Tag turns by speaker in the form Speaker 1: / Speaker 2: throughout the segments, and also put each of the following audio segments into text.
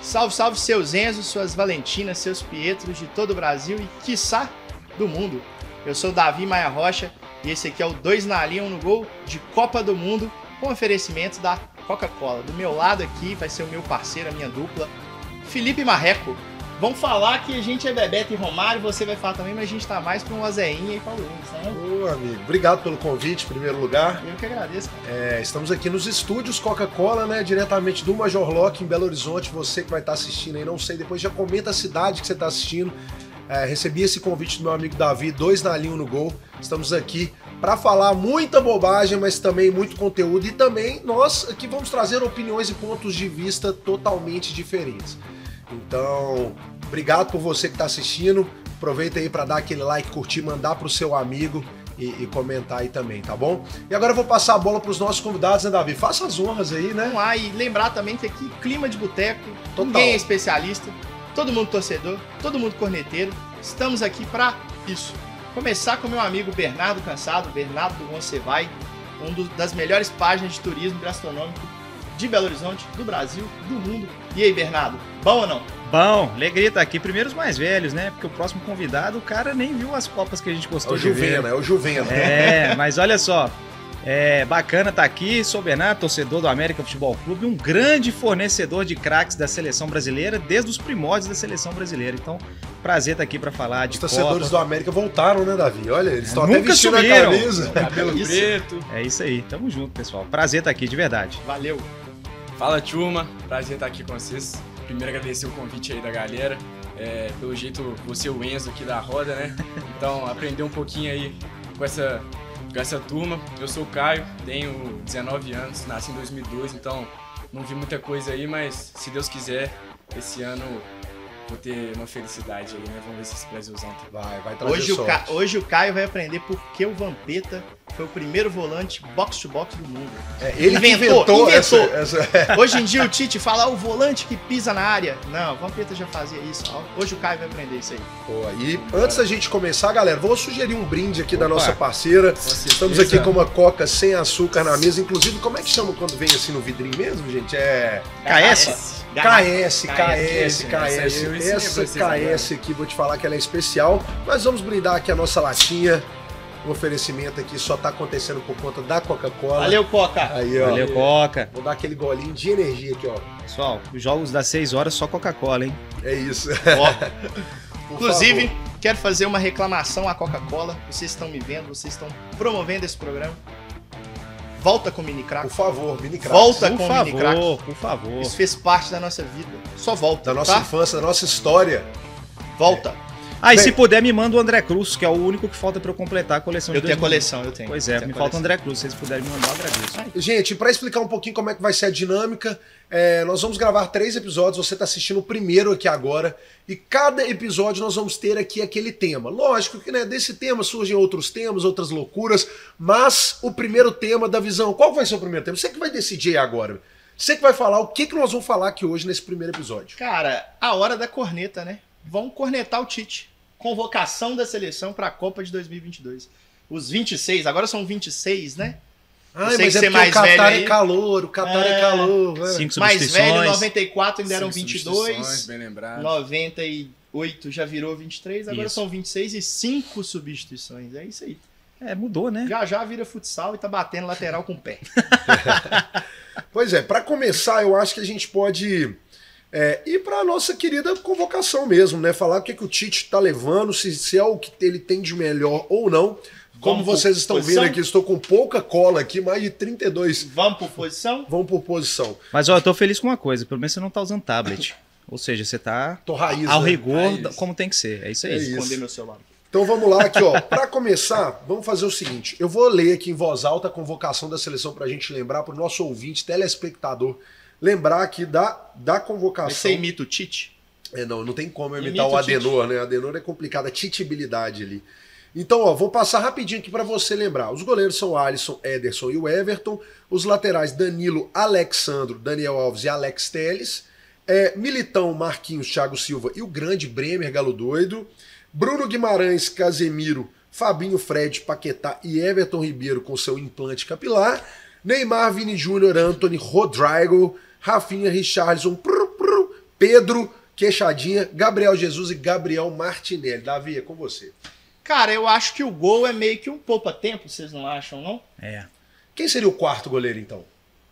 Speaker 1: Salve, salve seus Enzo, suas Valentinas, seus Pietros de todo o Brasil e, quiçá, do mundo. Eu sou Davi Maia Rocha e esse aqui é o 2 na linha, 1 um no gol de Copa do Mundo com oferecimento da Coca-Cola. Do meu lado aqui vai ser o meu parceiro, a minha dupla, Felipe Marreco. Vamos falar que a gente é Bebeto e Romário, você vai falar também, mas a gente tá mais pra um Azeinha e Paulo Nunes, né?
Speaker 2: Ô, amigo, obrigado pelo convite, em primeiro lugar.
Speaker 1: Eu que agradeço. cara.
Speaker 2: É, estamos aqui nos estúdios Coca-Cola, né? Diretamente do Major Lock em Belo Horizonte. Você que vai estar assistindo aí, não sei, depois já comenta a cidade que você está assistindo. É, recebi esse convite do meu amigo Davi, dois na linha um no gol. Estamos aqui para falar muita bobagem, mas também muito conteúdo. E também nós aqui vamos trazer opiniões e pontos de vista totalmente diferentes. Então, obrigado por você que está assistindo. Aproveita aí para dar aquele like, curtir, mandar para o seu amigo e, e comentar aí também, tá bom? E agora eu vou passar a bola para os nossos convidados, né, Davi? Faça as honras aí, né?
Speaker 1: Vamos lá Então, ah, e lembrar também que aqui clima de boteco,
Speaker 2: Total.
Speaker 1: ninguém é especialista, todo mundo torcedor, todo mundo corneteiro. Estamos aqui pra isso. Começar com meu amigo Bernardo Cansado, Bernardo do Goncevai, um do- das melhores páginas de turismo gastronômico de Belo Horizonte, do Brasil, do mundo. E aí, Bernardo, bom ou não?
Speaker 3: Bom, alegria tá aqui. Primeiro os mais velhos, né? Porque o próximo convidado, o cara nem viu as copas que a gente
Speaker 2: É o
Speaker 3: gostou de ver.
Speaker 2: Juvena, é o Juvena.
Speaker 3: É, mas olha só. É bacana tá aqui. Sou Bernardo, torcedor do América Futebol Clube, um grande fornecedor de craques da seleção brasileira desde os primórdios da seleção brasileira. Então, prazer tá aqui para falar de
Speaker 2: Os torcedores
Speaker 3: Copa.
Speaker 2: do América voltaram, né, Davi? Olha, eles estão até
Speaker 3: É, Nunca
Speaker 2: vestindo
Speaker 3: sumiram.
Speaker 2: a camisa.
Speaker 4: Cabelo
Speaker 1: Isso.
Speaker 4: preto.
Speaker 3: É isso aí. Tamo junto, pessoal. Prazer tá aqui de verdade.
Speaker 1: Valeu.
Speaker 4: Fala, turma. Prazer estar aqui com vocês. Primeiro, agradecer o convite aí da galera. É, pelo jeito, você é o Enzo aqui da roda, né? Então, aprender um pouquinho aí com essa, com essa turma. Eu sou o Caio, tenho 19 anos, nasci em 2002, então não vi muita coisa aí, mas se Deus quiser, esse ano vou ter uma felicidade aí, né? Vamos ver se esse Brasilzão tá
Speaker 2: Vai, vai trazer
Speaker 1: Hoje o,
Speaker 2: sorte.
Speaker 1: Ca- hoje o Caio vai aprender por que o Vampeta foi o primeiro volante box-to-box do mundo.
Speaker 2: É, ele que
Speaker 1: Inventou,
Speaker 2: inventou, essa-
Speaker 1: inventou.
Speaker 2: essa,
Speaker 1: Hoje em dia o Tite fala "Ah, o volante que pisa na área. Não, o Vampeta já fazia isso. Ó, Hoje o Caio vai aprender isso aí.
Speaker 2: Boa, e antes da gente começar, galera, vou sugerir um brinde aqui da
Speaker 3: Opa.
Speaker 2: nossa parceira.
Speaker 4: certeza.
Speaker 2: Estamos aqui com uma coca sem açúcar na mesa. Inclusive, como é que chama quando vem assim no vidrinho mesmo, gente? É.
Speaker 3: KS?
Speaker 2: KS, KS,
Speaker 1: né?
Speaker 4: KS,
Speaker 2: KS.
Speaker 4: essa eu ensinei pra
Speaker 2: Essa
Speaker 4: vocês agora.
Speaker 2: KS aqui, vou te falar que ela é especial. Nós vamos brindar aqui a nossa latinha. O oferecimento aqui só tá acontecendo por conta da Coca-Cola.
Speaker 1: Valeu, Coca.
Speaker 2: Aí, ó.
Speaker 3: Valeu, Coca.
Speaker 2: Vou dar aquele golinho de energia aqui, ó.
Speaker 3: Pessoal, os jogos das 6 horas só Coca-Cola, hein?
Speaker 2: É isso.
Speaker 1: Ó,
Speaker 2: Por
Speaker 1: inclusive,
Speaker 2: favor.
Speaker 1: quero fazer uma reclamação à Coca-Cola. Vocês estão me vendo, vocês estão promovendo esse programa. Volta com o Mini
Speaker 2: Por
Speaker 1: Crack.
Speaker 2: favor, mini crack.
Speaker 1: Volta
Speaker 3: por
Speaker 1: com o Mini Crack.
Speaker 3: favor, por favor.
Speaker 1: Isso fez parte da nossa vida. Só volta,
Speaker 2: Da nossa
Speaker 1: tá?
Speaker 2: infância, da nossa história.
Speaker 1: Volta.
Speaker 3: Ah, e
Speaker 2: Bem-
Speaker 3: se puder, me manda o André Cruz, que é o único que falta pra eu completar a coleção
Speaker 1: Eu
Speaker 3: de
Speaker 1: tenho a
Speaker 3: 2000.
Speaker 1: coleção, eu tenho.
Speaker 3: Pois é,
Speaker 1: Tenho a
Speaker 3: me falta o
Speaker 1: coleção.
Speaker 3: André Cruz. Se vocês puderem me mandar o André Cruz.
Speaker 2: Gente, para explicar um pouquinho como é que vai ser a dinâmica, é, nós vamos gravar três episódios. Você está assistindo o primeiro aqui agora. E cada episódio nós vamos ter aqui aquele tema. Lógico que né, desse tema surgem outros temas, outras loucuras. Mas o primeiro tema da visão. Qual vai ser o primeiro tema? Você que vai decidir aí agora. Você que vai falar o que, que nós vamos falar aqui hoje nesse primeiro episódio.
Speaker 1: Cara, a hora da corneta, né? Vão cornetar o Tite. Convocação da seleção para a Copa de 2022. Os 26, agora são 26, né?
Speaker 2: Ai,
Speaker 1: Você que
Speaker 2: mas é
Speaker 1: ser
Speaker 2: porque
Speaker 1: mais
Speaker 2: o Catar
Speaker 1: velho
Speaker 2: é
Speaker 1: aí.
Speaker 2: calor, o Catar é,
Speaker 1: É.
Speaker 2: calor. é.
Speaker 3: Cinco
Speaker 1: Mais velho,
Speaker 3: substituições.
Speaker 1: 94 ainda eram
Speaker 4: Sim,
Speaker 1: 22.
Speaker 4: substituições, Bem lembrado.
Speaker 1: 98 já virou 23, agora
Speaker 3: Isso.
Speaker 1: são 26 e 5 substituições. É isso aí.
Speaker 3: É, mudou, né?
Speaker 1: Já já vira futsal e tá batendo lateral com o pé.
Speaker 2: Pois é, para começar, eu acho que a gente pode é, ir para a nossa querida convocação mesmo, né? Falar o que, que o Tite está levando, se, se é o que ele tem de melhor ou não. Como
Speaker 1: Vamos
Speaker 2: vocês
Speaker 1: por
Speaker 2: estão
Speaker 1: posição?
Speaker 2: vendo aqui, estou com pouca cola aqui, mais de 32
Speaker 1: Vamos por posição?
Speaker 2: vão por posição.
Speaker 3: Mas ó, eu tô feliz com uma coisa. Pelo menos você não tá usando tablet. Ou seja, você tá
Speaker 2: Tô
Speaker 1: É
Speaker 2: raiz,
Speaker 3: ao
Speaker 2: né?
Speaker 3: rigor,
Speaker 4: Raiz.
Speaker 3: da- como tem que ser. É isso aí.
Speaker 2: É isso.
Speaker 1: Esconder meu celular.
Speaker 2: Então vamos lá aqui, ó. Para começar, vamos fazer o seguinte. Eu vou ler aqui em voz alta a convocação da seleção para a gente lembrar, para o nosso ouvinte, telespectador, lembrar aqui da, da
Speaker 1: Mas
Speaker 2: convocação.
Speaker 1: você imita o Tite?
Speaker 2: É, não, não tem como eu
Speaker 1: Imita
Speaker 2: imitar
Speaker 1: o
Speaker 2: o
Speaker 1: Tite.
Speaker 2: Adenor, né? Adenor é complicado, a titibilidade ali. Então, ó, vou passar rapidinho aqui para você lembrar. Os goleiros são Alisson, Ederson e o Everton. Os laterais Danilo, Alexandro, Daniel Alves e Alex Teles. É, Militão, Marquinhos, Thiago Silva e o grande Bremer, Galo Doido. Bruno Guimarães, Casemiro, Fabinho, Fred, Paquetá e Everton Ribeiro com seu implante capilar. Neymar, Vini Júnior, Anthony, Rodrigo, Rafinha, Richarlison, prr, prr, Pedro Queixadinha, Gabriel Jesus e Gabriel Martinelli. Davi, é com você.
Speaker 1: Cara, eu acho que o gol é meio que um poupa-tempo, vocês não acham, não?
Speaker 3: É.
Speaker 2: Quem seria o quarto goleiro, então?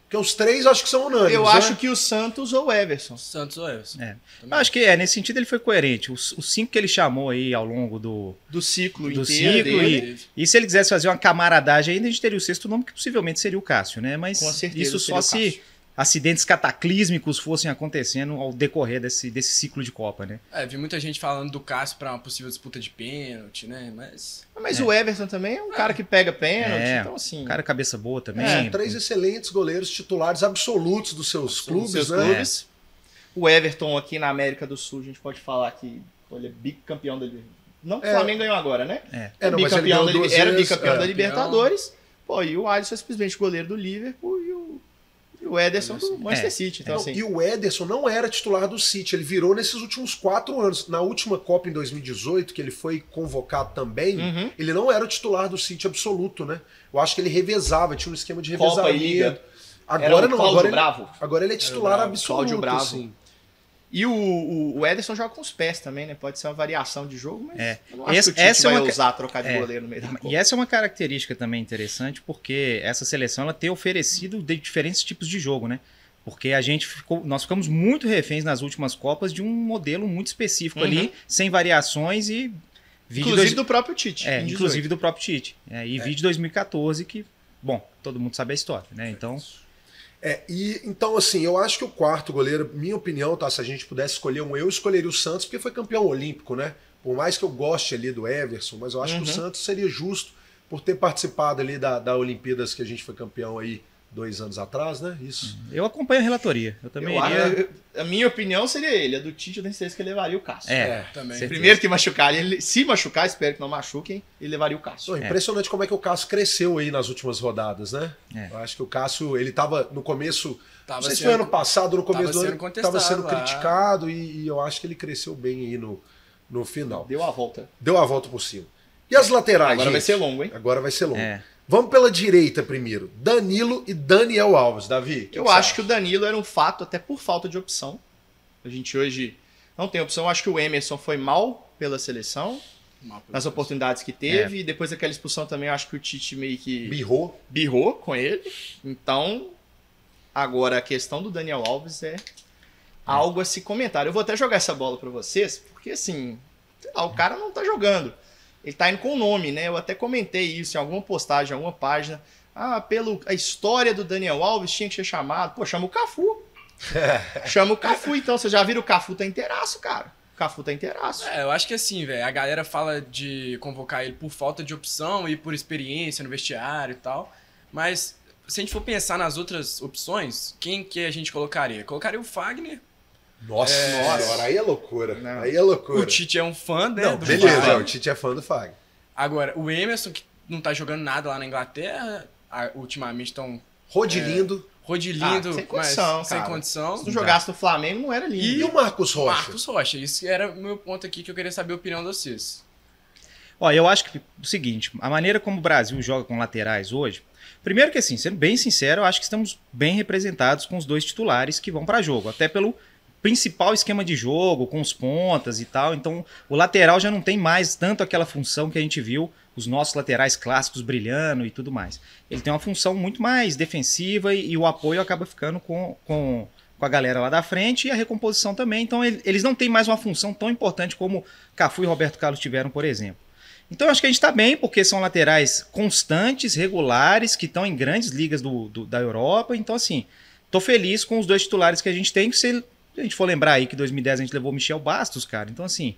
Speaker 2: Porque os três acho que são unânimes,
Speaker 1: eu
Speaker 2: né?
Speaker 1: acho que o Santos ou o Everson.
Speaker 4: Santos ou Everson?
Speaker 3: É. Eu acho que é, nesse sentido ele foi coerente. Os, os cinco que ele chamou aí ao longo do.
Speaker 1: Do ciclo
Speaker 3: Do
Speaker 1: inteiro
Speaker 4: um
Speaker 3: ciclo
Speaker 1: dele.
Speaker 3: e- E se ele quisesse fazer uma camaradagem ainda, a gente teria o sexto nome, que possivelmente seria o Cássio, né? Mas
Speaker 1: Com certeza
Speaker 3: isso
Speaker 1: seria
Speaker 3: só
Speaker 1: o
Speaker 3: se
Speaker 1: Cássio.
Speaker 3: acidentes cataclísmicos fossem acontecendo ao decorrer desse, desse ciclo de Copa, né?
Speaker 4: É, vi muita gente falando do Cássio pra uma possível disputa de pênalti, né? Mas.
Speaker 1: Mas o Everson também é um cara que pega pênalti,
Speaker 3: É,
Speaker 1: então assim...
Speaker 3: O cara cabeça boa também.
Speaker 1: É,
Speaker 3: é,
Speaker 2: São É, três excelentes goleiros titulares absolutos dos seus clubes,
Speaker 1: seus
Speaker 2: né?
Speaker 1: clubes. O Everton aqui na América do Sul, a gente pode falar que olha, é bicampeão da Libertadores. Não que o
Speaker 2: É.
Speaker 1: Flamengo ganhou agora, né?
Speaker 2: É, não, mas
Speaker 1: bicampeão
Speaker 2: ele ganhou
Speaker 1: da,
Speaker 2: duas
Speaker 1: Li- era
Speaker 2: vezes,
Speaker 1: bicampeão
Speaker 2: é.
Speaker 1: da Libertadores. Pô, e o Alisson é simplesmente goleiro do Liverpool e o, e o Ederson do Manchester
Speaker 3: É.
Speaker 1: City. Então,
Speaker 2: Não,
Speaker 1: assim,
Speaker 2: E o Ederson não era titular do City, ele virou nesses últimos quatro anos. Na última Copa em 2018, que ele foi convocado também,
Speaker 1: Uhum.
Speaker 2: ele não era o titular do City absoluto, né? Eu acho que ele revezava, tinha um esquema de
Speaker 1: Copa
Speaker 2: revezamento.
Speaker 1: e Liga. era
Speaker 2: Agora
Speaker 1: o
Speaker 2: não,
Speaker 1: Cláudio
Speaker 2: agora ele,
Speaker 1: Bravo.
Speaker 2: agora ele é titular
Speaker 4: Bravo,
Speaker 2: absoluto.
Speaker 1: Cláudio Bravo.
Speaker 2: assim.
Speaker 1: E o, o, o Ederson joga com os pés também, né? Pode ser uma variação de jogo, mas
Speaker 3: É.
Speaker 1: eu não acho
Speaker 3: Essa-
Speaker 1: que o Tite
Speaker 3: essa é
Speaker 1: vai
Speaker 3: uma ca-
Speaker 1: usar trocar de
Speaker 3: É.
Speaker 1: goleiro no meio da Copa.
Speaker 3: E essa é uma característica também interessante, porque essa seleção ela tem oferecido de diferentes tipos de jogo, né? Porque a gente ficou, nós ficamos muito reféns nas últimas Copas de um modelo muito específico
Speaker 1: Uhum.
Speaker 3: ali, sem variações e vi de
Speaker 1: Inclusive
Speaker 3: dois-
Speaker 1: do próprio Tite.
Speaker 3: é,
Speaker 1: em 18.
Speaker 3: inclusive do próprio Tite. É, e vi de 2014 que, bom, todo mundo sabe a história, né? Então,
Speaker 2: É, e então, assim, eu acho que o quarto goleiro, minha opinião, tá? Se a gente pudesse escolher um, eu escolheria o Santos, porque foi campeão olímpico, né? Por mais que eu goste ali do Everson, mas eu acho
Speaker 1: Uhum.
Speaker 2: que o Santos seria justo por ter participado ali da, da Olimpíadas que a gente foi campeão aí dois anos atrás, né? Isso.
Speaker 3: eu acompanho a relatoria. Eu também
Speaker 1: Eu acho-
Speaker 3: iria.
Speaker 1: eu- a minha opinião seria ele. A do Tite eu tenho certeza que ele levaria o Cássio.
Speaker 3: É,
Speaker 4: também.
Speaker 3: certeza.
Speaker 1: Primeiro que machucar, ele, se machucar, espero que não machuquem, ele levaria o
Speaker 2: Só
Speaker 1: Cássio.
Speaker 2: impressionante como é que o Cássio cresceu aí nas últimas rodadas, né?
Speaker 3: É.
Speaker 2: Eu acho que o Cássio, ele tava no começo,
Speaker 4: Tava
Speaker 2: não sei se
Speaker 4: sendo-
Speaker 2: foi ano passado, no começo
Speaker 4: tava
Speaker 2: do
Speaker 4: sendo
Speaker 2: ano,
Speaker 4: contestado,
Speaker 2: tava sendo
Speaker 4: é.
Speaker 2: criticado e, e eu acho que ele cresceu bem aí no, no final.
Speaker 1: Deu a volta.
Speaker 2: Deu a volta por cima. E as laterais?
Speaker 1: Agora vai
Speaker 2: Tá, gente?
Speaker 1: ser longo, hein?
Speaker 2: Agora vai ser longo.
Speaker 3: É.
Speaker 2: Vamos pela direita primeiro. Danilo e Daniel Alves, Davi.
Speaker 1: eu acho que o Danilo era um fato, até por falta de opção. A gente hoje não tem opção. Eu acho que o Emerson foi mal pela seleção,
Speaker 4: Mal pro-
Speaker 1: nas oportunidades que teve. E depois daquela expulsão também, eu acho que o Tite meio que
Speaker 2: Birrou.
Speaker 1: birrou com ele. Então, agora a questão do Daniel Alves é algo a se comentar. Eu vou até jogar essa bola pra vocês, porque assim, sei lá, o cara não tá jogando. Ele tá indo com o nome, né? Eu até comentei isso em alguma postagem, em alguma página. Ah, pelo a história do Daniel Alves tinha que ser chamado. Pô, chama o Cafu. chama o Cafu, então. Você já viram o Cafu tá inteiraço, cara. O Cafu tá inteiraço.
Speaker 4: É, eu acho que assim, velho, a galera fala de convocar ele por falta de opção e por experiência no vestiário e tal. Mas se a gente for pensar nas outras opções, quem que a gente colocaria? Colocaria o Fagner.
Speaker 2: Nossa, senhora, aí é loucura.
Speaker 1: Não.
Speaker 2: Aí é loucura.
Speaker 4: O Tite é um fã, né?
Speaker 2: Não,
Speaker 4: do
Speaker 2: beleza,
Speaker 4: Fagner.
Speaker 2: o Tite é fã do Fag.
Speaker 4: Agora, o Emerson, que não tá jogando nada lá na Inglaterra, a- ultimamente estão
Speaker 2: Rodilindo.
Speaker 4: rodilindo,
Speaker 1: Ah, sem
Speaker 4: mas
Speaker 1: condição,
Speaker 4: sem
Speaker 1: cara.
Speaker 4: condição.
Speaker 1: Se não jogasse no Flamengo, não era lindo.
Speaker 2: E o Marcos Rocha?
Speaker 4: Marcos Rocha, isso era o meu ponto aqui que eu queria saber a opinião de vocês.
Speaker 3: Ó, eu acho que o seguinte, a maneira como o Brasil joga com laterais hoje, primeiro que assim, sendo bem sincero, eu acho que estamos bem representados com os dois titulares que vão para jogo, até pelo principal esquema de jogo, com os pontas e tal. Então, o lateral já não tem mais tanto aquela função que a gente viu os nossos laterais clássicos brilhando e tudo mais. Ele tem uma função muito mais defensiva e, e o apoio acaba ficando com, com, com a galera lá da frente e a recomposição também. Então, ele- eles não têm mais uma função tão importante como Cafu e Roberto Carlos tiveram, por exemplo. Então eu acho que a gente está bem, porque são laterais constantes, regulares, que estão em grandes ligas do, do- da Europa. Então, assim, tô feliz com os dois titulares que a gente tem. Que se a gente for lembrar aí que em 2010 a gente levou o Michel Bastos, cara. Então, assim,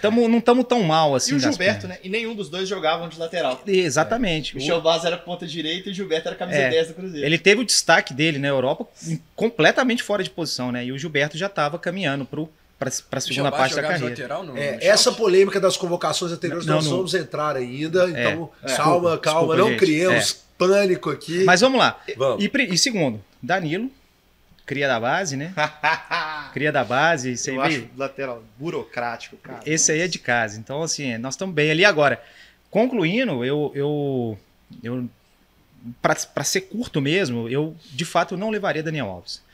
Speaker 3: tamo, não estamos tão mal assim.
Speaker 1: E o
Speaker 3: das
Speaker 1: Gilberto, né? E nenhum dos dois jogavam de lateral.
Speaker 3: pernas. Exatamente. O-
Speaker 1: Michel Vaz era ponta direita e o Gilberto era camisa
Speaker 3: É.
Speaker 1: 10 do Cruzeiro.
Speaker 3: Ele teve o destaque dele na Europa em- completamente fora de posição, né? E o Gilberto já estava caminhando para a segunda
Speaker 4: Jabá
Speaker 3: parte da
Speaker 4: jogava de
Speaker 3: carreira.
Speaker 4: lateral, não,
Speaker 2: É, essa polêmica das convocações anteriores
Speaker 3: Não,
Speaker 2: nós
Speaker 3: não.
Speaker 2: vamos entrar ainda, então
Speaker 1: é.
Speaker 2: calma,
Speaker 3: Desculpa,
Speaker 2: calma,
Speaker 3: desculpa,
Speaker 2: não
Speaker 3: gente.
Speaker 2: criemos pânico aqui.
Speaker 3: Mas vamos lá.
Speaker 2: Vamos.
Speaker 3: E, pri- e segundo, Danilo, cria da base, né?
Speaker 1: Ah!
Speaker 3: Cria da base, isso aí
Speaker 1: Eu
Speaker 3: veio-
Speaker 1: acho lateral burocrático, cara.
Speaker 3: Esse aí é de casa. Então, assim, nós estamos bem ali agora. Concluindo, eu. eu, eu para ser curto mesmo, eu de fato não levaria Daniel Alves.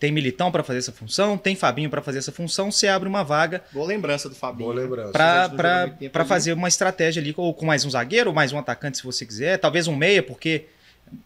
Speaker 3: Tem Militão para fazer essa função, tem Fabinho para fazer essa função, você abre uma vaga
Speaker 1: Boa lembrança do Fabinho.
Speaker 2: Boa lembrança.
Speaker 1: Vocês
Speaker 3: para
Speaker 1: não
Speaker 3: pra,
Speaker 1: jogam muito tempo
Speaker 3: pra
Speaker 1: ali.
Speaker 3: fazer uma estratégia ali, ou com mais um zagueiro, ou mais um atacante, se você quiser, talvez um meia, porque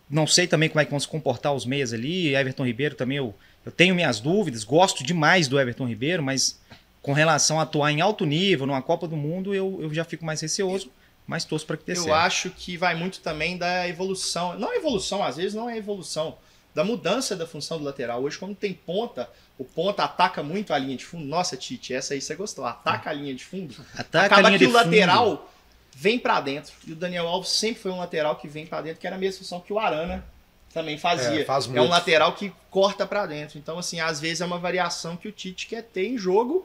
Speaker 3: não sei também como é que vão se comportar os meias ali. Everton Ribeiro também, eu, eu tenho minhas dúvidas, gosto demais do Everton Ribeiro, mas com relação a atuar em alto nível, numa Copa do Mundo, eu, eu já fico mais receoso, mas torço para que dê
Speaker 1: Eu
Speaker 3: certo.
Speaker 1: acho que vai muito também da evolução. Não a evolução, às vezes não é evolução. Da mudança da função do lateral. Hoje, quando tem ponta, o ponta ataca muito a linha de fundo. Nossa, Tite, essa aí você gostou. Ataca a linha de fundo.
Speaker 2: Tá,
Speaker 3: Ataca
Speaker 1: Acaba
Speaker 3: a linha
Speaker 1: que
Speaker 3: de
Speaker 1: o
Speaker 3: fundo.
Speaker 1: lateral vem pra dentro. E o Daniel Alves sempre foi um lateral que vem pra dentro, que era a mesma função que o Arana também fazia.
Speaker 2: É, faz
Speaker 1: É um
Speaker 2: muito.
Speaker 1: lateral que corta pra dentro. Então, assim, às vezes é uma variação que o Tite quer ter em jogo.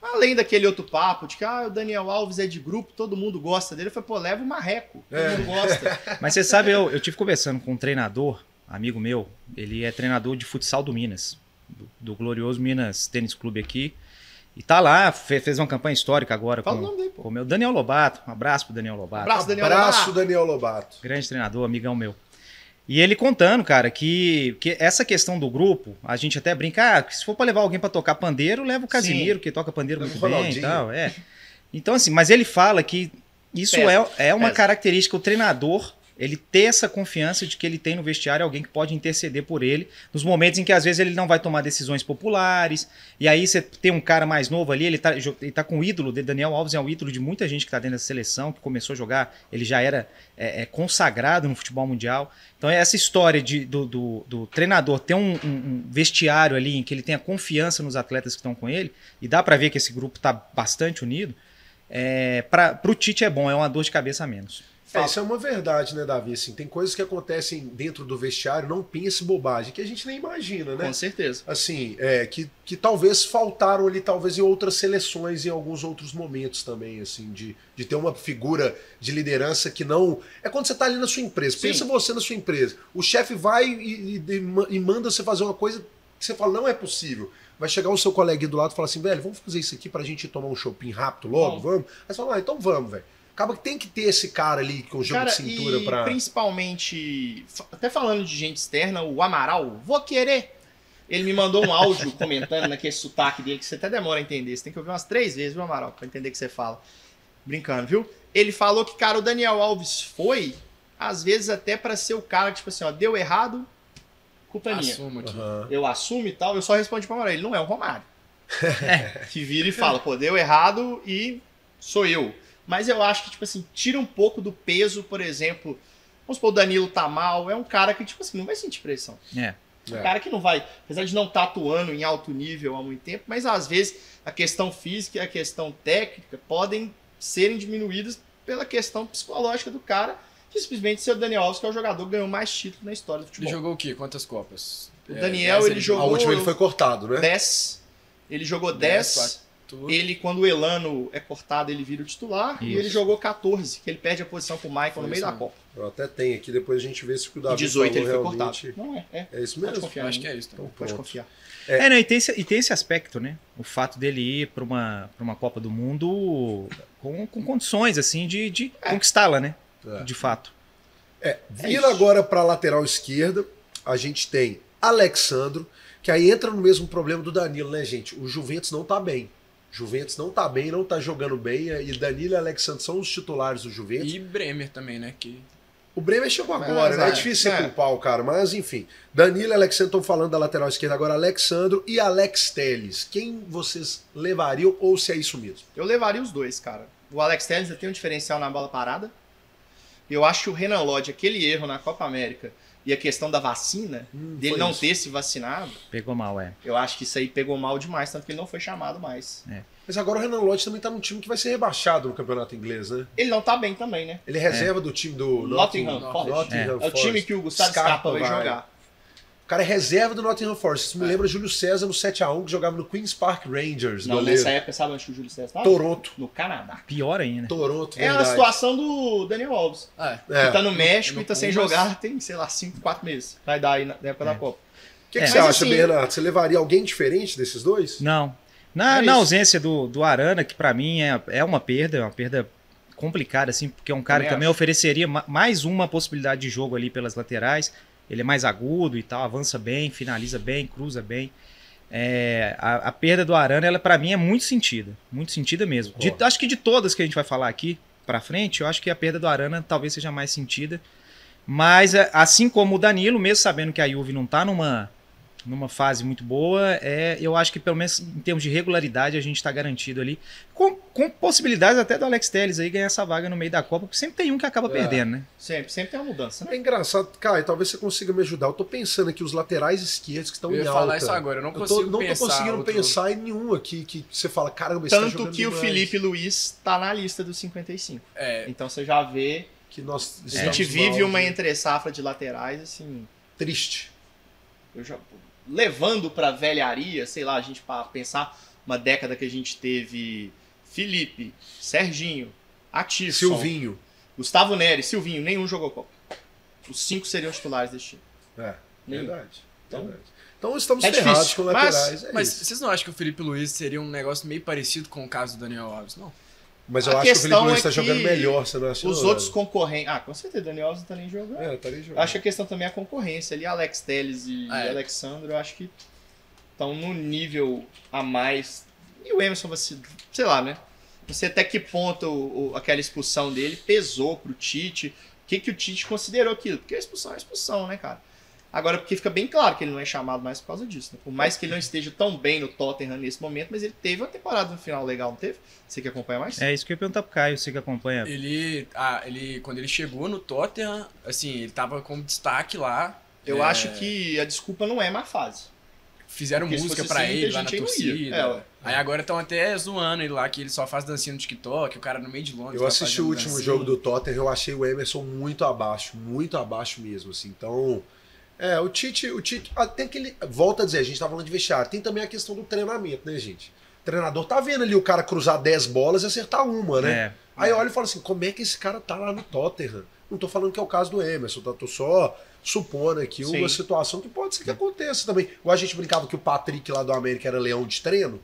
Speaker 1: Além daquele outro papo de que ah, o Daniel Alves é de grupo, todo mundo gosta dele. Eu falei, pô, leva o Marreco. Todo
Speaker 2: É.
Speaker 1: mundo gosta.
Speaker 3: Mas você sabe, eu, eu tive conversando com um treinador, amigo meu, ele é treinador de futsal do Minas, do, do glorioso Minas Tênis Clube aqui. E tá lá, fe- fez uma campanha histórica agora
Speaker 1: Fala o
Speaker 3: com,
Speaker 1: nome dele, pô.
Speaker 3: com o meu Daniel Lobato. Um abraço pro Daniel Lobato.
Speaker 1: Abraço, Daniel.
Speaker 2: Abraço,
Speaker 1: Lobato.
Speaker 2: Daniel Lobato.
Speaker 3: Grande treinador, amigão meu. E ele contando, cara, que, que essa questão do grupo, a gente até brinca, ah, se for pra levar alguém pra tocar pandeiro, leva o Casimiro, que toca pandeiro
Speaker 2: Leva
Speaker 3: muito
Speaker 2: o
Speaker 3: bem e
Speaker 2: Ronaldinho.
Speaker 3: tal, é. Então, assim, mas ele fala que isso
Speaker 1: Pesa,
Speaker 3: é, é uma
Speaker 1: pesa.
Speaker 3: característica, o treinador, ele ter essa confiança de que ele tem no vestiário alguém que pode interceder por ele, nos momentos em que às vezes ele não vai tomar decisões populares, e aí você tem um cara mais novo ali, ele tá, jo- ele tá com o ídolo de Daniel Alves, é um ídolo de muita gente que tá dentro da seleção, que começou a jogar, ele já era é, é, consagrado no futebol mundial. Então é essa história de- do, do- do treinador ter um, um- um vestiário ali em que ele tenha confiança nos atletas que estão com ele, e dá pra ver que esse grupo tá bastante unido, é, pra, pro Tite é bom, é uma dor de cabeça a menos.
Speaker 2: É, isso é uma verdade, né, Davi? Assim, tem coisas que acontecem dentro do vestiário, não pense bobagem, que a gente nem imagina, né?
Speaker 1: Com certeza.
Speaker 2: Assim, é, que, que talvez faltaram ali, talvez em outras seleções, em alguns outros momentos também, assim, de, de ter uma figura de liderança que não. É quando você tá ali na sua empresa.
Speaker 1: Sim.
Speaker 2: Pensa você na sua empresa. O chefe vai e, e- e ma- e manda você fazer uma coisa que você fala, não é possível. Vai chegar o seu colega do lado e falar assim, velho, vamos fazer isso aqui pra gente tomar um shopping rápido logo,
Speaker 1: Vamos.
Speaker 2: vamos? Aí você fala, ah, então vamos, velho. Acaba que tem que ter esse cara ali com o jogo
Speaker 1: Cara,
Speaker 2: de cintura
Speaker 1: e
Speaker 2: pra.
Speaker 1: principalmente, fa- até falando de gente externa, o Amaral, vou querer. Ele me mandou um áudio comentando naquele sotaque dele, que você até demora a entender. Você tem que ouvir umas três vezes, viu, Amaral, pra entender o que você fala. Brincando, viu? Ele falou que, cara, o Daniel Alves foi, às vezes até pra ser o cara, tipo assim, ó, deu errado, culpa é minha.
Speaker 4: Assumo aqui.
Speaker 2: Aham.
Speaker 1: Eu assumo e tal, eu só respondi pro Amaral, ele não é o Romário. É, que vira e fala, pô, deu errado e sou eu. Mas eu acho que, tipo assim, tira um pouco do peso, por exemplo. Vamos supor, o Danilo tá mal, é um cara que, tipo assim, não vai sentir pressão.
Speaker 3: É.
Speaker 1: Um
Speaker 2: É.
Speaker 1: cara que não vai, apesar de não estar atuando em alto nível há muito tempo, mas às vezes a questão física e a questão técnica podem serem diminuídas pela questão psicológica do cara, que simplesmente ser o Daniel Alves, que é o jogador que ganhou mais títulos na história do
Speaker 4: Ele
Speaker 1: futebol.
Speaker 4: jogou o quê? Quantas Copas?
Speaker 1: O
Speaker 4: É,
Speaker 1: Daniel,
Speaker 4: dez
Speaker 1: ele
Speaker 4: ali,
Speaker 2: A
Speaker 1: jogou-
Speaker 2: última ele foi cortado, né?
Speaker 1: 10. Ele jogou 10.
Speaker 4: Dez, quatro.
Speaker 1: ele, quando o Elano é cortado, ele vira o titular. E
Speaker 3: Isso.
Speaker 1: ele jogou 14, que ele perde a posição pro Michael no
Speaker 4: Foi
Speaker 1: meio
Speaker 4: isso
Speaker 1: da
Speaker 4: mesmo.
Speaker 1: Copa.
Speaker 2: Eu até tenho aqui, depois a gente vê se o que o
Speaker 1: E
Speaker 2: Davi
Speaker 1: 18 ele
Speaker 2: falou
Speaker 1: foi cortado.
Speaker 2: realmente
Speaker 1: Não é, é.
Speaker 2: É isso
Speaker 1: Pode
Speaker 2: mesmo.
Speaker 1: confiar.
Speaker 4: Eu acho que é isso
Speaker 2: Então,
Speaker 4: também.
Speaker 1: Pode
Speaker 2: pronto.
Speaker 1: confiar.
Speaker 3: É, não, e tem esse, e tem esse aspecto, né? O fato dele ir para uma, pra uma Copa do Mundo com, com condições, assim, de, de conquistá-la, né?
Speaker 2: É.
Speaker 3: De fato.
Speaker 1: É
Speaker 2: Vindo agora para lateral esquerda, a gente tem Alexandro, que aí entra no mesmo problema do Danilo, né, gente? O Juventus não tá bem. Juventus não tá bem, não tá jogando bem, e Danilo e Alexandro são os titulares do Juventus.
Speaker 4: E Bremer também, né? Que
Speaker 2: O Bremer chegou
Speaker 1: Mas,
Speaker 2: agora, né? É
Speaker 1: é,
Speaker 2: difícil você
Speaker 1: é.
Speaker 2: culpar o cara, mas enfim. Danilo e Alexandro estão falando da lateral esquerda agora, Alexandro e Alex Teles. Quem vocês levariam ou se é isso mesmo?
Speaker 1: Eu levaria os dois, cara. O Alex Telles ainda tem um diferencial na bola parada. Eu acho que o Renan Lodge, aquele erro na Copa América e a questão da vacina,
Speaker 2: Hum,
Speaker 1: dele
Speaker 2: foi
Speaker 1: não
Speaker 2: isso.
Speaker 1: ter se vacinado,
Speaker 3: Pegou mal, é.
Speaker 1: eu acho que isso aí pegou mal demais, tanto que ele não foi chamado mais.
Speaker 2: Mas agora o Renan Lodge também tá num time que vai ser rebaixado no campeonato inglês, né?
Speaker 1: Ele não tá bem também, né?
Speaker 2: Ele é reserva do time do
Speaker 1: Nottingham Forest.
Speaker 2: Nottingham
Speaker 1: É o time
Speaker 2: Forest.
Speaker 1: que o Gustavo Scarpa,
Speaker 2: Scarpa
Speaker 1: vai
Speaker 2: vai.
Speaker 1: jogar.
Speaker 2: O cara é reserva do Nottingham Forest. Isso me
Speaker 1: É.
Speaker 2: lembra Júlio César no 7x1, que jogava no Queen's Park Rangers,
Speaker 1: Não,
Speaker 2: goleiro.
Speaker 1: nessa época, sabe onde que o Júlio César tava?
Speaker 2: Toronto.
Speaker 1: No Canadá.
Speaker 3: Pior ainda.
Speaker 2: Toronto,
Speaker 1: É a
Speaker 2: verdade.
Speaker 1: situação do Daniel Alves.
Speaker 4: Ah, é.
Speaker 2: É.
Speaker 1: que tá no México
Speaker 4: no
Speaker 1: e tá sem
Speaker 4: Pumas.
Speaker 1: jogar tem, sei lá, 5, 4 meses. Vai dar aí na na época
Speaker 3: É.
Speaker 1: da Copa.
Speaker 2: O que, que
Speaker 3: É.
Speaker 2: você
Speaker 1: Mas
Speaker 2: acha,
Speaker 1: assim-
Speaker 2: Bernardo? Você levaria alguém diferente desses dois?
Speaker 3: Não. Na,
Speaker 1: É
Speaker 3: na
Speaker 1: isso.
Speaker 3: ausência do, do Arana, que pra mim é, é uma perda, é uma perda complicada, assim, porque é um cara
Speaker 4: Também
Speaker 3: que também
Speaker 4: acho.
Speaker 3: ofereceria ma- mais uma possibilidade de jogo ali pelas laterais. ele é mais agudo e tal, avança bem, finaliza bem, cruza bem. É, a, a perda do Arana, ela para mim é muito sentida, muito sentida mesmo. De- acho que de todas que a gente vai falar aqui para frente, eu acho que a perda do Arana talvez seja mais sentida. Mas é, assim como o Danilo, mesmo sabendo que a Juve não tá numa numa fase muito boa, é, eu acho que pelo menos em termos de regularidade a gente está garantido ali, com, com possibilidades até do Alex Telles aí ganhar essa vaga no meio da Copa, porque sempre tem um que acaba
Speaker 2: É.
Speaker 3: perdendo, né?
Speaker 1: Sempre, sempre tem uma mudança, né?
Speaker 2: É engraçado, Caio, talvez você consiga me ajudar. Eu tô pensando aqui, os laterais esquerdos que estão
Speaker 4: Eu
Speaker 2: em
Speaker 4: ia
Speaker 2: alta.
Speaker 4: falar isso agora, eu não
Speaker 2: então, Eu
Speaker 4: consigo
Speaker 2: tô, não tô
Speaker 4: pensar
Speaker 2: conseguindo
Speaker 4: outro-
Speaker 2: pensar em nenhum aqui que você fala, caramba, esse tá
Speaker 1: Tanto
Speaker 2: jogando
Speaker 1: que o
Speaker 2: demais.
Speaker 1: Felipe Luiz tá na lista dos 55.
Speaker 4: É, um
Speaker 1: Então você já vê.
Speaker 2: Que nós
Speaker 1: A gente
Speaker 2: estamos
Speaker 1: vive
Speaker 2: mal,
Speaker 1: uma
Speaker 2: né?
Speaker 1: entre-safra de laterais, assim.
Speaker 2: Triste.
Speaker 1: eu já- levando pra velharia, sei lá, a gente para pensar uma década que a gente teve Felipe, Serginho, Atisson,
Speaker 2: Silvinho.
Speaker 1: Gustavo Neri, Silvinho, nenhum jogou Copa. Os cinco seriam titulares deste time.
Speaker 2: É,
Speaker 1: Nenhum.
Speaker 2: verdade. verdade. Então estamos
Speaker 1: É
Speaker 2: ferrados
Speaker 1: difícil,
Speaker 2: com
Speaker 1: mas-
Speaker 2: laterais. é
Speaker 4: mas
Speaker 2: isso.
Speaker 4: vocês não acham que o Felipe Luiz seria um negócio meio parecido com o caso do Daniel Alves, não?
Speaker 2: mas
Speaker 1: a
Speaker 2: eu acho que o Felipe
Speaker 1: questão
Speaker 2: Luiz
Speaker 1: é
Speaker 2: tá
Speaker 1: que
Speaker 2: jogando melhor, você não acha?
Speaker 1: Os
Speaker 2: não,
Speaker 1: outros concorrentes. Ah, com certeza, Daniel Alves não tá nem jogando.
Speaker 2: Daniel? É, tá ali jogando.
Speaker 1: Acho que a questão também é a concorrência ali. Alex Telles e
Speaker 4: Ah, é.
Speaker 1: Alexandre, eu acho que estão num nível a mais. E o Emerson, você, sei lá, né? Não sei até que ponto o- o- aquela expulsão dele pesou pro Tite. O que, que o Tite considerou aquilo? Porque a expulsão é expulsão, né, cara? Agora, porque fica bem claro que ele não é chamado mais por causa disso. Né? Por mais que ele não esteja tão bem no Tottenham nesse momento, mas ele teve uma temporada no final legal, não teve? Você que acompanha mais?
Speaker 3: É isso que eu ia perguntar pro Caio, você que acompanha.
Speaker 4: Ele, ah, ele, quando ele chegou no Tottenham, assim, ele tava como destaque lá.
Speaker 1: Eu
Speaker 4: É.
Speaker 1: acho que a desculpa não é má fase.
Speaker 4: Fizeram
Speaker 1: Porque se
Speaker 4: música
Speaker 1: fosse
Speaker 4: pra
Speaker 1: assim,
Speaker 4: ele
Speaker 1: a
Speaker 4: lá na
Speaker 1: gente não ia.
Speaker 4: torcida.
Speaker 1: É, ué.
Speaker 4: Aí agora estão até zoando ele lá, que ele só faz dancinha no TikTok, o cara no meio de Londres.
Speaker 2: Eu
Speaker 4: tá
Speaker 2: assisti o
Speaker 4: fazendo
Speaker 2: último
Speaker 1: assim.
Speaker 4: dancinha.
Speaker 2: jogo do Tottenham, eu achei o Emerson muito abaixo, muito abaixo mesmo, assim. Então, é, o Tite, o Tite, até que ele, volta a dizer, a gente tá falando de vestiário, tem também a questão do treinamento, né, gente? O treinador tá vendo ali o cara cruzar 10 bolas e acertar uma, né?
Speaker 3: É,
Speaker 2: Aí olha e fala assim, como é que esse cara tá lá no Tottenham? Não tô falando que é o caso do Emerson, tá? Tô só supondo aqui
Speaker 1: Sim.
Speaker 2: uma situação que pode ser que aconteça também. Igual a gente brincava que o Patrick lá do América era leão de treino.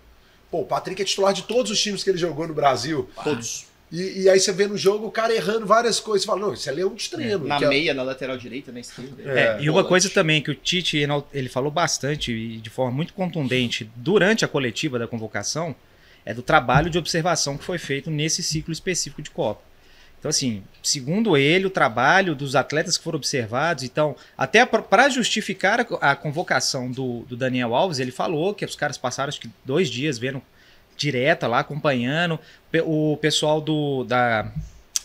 Speaker 2: Pô, o Patrick é titular de todos os times que ele jogou no Brasil.
Speaker 1: Todos.
Speaker 2: E, e aí você vê no jogo o cara errando várias coisas. Você fala, não, isso é leão de treino.
Speaker 1: Na
Speaker 2: que é-
Speaker 1: meia, na lateral direita, na esquerda.
Speaker 3: É,
Speaker 2: É,
Speaker 3: e uma coisa também que o Tite enal- ele falou bastante e de forma muito contundente durante a coletiva da convocação é do trabalho de observação que foi feito nesse ciclo específico de Copa. Então, assim, segundo ele, o trabalho dos atletas que foram observados, então, até para justificar a co- a convocação do, do Daniel Alves, ele falou que os caras passaram acho que dois dias vendo direta lá, acompanhando. Pe- O pessoal do, da,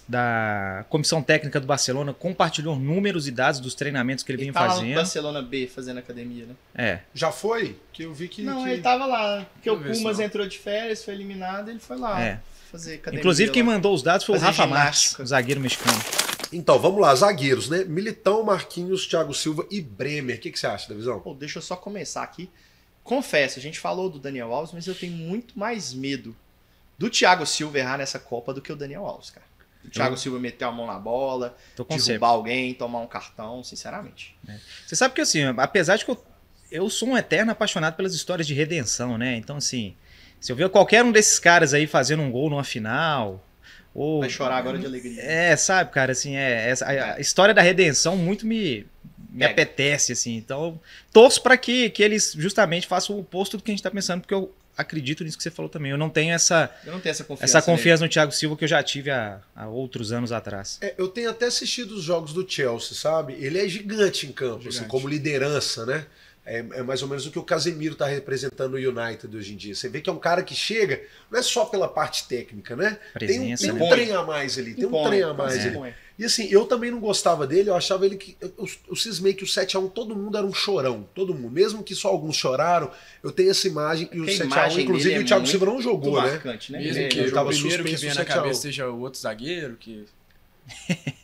Speaker 3: da comissão técnica do Barcelona compartilhou números e dados dos treinamentos que ele,
Speaker 1: Ele
Speaker 3: vinha
Speaker 1: tá lá no
Speaker 3: fazendo.
Speaker 1: Barcelona B fazendo academia, né?
Speaker 3: É.
Speaker 2: Já foi? Que eu vi que.
Speaker 1: não,
Speaker 2: que-
Speaker 1: ele tá- tava lá. Porque
Speaker 4: Não
Speaker 1: o
Speaker 4: vi isso,
Speaker 1: Pumas
Speaker 4: não.
Speaker 1: entrou de férias, foi eliminado, ele foi lá
Speaker 3: É.
Speaker 1: fazer academia.
Speaker 3: Inclusive, quem
Speaker 1: lá.
Speaker 3: mandou os dados foi o
Speaker 1: Fazer
Speaker 3: Rafa Marques,
Speaker 1: ginástica.
Speaker 3: zagueiro mexicano.
Speaker 2: Então, vamos lá, zagueiros, né? Militão, Marquinhos, Thiago Silva e Bremer. O que, que você acha da visão?
Speaker 1: Pô, deixa eu só começar aqui. Confesso, a gente falou do Daniel Alves, mas eu tenho muito mais medo do Thiago Silva errar nessa Copa do que o Daniel Alves, cara. O Thiago Silva meter a mão na bola,
Speaker 3: Tô com você.
Speaker 1: derrubar alguém, tomar um cartão, sinceramente.
Speaker 3: Você sabe que assim, apesar de que eu, eu sou um eterno apaixonado pelas histórias de redenção, né? Então, assim, se eu ver qualquer um desses caras aí fazendo um gol numa final, ou.
Speaker 1: Vai chorar agora de alegria.
Speaker 3: É, sabe, cara, assim, é, essa- a, a história da redenção muito me, me
Speaker 1: Pega.
Speaker 3: apetece, assim. Então, torço pra que, que eles justamente façam o oposto do que a gente tá pensando, porque eu acredito nisso que você falou também. Eu não tenho essa,
Speaker 1: Eu não tenho essa confiança.
Speaker 3: essa confiança no Thiago Silva que eu já tive há, há outros anos atrás.
Speaker 2: É, eu tenho até assistido os jogos do Chelsea, sabe? Ele é gigante em campo,
Speaker 4: Gigante.
Speaker 2: assim, como liderança, né? É, é mais ou menos o que o Casemiro tá representando o United hoje em dia. Você vê que é um cara que chega, não é só pela parte técnica, né? Tem um,
Speaker 3: Presença,
Speaker 2: tem um
Speaker 3: né?
Speaker 1: Impõe.
Speaker 2: trem a mais ali, tem um trem a mais
Speaker 3: é.
Speaker 2: ali. E assim, eu também não gostava dele, eu achava ele que. Eu, eu cismei que o 7x1, todo mundo era um chorão. Todo mundo. Mesmo que só alguns choraram, eu tenho essa imagem. E o
Speaker 1: Porque um a
Speaker 2: 7x1,
Speaker 1: imagem
Speaker 2: inclusive,
Speaker 1: dele é
Speaker 2: o Thiago
Speaker 1: muito
Speaker 2: Silva não
Speaker 1: Muito
Speaker 2: jogou, né?
Speaker 1: marcante, né?
Speaker 4: Mesmo
Speaker 1: Ele-
Speaker 4: que
Speaker 2: eu
Speaker 4: o
Speaker 2: tava
Speaker 4: primeiro que
Speaker 2: suspenso
Speaker 4: vem
Speaker 2: no
Speaker 4: na
Speaker 2: 7 a 1.
Speaker 4: cabeça seja o outro zagueiro, que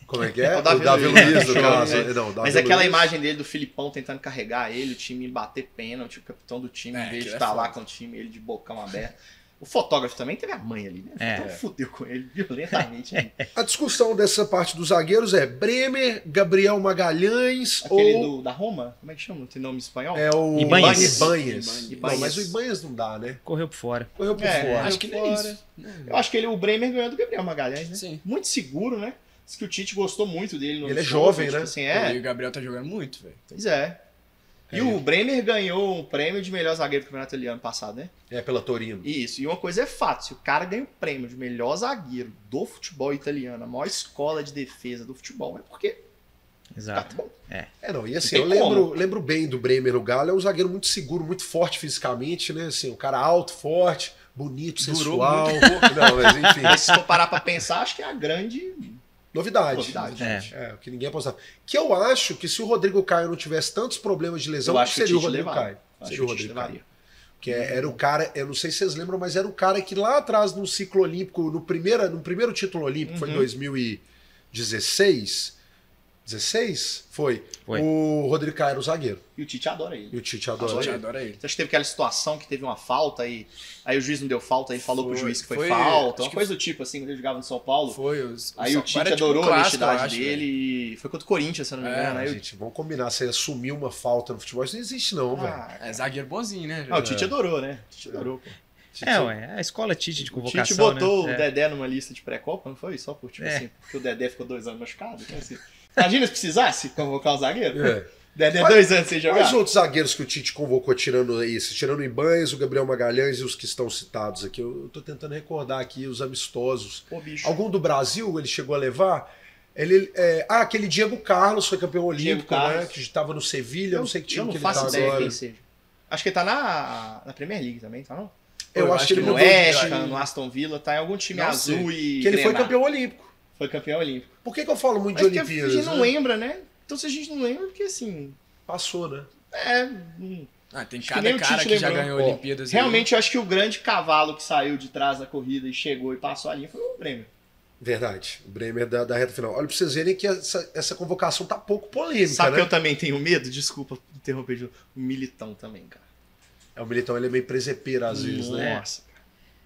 Speaker 2: Como é que é?
Speaker 1: O Davi Luiz.
Speaker 2: no
Speaker 1: Chorou,
Speaker 2: caso.
Speaker 1: né?
Speaker 2: Não, o Davi
Speaker 1: Mas aquela
Speaker 2: Luiz.
Speaker 1: imagem dele do Filipão tentando carregar ele, o time bater pênalti, o capitão do time,
Speaker 4: É,
Speaker 1: em vez de
Speaker 4: aquilo é
Speaker 1: estar lá
Speaker 4: foda.
Speaker 1: com o time, ele de bocão aberto. O fotógrafo também teve a mãe ali, né?
Speaker 3: É.
Speaker 1: Então fudeu com ele violentamente. né?
Speaker 2: A discussão dessa parte dos zagueiros é Bremer, Gabriel Magalhães
Speaker 1: Aquele
Speaker 2: ou.
Speaker 1: do, da Roma? Como é que chama? Tem nome espanhol?
Speaker 2: É o
Speaker 3: Ibanez.
Speaker 2: Ibanez.
Speaker 1: Ibanez.
Speaker 2: Não, mas o Ibanez não dá, né?
Speaker 3: Correu por fora.
Speaker 2: Correu por
Speaker 1: É,
Speaker 2: fora.
Speaker 1: acho
Speaker 4: acho
Speaker 1: que
Speaker 4: que
Speaker 1: nem
Speaker 4: não é
Speaker 1: isso.
Speaker 2: Uhum.
Speaker 4: isso.
Speaker 1: Eu acho que ele, o Bremer ganhou do Gabriel Magalhães, né?
Speaker 4: Sim.
Speaker 1: Muito seguro, né? Diz que o Tite gostou muito dele. No
Speaker 2: Ele é
Speaker 1: jogo,
Speaker 2: jovem,
Speaker 1: tipo
Speaker 2: né?
Speaker 1: assim,
Speaker 4: E
Speaker 1: é,
Speaker 4: o Gabriel tá jogando muito, velho.
Speaker 1: pois é. E
Speaker 2: É.
Speaker 1: o Bremer ganhou um prêmio de melhor zagueiro do Campeonato Italiano passado, né?
Speaker 2: É, pela Torino.
Speaker 1: Isso. E uma coisa é fato: se o cara ganha o prêmio de melhor zagueiro do futebol italiano, a maior escola de defesa do futebol, é porque tá
Speaker 3: Exato.
Speaker 1: bom.
Speaker 2: É, não, e assim,
Speaker 1: Tem
Speaker 2: eu lembro, lembro bem do Bremer, o Galo é um zagueiro muito seguro, muito forte fisicamente, né? Assim, um cara alto, forte, bonito,
Speaker 4: Durou
Speaker 2: sensual. Não, mas enfim,
Speaker 1: Mas se for parar pra pensar, acho que é a grande
Speaker 2: novidade.
Speaker 1: novidade.
Speaker 3: É.
Speaker 1: gente.
Speaker 2: É, o que ninguém apostava. Que eu acho que se o Rodrigo Caio não tivesse tantos problemas de lesão,
Speaker 1: Eu acho que
Speaker 2: seria
Speaker 1: o
Speaker 2: o
Speaker 1: Tite
Speaker 2: Rodrigo
Speaker 1: levava.
Speaker 2: Caio.
Speaker 1: Acho que
Speaker 2: Seria
Speaker 1: o
Speaker 2: o
Speaker 1: Tite
Speaker 2: Rodrigo Caio.
Speaker 1: levaria.
Speaker 2: Que é- era o cara, eu não sei se vocês lembram, mas era o cara que lá atrás, no ciclo olímpico, no primeiro, no primeiro título olímpico, foi em
Speaker 1: Uhum.
Speaker 2: 2016. 16? Foi.
Speaker 3: Foi.
Speaker 2: O Rodrigo Caio era o zagueiro.
Speaker 1: E o Tite adora ele.
Speaker 2: E o Tite
Speaker 4: A
Speaker 2: adora
Speaker 4: gente
Speaker 2: ele.
Speaker 4: adora ele.
Speaker 1: Você acha que teve aquela situação que teve uma falta e aí o juiz não deu falta e falou pro
Speaker 4: Foi,
Speaker 1: juiz que foi,
Speaker 4: foi-
Speaker 1: falta, uma
Speaker 4: acho que
Speaker 1: coisa do tipo assim, quando ele jogava no São Paulo.
Speaker 4: Foi os.
Speaker 1: aí o Tite
Speaker 4: era tipo um
Speaker 1: adorou a
Speaker 4: clássico,
Speaker 1: honestidade
Speaker 4: eu acho,
Speaker 1: dele e foi contra o Corinthians, se eu não me
Speaker 4: É,
Speaker 1: engano.
Speaker 3: né?
Speaker 2: Ah,
Speaker 1: aí o-
Speaker 2: gente, vamos combinar. Você assumir uma falta no futebol, isso não existe, não, velho.
Speaker 1: Ah,
Speaker 4: velho. É zagueiro bonzinho, né?
Speaker 1: não, o Tite adorou, né? O Tite adorou. pô.
Speaker 3: É, ué, a escola Tite de
Speaker 1: O
Speaker 3: convocação.
Speaker 1: Tite botou
Speaker 3: né?
Speaker 1: o Dedé numa lista de pré-copa, não foi? Só por tipo
Speaker 3: É.
Speaker 1: assim, porque o Dedé ficou dois anos machucado. então, assim. Imagina se precisasse convocar o zagueiro.
Speaker 2: É.
Speaker 1: Dedé
Speaker 2: Mas- um.
Speaker 1: dois anos sem jogar.
Speaker 2: Quais outros zagueiros que o Tite convocou tirando esse? Tirando o Ibanez, o Gabriel Magalhães e os que estão citados aqui. Eu eu tô tentando recordar aqui os amistosos.
Speaker 1: Pô, bicho.
Speaker 2: Algum do Brasil ele chegou a levar? Ele, é, ah, aquele Diego Carlos foi campeão olímpico, né?
Speaker 1: Carlos.
Speaker 2: Que estava no Sevilha, eu não sei que time
Speaker 1: eu não
Speaker 2: que ele
Speaker 1: faço
Speaker 2: tá
Speaker 1: ideia
Speaker 2: agora.
Speaker 1: quem seja. Acho que ele tá na, na Premier League também, tá não?
Speaker 2: Eu, acho que ele
Speaker 1: no
Speaker 2: mudou de
Speaker 1: West,
Speaker 2: time,
Speaker 1: Ham, no Aston Villa, tá em algum time
Speaker 4: Não sei.
Speaker 1: azul e.
Speaker 2: Que ele foi
Speaker 1: Grenal.
Speaker 2: campeão olímpico.
Speaker 1: Foi campeão olímpico.
Speaker 2: Por que, que eu falo muito
Speaker 1: Mas porque
Speaker 2: de
Speaker 1: a
Speaker 2: Olimpíadas?
Speaker 1: gente não
Speaker 2: né?
Speaker 1: lembra, né? Então se a gente não lembra, porque assim.
Speaker 2: Passou, né?
Speaker 1: É. hum.
Speaker 4: Ah, tem
Speaker 1: Acho que nem
Speaker 4: cada
Speaker 1: o
Speaker 4: cara
Speaker 1: Tite
Speaker 4: que já
Speaker 1: lembrou.
Speaker 4: ganhou
Speaker 1: Ó,
Speaker 4: Olimpíadas. aí.
Speaker 1: Realmente, eu acho que o grande cavalo que saiu de trás da corrida e chegou e passou a linha foi o Bremer.
Speaker 2: Verdade. O Bremer da, da reta final. Olha pra vocês verem que essa, essa convocação tá pouco polêmica,
Speaker 1: Sabe
Speaker 2: né?
Speaker 1: que eu também tenho medo? Desculpa interromper de novo. O Militão também, cara.
Speaker 2: É, o Militão ele é meio presepeiro às
Speaker 1: Hum.
Speaker 2: vezes, né?
Speaker 1: Nossa.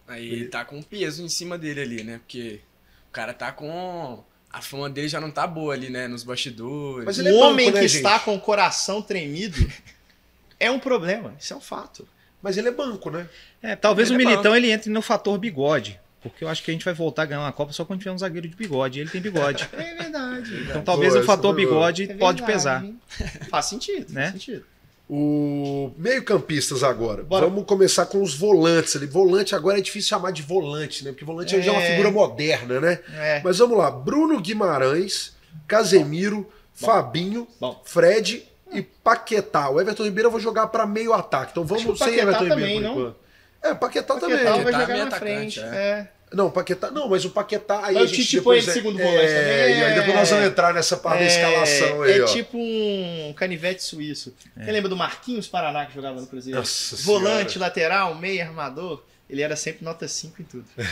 Speaker 4: Aí ele tá com um peso em cima dele ali, né? Porque o cara tá com. A fama dele já não tá boa ali, né? Nos bastidores.
Speaker 2: Mas
Speaker 1: O
Speaker 2: ele é
Speaker 1: Um homem
Speaker 2: banco, né,
Speaker 1: que
Speaker 2: gente?
Speaker 1: está com o coração tremido é um problema. Isso é um fato.
Speaker 2: Mas ele é banco, né?
Speaker 3: É, talvez
Speaker 4: Ele
Speaker 3: o
Speaker 4: é
Speaker 3: Militão ele entre no fator bigode. Porque eu acho que a gente vai voltar a ganhar uma Copa só quando tiver um zagueiro de bigode. E ele tem bigode.
Speaker 1: É verdade.
Speaker 3: Então talvez
Speaker 2: Boa,
Speaker 3: o
Speaker 2: essa
Speaker 3: fator
Speaker 2: foi boa.
Speaker 3: bigode
Speaker 1: É
Speaker 3: pode
Speaker 1: verdade,
Speaker 3: pesar.
Speaker 1: hein? Faz sentido,
Speaker 3: Né?
Speaker 1: faz sentido.
Speaker 2: O meio-campistas agora.
Speaker 1: Bora.
Speaker 2: Vamos começar com os volantes ali. Volante agora é difícil chamar de volante, né? Porque volante já é uma
Speaker 1: É.
Speaker 2: figura moderna, né?
Speaker 1: É.
Speaker 2: Mas vamos lá. Bruno Guimarães, Casemiro, Fabinho,
Speaker 1: Bom.
Speaker 2: Fred e Paquetá. O Everton Ribeiro eu vou jogar pra meio ataque. Então
Speaker 1: Acho que o
Speaker 2: vamos sem
Speaker 1: Paquetá
Speaker 2: Everton
Speaker 1: também,
Speaker 2: Ribeiro por
Speaker 1: não?
Speaker 2: enquanto. É,
Speaker 1: Paquetá
Speaker 2: Paquetá, também.
Speaker 1: vai
Speaker 4: Paquetá é
Speaker 1: jogar
Speaker 4: meio
Speaker 1: na frente.
Speaker 4: atacante, é.
Speaker 1: é.
Speaker 2: Não, Paquetá. Não, mas o Paquetá. Aí
Speaker 1: Mas
Speaker 2: a
Speaker 1: o
Speaker 2: gente
Speaker 1: Tite põe
Speaker 2: depois
Speaker 1: ele de segundo
Speaker 2: é,
Speaker 1: volante também.
Speaker 2: E aí depois nós vamos
Speaker 1: É.
Speaker 2: entrar nessa parte da Tá escalação aí,
Speaker 1: é
Speaker 2: ó. É.
Speaker 1: tipo um canivete suíço. Você lembra do Marquinhos Paraná que jogava no Cruzeiro?
Speaker 2: Nossa
Speaker 1: Volante,
Speaker 2: Senhora.
Speaker 1: lateral, meia, armador. Ele era sempre nota 5 em tudo.
Speaker 2: Então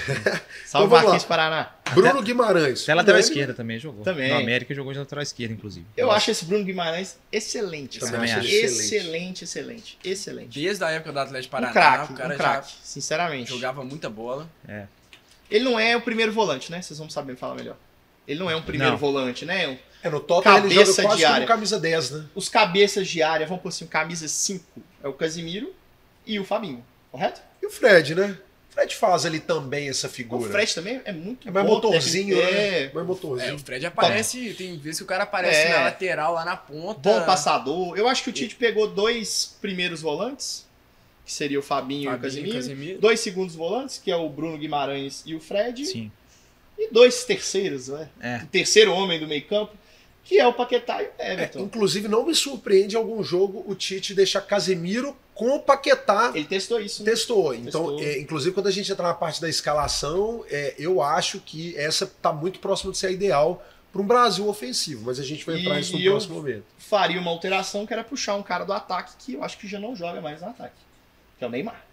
Speaker 1: Salve
Speaker 2: vamos
Speaker 1: Marquinhos
Speaker 2: lá.
Speaker 1: Paraná.
Speaker 2: Bruno Guimarães.
Speaker 3: Até lateral
Speaker 2: Não,
Speaker 3: esquerda também jogou.
Speaker 1: Também.
Speaker 3: No América jogou de lateral esquerda, inclusive.
Speaker 1: Eu acho esse Bruno Guimarães excelente.
Speaker 2: Também
Speaker 1: cara.
Speaker 3: acho
Speaker 2: ele
Speaker 1: Excelente, excelente, excelente.
Speaker 4: Desde a época do Atlético Paraná,
Speaker 1: um craque,
Speaker 4: o cara
Speaker 1: um
Speaker 4: já
Speaker 1: craque, sinceramente.
Speaker 4: jogava muita bola.
Speaker 1: Ele não é o primeiro volante, né? Vocês vão saber falar melhor. Ele não é um primeiro
Speaker 3: Não.
Speaker 1: volante, né?
Speaker 2: É, no Tottenham ele joga
Speaker 1: Cabeça
Speaker 2: quase
Speaker 1: de área.
Speaker 2: como camisa 10, né?
Speaker 1: Os cabeças de área, vamos por assim, camisa 5 é o Casimiro e o Fabinho, correto?
Speaker 2: E o Fred, né? O Fred faz ali também essa
Speaker 1: O
Speaker 2: figura.
Speaker 1: Fred também é muito
Speaker 2: é mais
Speaker 1: bom
Speaker 2: motorzinho,
Speaker 1: técnico,
Speaker 2: né?
Speaker 1: É,
Speaker 2: Mais
Speaker 4: É,
Speaker 2: motorzinho.
Speaker 4: o Fred aparece, tem vezes que o cara aparece
Speaker 1: É.
Speaker 4: na lateral, lá na ponta.
Speaker 1: bom passador. Eu acho que o Tite pegou dois primeiros volantes, que seria o Fabinho, e
Speaker 4: Fabinho,
Speaker 1: o Casimiro.
Speaker 4: Casemiro.
Speaker 1: Dois segundos volantes, que é o Bruno Guimarães e o Fred.
Speaker 3: Sim.
Speaker 1: E dois terceiros, né?
Speaker 3: É.
Speaker 1: O terceiro homem do meio campo, que é o Paquetá e o
Speaker 2: É,
Speaker 1: Everton.
Speaker 2: inclusive, não me surpreende algum jogo o Tite deixar Casemiro com o Paquetá.
Speaker 1: Ele testou isso. né?
Speaker 2: Testou. Então,
Speaker 1: Testou.
Speaker 2: é, inclusive, quando a gente entrar na parte da escalação, é, eu acho que essa tá muito próxima de ser a ideal para um Brasil ofensivo, mas a gente vai entrar
Speaker 1: E
Speaker 2: nisso no
Speaker 1: eu-
Speaker 2: próximo momento.
Speaker 1: Faria uma alteração que era puxar um cara do ataque que eu acho que já não joga mais no ataque. Que é o Neymar.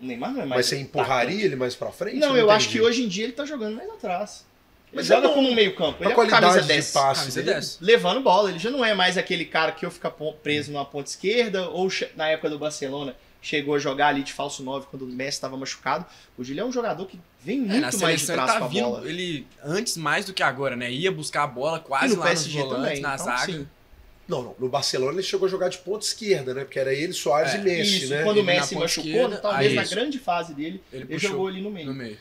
Speaker 1: O Neymar não é mais.
Speaker 2: Mas você empurraria
Speaker 1: atacante.
Speaker 2: ele mais para frente?
Speaker 1: Não, eu acho
Speaker 2: entendi.
Speaker 1: que hoje em dia ele tá jogando mais atrás. Ele
Speaker 2: Mas
Speaker 1: joga
Speaker 2: é bom.
Speaker 1: como um meio campo. Ele
Speaker 2: a
Speaker 1: é uma camisa
Speaker 2: qualidade
Speaker 1: 10.
Speaker 2: de passe
Speaker 4: Camisa
Speaker 2: dele-
Speaker 4: 10.
Speaker 1: Levando bola, ele já não é mais aquele cara que eu ficar po- preso numa ponta esquerda, ou che- na época do Barcelona chegou a jogar ali de falso 9 quando o Messi estava machucado. Hoje ele é um jogador que vem
Speaker 4: É, na
Speaker 1: muito mais de
Speaker 4: seleção ele
Speaker 1: trás
Speaker 4: tá
Speaker 1: com a
Speaker 4: vindo,
Speaker 1: bola.
Speaker 4: ele antes mais do que agora, né? Ia buscar a bola quase
Speaker 1: e no
Speaker 4: lá nos
Speaker 1: PSG
Speaker 4: volantes,
Speaker 1: também.
Speaker 4: na
Speaker 1: então,
Speaker 4: zaga.
Speaker 1: sim.
Speaker 2: Não, não. No Barcelona ele chegou a jogar de ponta esquerda, né? Porque era ele, Soares
Speaker 4: É,
Speaker 2: e Messi,
Speaker 1: Isso,
Speaker 2: né?
Speaker 1: quando o
Speaker 4: Ele na
Speaker 1: Messi
Speaker 4: ponta
Speaker 1: machucou,
Speaker 4: esquerda,
Speaker 1: talvez
Speaker 4: aí
Speaker 1: na
Speaker 4: isso.
Speaker 1: grande fase dele,
Speaker 4: Ele
Speaker 1: ele
Speaker 4: puxou
Speaker 1: jogou ali no meio.
Speaker 4: no meio.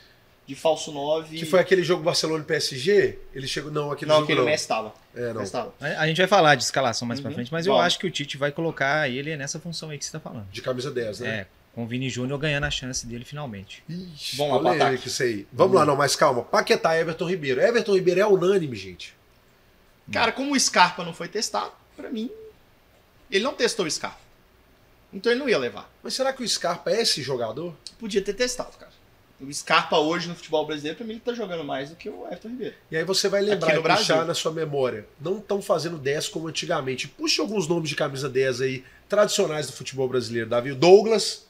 Speaker 1: de falso 9.
Speaker 2: Que foi aquele jogo Barcelona e PSG? Ele chegou. Não, aquele
Speaker 1: não,
Speaker 2: jogo
Speaker 1: aquele
Speaker 2: não.
Speaker 1: Messi estava.
Speaker 2: É, não.
Speaker 1: Messi tá- tava.
Speaker 3: A a gente vai falar de escalação mais pra
Speaker 1: Uhum.
Speaker 3: frente, mas eu
Speaker 1: Vamos.
Speaker 3: acho que o Tite vai colocar ele nessa função aí que você tá falando.
Speaker 2: De camisa 10, né?
Speaker 3: É, com o Vini Júnior ganhando a chance dele finalmente.
Speaker 2: Ixi,
Speaker 1: Vamos lá, pro
Speaker 2: polêmico isso aí. Vamos
Speaker 1: Hum.
Speaker 2: lá, não, mas calma. Paquetá, Everton Ribeiro. Everton Ribeiro é unânime, gente.
Speaker 1: Cara, como o Scarpa não foi testado, pra mim, ele não testou o Scarpa. Então ele não ia levar.
Speaker 2: Mas será que o Scarpa é esse jogador?
Speaker 1: Podia ter testado, cara. O Scarpa hoje no futebol brasileiro, pra mim, ele tá jogando mais do que o Everton Ribeiro.
Speaker 2: E aí você vai lembrar
Speaker 1: Aqui no
Speaker 2: e puxar
Speaker 1: Brasil.
Speaker 2: na sua memória. Não estão fazendo 10 como antigamente. Puxa alguns nomes de camisa 10 aí, tradicionais do futebol brasileiro, Davi. O Douglas.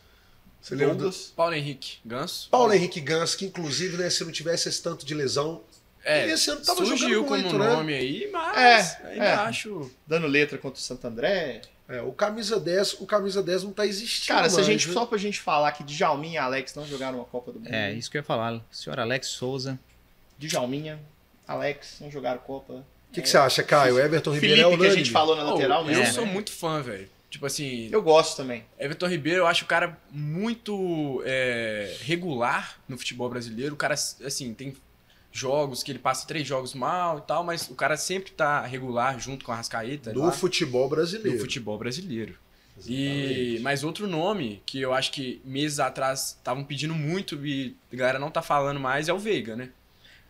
Speaker 2: Você lembra? do-
Speaker 1: Douglas,
Speaker 4: Paulo Henrique, É, Ganso.
Speaker 2: Paulo Henrique Gans, que inclusive, né, se não tivesse esse tanto de lesão,
Speaker 4: É,
Speaker 2: ele esse ano tava
Speaker 4: surgiu
Speaker 2: jogando
Speaker 4: como
Speaker 1: um
Speaker 2: muito, né?
Speaker 4: nome aí, mas
Speaker 1: É,
Speaker 4: ainda
Speaker 1: é.
Speaker 4: acho.
Speaker 1: dando letra contra o Santo André.
Speaker 2: É, o camisa 10, o camisa 10 não tá existindo.
Speaker 4: um
Speaker 1: Cara, se a
Speaker 2: mais,
Speaker 1: gente,
Speaker 2: né?
Speaker 1: só pra gente falar que Djalminha e Alex não jogaram a Copa do Mundo.
Speaker 3: É, isso que eu ia falar. Senhor Alex Souza.
Speaker 1: Djalminha, Alex não jogaram Copa.
Speaker 2: né? O que, que você acha, Caio? Everton Ribeiro é
Speaker 1: Felipe, que a
Speaker 2: unânime.
Speaker 1: gente falou na lateral,
Speaker 4: Pô,
Speaker 1: né?
Speaker 4: eu
Speaker 3: É.
Speaker 4: sou muito fã, velho. Tipo assim,
Speaker 1: Eu gosto também.
Speaker 4: Everton Ribeiro, eu acho o cara muito é, regular no futebol brasileiro. O cara, assim, tem jogos que ele passa três jogos mal e tal, mas o cara sempre tá regular junto com a Rascaeta
Speaker 2: Do futebol brasileiro.
Speaker 4: no futebol brasileiro. E mais outro nome que eu acho que meses atrás estavam pedindo muito e a galera não tá falando mais é o Veiga, né?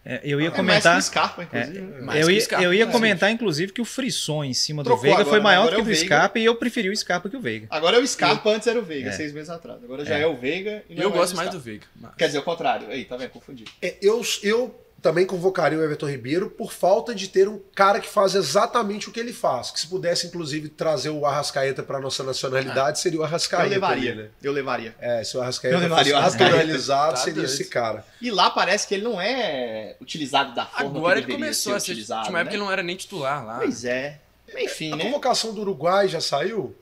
Speaker 3: É, eu ia
Speaker 1: É
Speaker 3: comentar.
Speaker 1: mais que o Scarpa, inclusive. né?
Speaker 4: é mais
Speaker 3: eu,
Speaker 4: que
Speaker 3: ia,
Speaker 4: o Scarpa,
Speaker 3: eu ia
Speaker 1: né?
Speaker 3: comentar, inclusive, que o frisson em cima do
Speaker 1: Trocou
Speaker 3: Veiga
Speaker 1: agora,
Speaker 3: foi
Speaker 1: né?
Speaker 3: maior
Speaker 1: Agora
Speaker 3: que
Speaker 1: é
Speaker 3: o
Speaker 1: o
Speaker 3: do
Speaker 1: Veiga.
Speaker 3: Scarpa e eu preferi o Scarpa que o Veiga.
Speaker 1: Agora é o Scarpa, antes era o Veiga,
Speaker 3: É.
Speaker 1: seis meses atrás. Agora já é, o Veiga. E não é
Speaker 4: eu gosto mais
Speaker 1: o
Speaker 4: do
Speaker 1: Scarpa.
Speaker 4: Veiga. mas-
Speaker 1: Quer dizer, o contrário. Aí, tá vendo? Confundi.
Speaker 2: É, eu, eu também convocaria o Everton Ribeiro por falta de ter um cara que faz exatamente o que ele faz. Que se pudesse, inclusive, trazer o Arrascaeta para nossa nacionalidade, seria o Arrascaeta.
Speaker 1: Ah. eu levaria,
Speaker 2: ali, né?
Speaker 1: Eu levaria.
Speaker 2: É, se o Arrascaeta
Speaker 1: Eu levaria
Speaker 2: fosse
Speaker 1: o Arrascaeta.
Speaker 2: naturalizado,
Speaker 4: Tá
Speaker 2: seria
Speaker 4: doido.
Speaker 2: esse cara.
Speaker 1: E lá parece que ele não é utilizado da forma
Speaker 4: Agora
Speaker 1: que deveria
Speaker 4: ele começou
Speaker 1: ser
Speaker 4: a ser.
Speaker 1: utilizado,
Speaker 4: Tinha uma época
Speaker 1: né?
Speaker 4: que ele não Tá era nem titular lá.
Speaker 1: Pois é. Enfim,
Speaker 2: A
Speaker 1: né?
Speaker 2: convocação do Uruguai já saiu?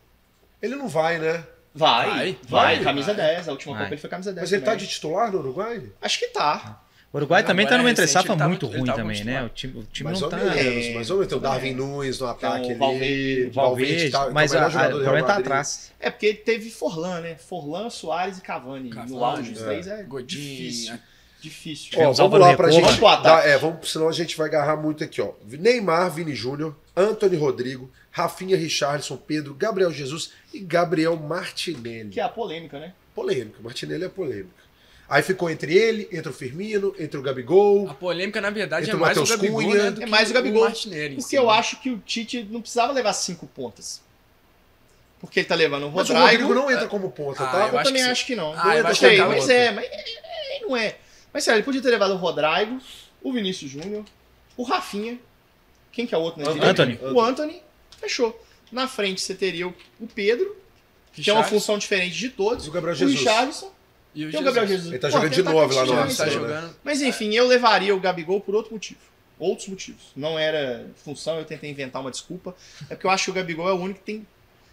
Speaker 2: Ele não vai, né?
Speaker 1: Vai, vai,
Speaker 4: Vai, vai,
Speaker 1: camisa
Speaker 4: vai.
Speaker 1: 10. A última
Speaker 3: Vai.
Speaker 1: Copa ele foi camisa 10.
Speaker 2: Mas ele tá de
Speaker 1: também.
Speaker 2: titular no Uruguai?
Speaker 1: Acho que tá.
Speaker 3: O Uruguai
Speaker 4: Não,
Speaker 3: também tá
Speaker 4: agora
Speaker 3: numa
Speaker 4: recente,
Speaker 3: entressafra
Speaker 4: ele tava-
Speaker 3: muito
Speaker 4: ele
Speaker 3: ruim
Speaker 4: tava
Speaker 3: também, né?
Speaker 4: continuando.
Speaker 3: O time, o time
Speaker 2: Mais
Speaker 3: não
Speaker 2: ou
Speaker 3: tá.
Speaker 2: menos,
Speaker 1: É,
Speaker 2: mais ou menos. Tem o
Speaker 1: tudo
Speaker 2: Darwin
Speaker 1: bem.
Speaker 2: Nunes no ataque
Speaker 1: Tem
Speaker 2: ali.
Speaker 1: Então, o Valverde,
Speaker 3: O Valverde,
Speaker 2: tá- tá o
Speaker 3: mas
Speaker 2: melhor
Speaker 3: a- a-
Speaker 2: jogador
Speaker 3: o
Speaker 2: do Real
Speaker 3: problema tá
Speaker 2: Madrid.
Speaker 3: atrás.
Speaker 1: É porque ele teve Forlan, né? Forlan, Soares e Cavani. No
Speaker 4: Cavani,
Speaker 1: auge dos
Speaker 2: é.
Speaker 1: três é
Speaker 4: Godinho,
Speaker 1: difícil. Difícil.
Speaker 2: Ó,
Speaker 3: Tivemos
Speaker 2: vamos
Speaker 3: Álvaro
Speaker 2: lá pra
Speaker 3: Recoba.
Speaker 2: gente.
Speaker 1: Vamos pro ataque.
Speaker 2: dar- é, vamos, senão a gente vai agarrar muito aqui, ó. Neymar, Vini Júnior, Anthony Rodrigo, Rafinha Richardson, Pedro, Gabriel Jesus e Gabriel Martinelli.
Speaker 1: Que é a polêmica, né?
Speaker 2: Polêmica, Martinelli é polêmica. Aí ficou entre ele, entre o Firmino, entre o Gabigol.
Speaker 4: A polêmica, na verdade,
Speaker 2: Entre
Speaker 4: é
Speaker 2: o
Speaker 4: mais o
Speaker 2: Matheus
Speaker 4: Gabigol,
Speaker 2: Cunha.
Speaker 4: né, do
Speaker 1: É
Speaker 4: que
Speaker 1: mais o Gabigol.
Speaker 4: Martinelli, em
Speaker 1: Porque
Speaker 4: si,
Speaker 1: eu
Speaker 4: né?
Speaker 1: acho que o Tite não precisava levar cinco pontas. Porque ele tá levando o
Speaker 2: Mas
Speaker 1: Rodrigo. é-
Speaker 2: o Rodrigo não entra como ponta,
Speaker 4: Ah,
Speaker 2: tá?
Speaker 1: Eu,
Speaker 4: Eu acho
Speaker 1: também
Speaker 4: que sim.
Speaker 1: acho que não.
Speaker 4: Ah,
Speaker 1: eu
Speaker 4: eu
Speaker 1: não
Speaker 4: acho
Speaker 1: sei,
Speaker 4: que tá
Speaker 1: mas
Speaker 4: outro.
Speaker 1: é, mas é, é, não é. Mas sério, ele podia ter levado o Rodrigo, o Vinícius Júnior, o Rafinha. Quem que é o outro na direita?
Speaker 3: Anthony.
Speaker 1: O Anthony. Fechou. Na frente você teria o o Pedro, que é uma
Speaker 4: Richarlison
Speaker 1: função diferente de todos.
Speaker 2: Mas o Gabriel
Speaker 1: O
Speaker 2: Jesus.
Speaker 1: Richarlison
Speaker 4: E o
Speaker 1: e o Gabriel Jesus.
Speaker 2: Ele tá
Speaker 1: Pô,
Speaker 2: jogando
Speaker 1: aquele
Speaker 2: de nove lá no
Speaker 1: atacante
Speaker 4: Jesus
Speaker 2: Arsenal,
Speaker 4: tá
Speaker 1: demais,
Speaker 2: né?
Speaker 1: né?
Speaker 4: jogando.
Speaker 1: Mas enfim, eu levaria o Gabigol por outro motivo. Outros motivos. Não era função, eu tentei inventar uma desculpa. É porque eu acho que o Gabigol é o único que tem.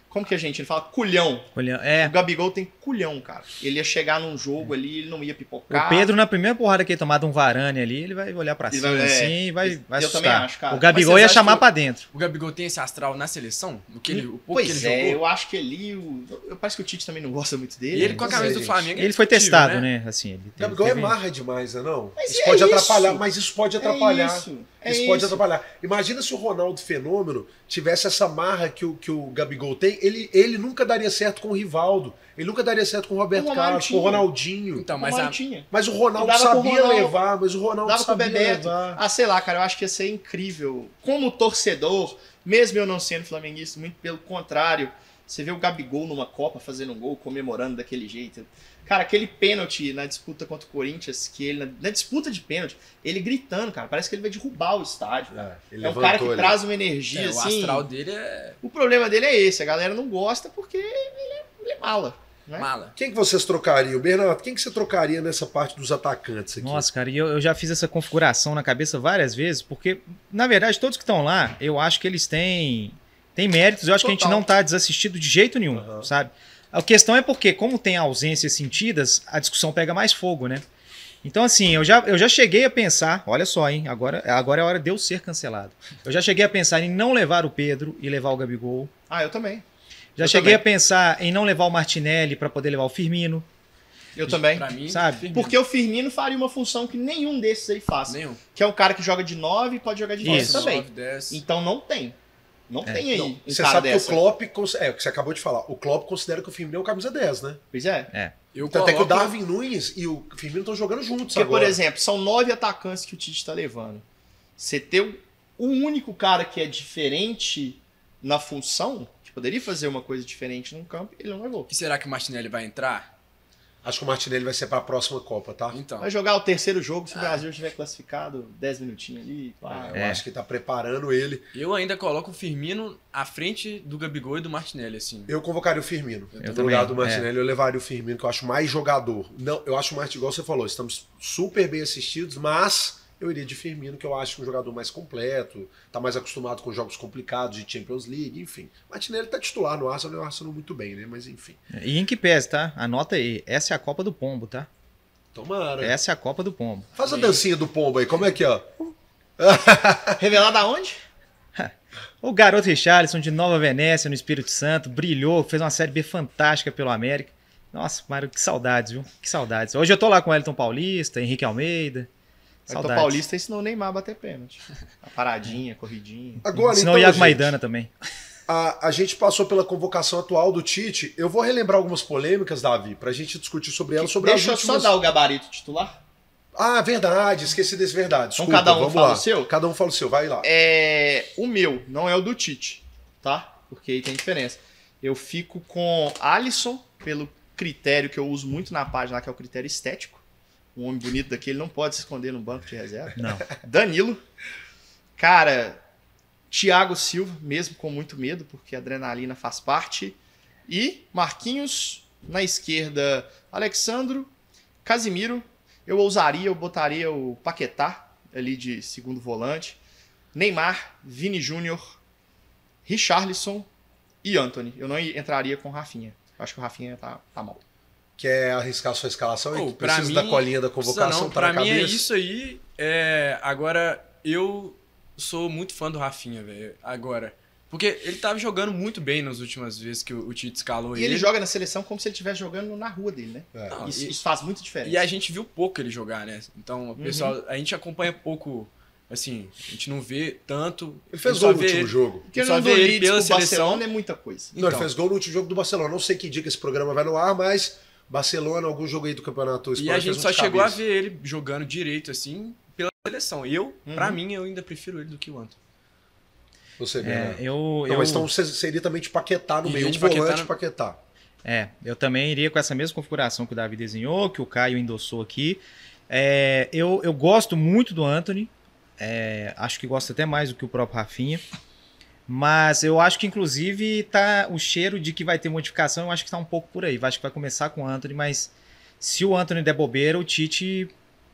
Speaker 1: Como que a gente? Ele fala culhão.
Speaker 3: Olha,
Speaker 1: O
Speaker 3: é,
Speaker 1: Gabigol tem culhão, cara. Ele ia chegar num jogo ali, ele não ia pipocar.
Speaker 3: o Pedro, na primeira porrada que ele tomar de um varane ali, ele vai olhar pra
Speaker 1: Ele
Speaker 3: cima
Speaker 1: vai- é,
Speaker 3: assim e vai,
Speaker 1: eu-
Speaker 3: vai
Speaker 1: eu
Speaker 3: assustar.
Speaker 1: também acho, cara.
Speaker 3: O Gabigol
Speaker 4: Mas
Speaker 3: ia
Speaker 4: vocês acham
Speaker 3: chamar
Speaker 4: que-
Speaker 3: pra dentro.
Speaker 4: O Gabigol tem esse astral na seleção? O, que ele, o pouco
Speaker 1: Pois
Speaker 4: que
Speaker 1: é,
Speaker 4: ele jogou?
Speaker 1: eu acho que ele. o- Eu, parece que o Tite também não gosta muito
Speaker 4: E
Speaker 1: dele.
Speaker 4: ele
Speaker 1: né?
Speaker 4: com a
Speaker 2: Não
Speaker 4: camisa
Speaker 2: sei,
Speaker 4: do
Speaker 2: gente.
Speaker 4: Flamengo. é
Speaker 3: Ele foi
Speaker 4: discutível,
Speaker 3: testado, né? Assim, ele teve-
Speaker 2: Gabigol é
Speaker 3: teve-
Speaker 2: marra demais, né? Não?
Speaker 1: Mas
Speaker 2: isso
Speaker 1: é
Speaker 2: pode
Speaker 1: isso.
Speaker 2: atrapalhar, mas isso pode atrapalhar.
Speaker 1: É isso. É
Speaker 2: isso, pode
Speaker 1: isso.
Speaker 2: atrapalhar. Imagina se o Ronaldo Fenômeno tivesse essa marra que o, que o Gabigol tem, ele, ele nunca daria certo com o Rivaldo, ele nunca daria certo com o Roberto
Speaker 1: Com o
Speaker 2: Carlos, com o Ronaldinho.
Speaker 4: Então,
Speaker 1: Mas
Speaker 4: mas a,
Speaker 1: tinha.
Speaker 2: Mas o Ronaldo
Speaker 1: Dava com o
Speaker 2: sabia
Speaker 1: Ronaldo,
Speaker 2: levar, mas o Ronaldo
Speaker 1: Dava com o
Speaker 2: sabia
Speaker 1: Bebeto.
Speaker 2: levar.
Speaker 1: Ah, sei lá, cara, eu acho que ia ser incrível. Como torcedor, mesmo eu não sendo flamenguista, muito pelo contrário, você vê o Gabigol numa Copa fazendo um gol, comemorando daquele jeito. Cara, aquele pênalti na disputa contra o Corinthians, que ele, na, na disputa de pênalti, ele gritando, cara, parece que ele vai derrubar o estádio.
Speaker 2: É, ele
Speaker 1: é um cara que
Speaker 2: levantou ali.
Speaker 1: traz uma energia,
Speaker 4: é, o
Speaker 1: assim.
Speaker 4: astral dele é
Speaker 1: O problema dele é esse, a galera não gosta porque ele é, ele é mala. né?
Speaker 4: mala.
Speaker 2: Quem que vocês trocariam? Bernardo, quem que você trocaria nessa parte dos atacantes aqui?
Speaker 3: Nossa, cara, e eu, eu já fiz essa configuração na cabeça várias vezes, porque, na verdade, todos que estão lá, eu acho que eles têm, têm méritos, eu acho que a gente
Speaker 1: Total.
Speaker 3: não tá desassistido de jeito nenhum,
Speaker 2: Aham.
Speaker 3: sabe? A questão é porque, como tem ausências sentidas, a discussão pega mais fogo, né? Então, assim, eu já, eu já cheguei a pensar, olha só, hein, agora, agora é a hora de eu ser cancelado. Eu já cheguei a pensar em não levar o Pedro e levar o Gabigol.
Speaker 1: Ah, eu também.
Speaker 3: Já
Speaker 1: Eu
Speaker 3: cheguei
Speaker 1: também.
Speaker 3: a pensar em não levar o Martinelli para poder levar o Firmino.
Speaker 1: Eu também.
Speaker 4: Pra mim,
Speaker 3: Sabe?
Speaker 4: Firmino.
Speaker 1: Porque o Firmino faria uma função que nenhum desses aí faz.
Speaker 4: Nenhum. um
Speaker 1: Que é um cara que joga de 9 e pode jogar de 10
Speaker 3: Isso.
Speaker 1: também.
Speaker 4: 9, 10.
Speaker 1: Então não tem. Não
Speaker 3: É.
Speaker 1: tem aí. um
Speaker 2: Você
Speaker 1: cara
Speaker 2: sabe
Speaker 1: dessa.
Speaker 2: que o Klopp. cons- É, o que você acabou de falar. O Klopp considera que o Firmino é o camisa 10, né?
Speaker 1: Pois é.
Speaker 4: Eu
Speaker 2: Então, até que o
Speaker 4: coloco-
Speaker 2: Darwin Nunes e o Firmino estão jogando juntos
Speaker 1: Porque,
Speaker 2: agora.
Speaker 1: por exemplo, são nove atacantes que o Tite tá levando. Você ter o o único cara que é diferente na função, que poderia fazer uma coisa diferente num campo, ele não levou.
Speaker 4: E será que o Martinelli vai entrar?
Speaker 2: Acho que o Martinelli vai ser para a próxima Copa, tá?
Speaker 4: Então.
Speaker 1: Vai jogar o terceiro jogo, se o Brasil estiver classificado, 10 minutinhos ali. pá.
Speaker 2: Eu
Speaker 3: Ah. É.
Speaker 2: acho que tá preparando ele.
Speaker 4: Eu ainda coloco o Firmino à frente do Gabigol e do Martinelli, assim.
Speaker 2: Eu convocaria o Firmino.
Speaker 4: Eu
Speaker 2: no
Speaker 3: também,
Speaker 2: lugar do Martinelli, eu levaria o Firmino, que eu acho mais jogador. Não, eu acho o Martinelli, igual você falou, estamos super bem assistidos, mas eu iria de Firmino, que eu acho um jogador mais completo, tá mais acostumado com jogos complicados de Champions League, enfim. Martinelli tá titular no Arsenal, e o Arsenal muito bem, né? Mas enfim.
Speaker 3: E em que pese, tá? Anota aí. Essa é a Copa do Pombo, tá?
Speaker 2: Tomara.
Speaker 3: Essa é a Copa do Pombo.
Speaker 2: Faz a dancinha do pombo aí, como é que, ó?
Speaker 1: Revelado aonde?
Speaker 3: O garoto Richarlison de Nova Venécia, no Espírito Santo, brilhou, fez uma Série B fantástica pelo América. Nossa, Mário, que saudades, viu? Que saudades. Hoje eu tô lá com o Elton Paulista, Henrique Almeida.
Speaker 1: Então
Speaker 3: Saudades.
Speaker 1: Paulista ensinou o Neymar a bater pênalti. A paradinha, a corridinha.
Speaker 2: Agora,
Speaker 3: Senão o
Speaker 2: então,
Speaker 3: Iago
Speaker 2: gente,
Speaker 3: Maidana também.
Speaker 2: A, a gente passou pela convocação atual do Tite. Eu vou relembrar algumas polêmicas, Davi, pra gente discutir sobre elas, sobre
Speaker 1: Deixa eu
Speaker 2: as
Speaker 1: só
Speaker 2: últimas...
Speaker 1: dar o gabarito titular.
Speaker 2: Ah, verdade, esqueci desse verdade.
Speaker 1: Então
Speaker 2: Desculpa,
Speaker 1: cada um
Speaker 2: vamos
Speaker 1: fala
Speaker 2: lá.
Speaker 1: o seu?
Speaker 2: Cada um fala o seu, vai lá.
Speaker 1: É, o meu, não é o do Tite, tá? Porque aí tem diferença. Eu fico com Alisson, pelo critério que eu uso muito na página, lá, que é o critério estético. Um homem bonito daquele não pode se esconder no banco de reserva.
Speaker 3: Não.
Speaker 1: Danilo. Cara, Thiago Silva, mesmo com muito medo, porque a adrenalina faz parte. E Marquinhos na esquerda, Alexandro, Casimiro. Eu ousaria, eu botaria o Paquetá ali de segundo volante. Neymar, Vini Júnior, Richarlison e Anthony. Eu não entraria com o Rafinha. Eu acho que o Rafinha tá, tá mal.
Speaker 2: Quer é arriscar sua escalação?
Speaker 4: Pô,
Speaker 2: aí?
Speaker 4: pra
Speaker 2: precisa
Speaker 4: mim,
Speaker 2: da colinha da
Speaker 4: Precisa
Speaker 2: convocação,
Speaker 4: não,
Speaker 2: tá
Speaker 4: pra
Speaker 2: na
Speaker 4: mim é
Speaker 2: cabeça.
Speaker 4: isso aí. É, agora, eu sou muito fã do Rafinha, velho. Agora. Porque ele tava jogando muito bem nas últimas vezes que o, o Tite escalou
Speaker 1: E ele joga na seleção como se ele estivesse jogando na rua dele, né?
Speaker 2: É.
Speaker 4: Não,
Speaker 1: Isso,
Speaker 4: Ah,
Speaker 1: é
Speaker 4: e-
Speaker 1: isso faz muita diferença.
Speaker 4: E a gente viu pouco ele jogar, né? Então,
Speaker 2: Uhum.
Speaker 4: o pessoal, a gente acompanha pouco, assim, a gente não vê tanto.
Speaker 2: Ele
Speaker 4: A
Speaker 2: fez
Speaker 4: gente só
Speaker 2: gol no
Speaker 4: vê
Speaker 2: último
Speaker 4: ele-
Speaker 2: jogo.
Speaker 1: Porque
Speaker 4: Só
Speaker 1: não
Speaker 4: ver
Speaker 1: dou
Speaker 4: ele
Speaker 1: leads
Speaker 4: pela
Speaker 1: pro
Speaker 4: seleção.
Speaker 1: Barcelona é muita coisa.
Speaker 2: Não, ele
Speaker 4: Então.
Speaker 2: fez gol no último jogo do Barcelona. Não sei que dia que esse programa vai no ar, mas Barcelona, algum jogo aí do Campeonato
Speaker 4: E
Speaker 2: Espanhol.
Speaker 4: a
Speaker 2: fez
Speaker 4: gente
Speaker 2: um
Speaker 4: só
Speaker 2: de
Speaker 4: chegou
Speaker 2: cabeça.
Speaker 4: a ver ele jogando direito, assim, pela seleção. Eu, pra
Speaker 1: Uhum.
Speaker 4: mim, eu ainda prefiro ele do que o Antônio.
Speaker 2: Você vê,
Speaker 3: É,
Speaker 2: né?
Speaker 3: eu,
Speaker 2: Não,
Speaker 3: eu,
Speaker 2: mas então você- seria também de paquetar no
Speaker 4: Iria
Speaker 2: meio, um
Speaker 4: de Paquetá
Speaker 2: volante
Speaker 4: no-
Speaker 2: paquetar.
Speaker 3: é, eu também iria com essa mesma configuração que o Davi desenhou, que o Caio endossou aqui. É, eu, eu gosto muito do Anthony. é, acho que gosto até mais do que o próprio Rafinha. Mas eu acho que, inclusive, tá o cheiro de que vai ter modificação, eu acho que tá um pouco por aí. Eu Acho que vai começar com o Anthony, mas se o Anthony der bobeira, o Tite,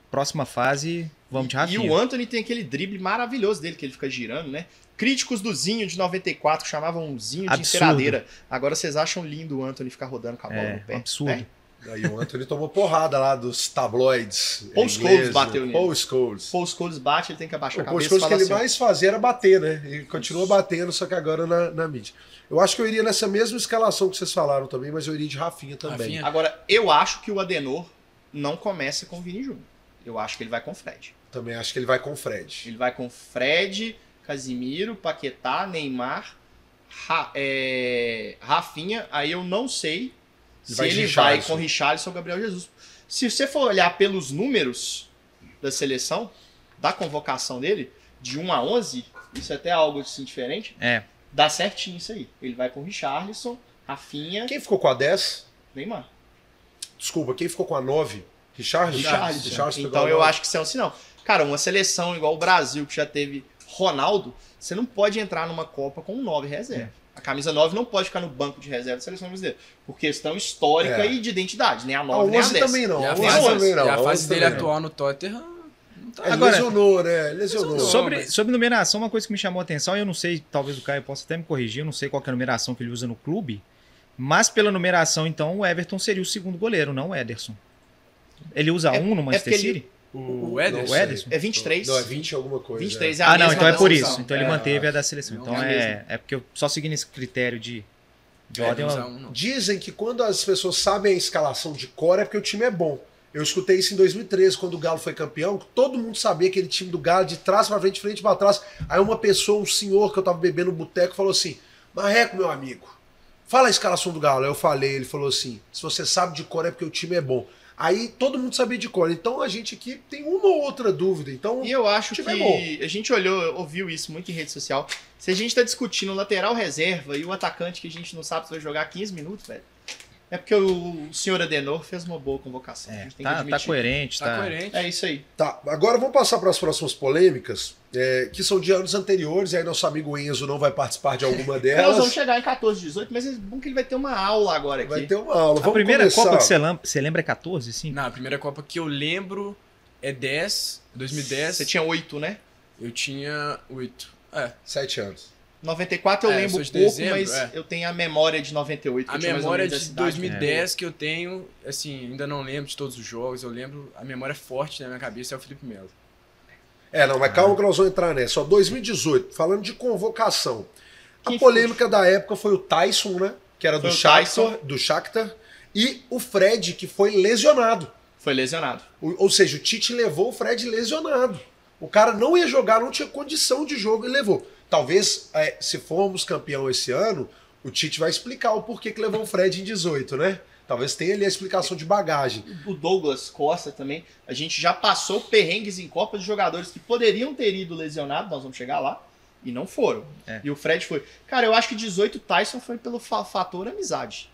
Speaker 3: próxima fase, vamos de Rafinha.
Speaker 1: E o Anthony tem aquele drible maravilhoso dele, que ele fica girando, né? Críticos do Zinho de 94, que chamavam o Zinho de
Speaker 3: Absurdo.
Speaker 1: enceradeira. Agora vocês acham lindo o Anthony ficar rodando com a bola
Speaker 3: É,
Speaker 1: no pé.
Speaker 3: absurdo.
Speaker 1: né?
Speaker 2: Aí o Anthony tomou porrada lá dos tabloides.
Speaker 1: Paul
Speaker 2: ingleses,
Speaker 1: Scholes bateu
Speaker 2: né?
Speaker 1: nele.
Speaker 2: Paul Scholes.
Speaker 1: Paul Scholes bate, ele tem que abaixar
Speaker 2: O
Speaker 1: a cabeça
Speaker 2: Paul
Speaker 1: e
Speaker 2: Scholes que
Speaker 1: falar
Speaker 2: ele
Speaker 1: assim, ó,
Speaker 2: mais fazia era bater, né? E continua batendo, só que agora na, na mídia. Eu acho que eu iria nessa mesma escalação que vocês falaram também, mas eu iria de Rafinha também.
Speaker 4: Rafinha.
Speaker 1: Agora, eu acho que o Adenor não começa com o Vini Júnior. Eu acho que ele vai com o Fred.
Speaker 2: Também acho que ele vai com o Fred.
Speaker 1: Ele vai com Fred, Casimiro, Paquetá, Neymar, Ra- é, Rafinha. Aí eu não sei se
Speaker 2: vai de
Speaker 1: ele vai
Speaker 2: Richarlison.
Speaker 1: com Richarlison ou Gabriel Jesus. Se você for olhar pelos números da seleção, da convocação dele, de 1 a 11, isso é até algo assim diferente,
Speaker 3: É,
Speaker 1: dá certinho isso aí. Ele vai com Richarlison, Rafinha,
Speaker 2: Quem ficou com a 10?
Speaker 1: Neymar.
Speaker 2: Desculpa, quem ficou com a 9? Richard?
Speaker 1: Richarlison.
Speaker 2: pegou
Speaker 1: Então
Speaker 2: a
Speaker 1: eu
Speaker 2: nove.
Speaker 1: acho que isso é um sinal. Cara, uma seleção igual o Brasil, que já teve Ronaldo, você não pode entrar numa Copa com um 9
Speaker 2: É.
Speaker 1: reserva. A camisa 9 não pode ficar no banco de reserva da seleção brasileira. Por questão histórica
Speaker 2: É.
Speaker 1: e de identidade, nem a
Speaker 2: A
Speaker 1: 9, nem a 10.
Speaker 2: 11 também não.
Speaker 4: E
Speaker 2: A
Speaker 4: a
Speaker 2: 11
Speaker 1: fase-
Speaker 2: também não.
Speaker 4: e a
Speaker 2: onze
Speaker 4: fase dele
Speaker 2: também não.
Speaker 4: atual no Tottenham não tá.
Speaker 2: É,
Speaker 3: Agora-
Speaker 2: lesionou, né? Lesionou.
Speaker 4: Lesionou.
Speaker 3: Sobre,
Speaker 4: mas-
Speaker 3: sobre numeração, uma coisa que me chamou a atenção, eu não sei, talvez o Caio possa até me corrigir, eu não sei qual que é a numeração que ele usa no clube, mas pela numeração, então, o Everton seria o segundo goleiro, não o Ederson. Ele usa
Speaker 1: É-
Speaker 3: um no Manchester
Speaker 1: porque ele-
Speaker 3: City?
Speaker 4: o
Speaker 2: Não,
Speaker 4: Ederson.
Speaker 3: o Ederson?
Speaker 1: É 23.
Speaker 2: Não, é 20 alguma coisa.
Speaker 1: 23
Speaker 2: é.
Speaker 1: é a
Speaker 3: Ah, não,
Speaker 1: mesma
Speaker 3: então é
Speaker 1: da
Speaker 3: por
Speaker 1: seleção.
Speaker 3: isso. Então ele
Speaker 2: É,
Speaker 3: manteve a da seleção.
Speaker 4: não
Speaker 3: Então
Speaker 4: é
Speaker 3: é, é porque eu só seguindo esse critério de De ordem,
Speaker 4: não
Speaker 3: ó.
Speaker 4: usa um, não.
Speaker 2: Dizem que quando as pessoas sabem a escalação de cor é porque o time é bom. Eu escutei isso em 2013, quando o Galo foi campeão, que todo mundo sabia aquele time do Galo de trás pra frente, de frente pra trás. Aí uma pessoa, um senhor que eu tava bebendo no boteco, falou assim: Marreco, meu amigo, fala a escalação do Galo. Aí eu falei, ele falou assim: se você sabe de cor é porque o time é bom. Aí todo mundo sabia de cor. Então a gente aqui tem uma ou outra dúvida. Então,
Speaker 1: E eu acho que
Speaker 2: Tiver bom.
Speaker 1: a gente olhou, ouviu isso muito em rede social. Se a gente tá discutindo o lateral reserva e o atacante que a gente não sabe se vai jogar 15 minutos, velho, é porque o senhor Adenor fez uma boa convocação. a
Speaker 3: É,
Speaker 1: gente tem que
Speaker 3: tá, tá
Speaker 1: admitir.
Speaker 3: coerente, tá.
Speaker 4: Tá coerente.
Speaker 1: É isso aí.
Speaker 2: Tá, agora vamos passar para as próximas polêmicas, é, que são de anos anteriores, e aí nosso amigo Enzo não vai participar de alguma
Speaker 1: Nós vamos
Speaker 2: delas.
Speaker 1: chegar em 14, 18, mas é bom que ele vai ter uma aula agora aqui.
Speaker 2: Vai ter uma aula.
Speaker 3: A
Speaker 2: Vamos
Speaker 3: primeira
Speaker 2: começar.
Speaker 3: Copa que você lembra, você lembra é 14, sim?
Speaker 4: Não, a primeira Copa que eu lembro é 10, 2010.
Speaker 1: Você tinha 8, né?
Speaker 4: Eu tinha 8. É,
Speaker 2: Sete anos.
Speaker 1: 94 eu
Speaker 4: É, eu
Speaker 1: lembro
Speaker 4: sou de
Speaker 1: pouco,
Speaker 4: dezembro,
Speaker 1: mas
Speaker 4: é.
Speaker 1: eu tenho a memória de 98. que
Speaker 4: a
Speaker 1: eu tinha mais ou
Speaker 4: memória
Speaker 1: menos
Speaker 4: de
Speaker 1: essa idade. né?
Speaker 4: 2010 que eu tenho, assim, ainda não lembro de todos os jogos, eu lembro, a memória forte na minha cabeça é o Felipe Melo.
Speaker 2: É, não, mas
Speaker 3: Ah.
Speaker 2: calma que nós vamos entrar nessa. Ó, 2018, falando de convocação. A
Speaker 1: Quem
Speaker 2: polêmica da época foi o Tyson, né? Que era
Speaker 1: Foi
Speaker 2: do
Speaker 1: o
Speaker 2: Shakhtar, do Shakhtar. E o Fred, que foi lesionado.
Speaker 1: Foi lesionado.
Speaker 2: O- ou seja, o Tite levou o Fred lesionado. O cara não ia jogar, não tinha condição de jogo e levou. Talvez, é, se formos campeão esse ano, o Tite vai explicar o porquê que levou o Fred em 18, né? Talvez tenha ali a explicação de bagagem.
Speaker 1: O Douglas Costa também. A gente já passou perrengues em Copa de jogadores que poderiam ter ido lesionados, nós vamos chegar lá, e não foram.
Speaker 3: É.
Speaker 1: E o Fred foi. Cara, eu acho que 18 Tyson foi pelo fa- fator amizade.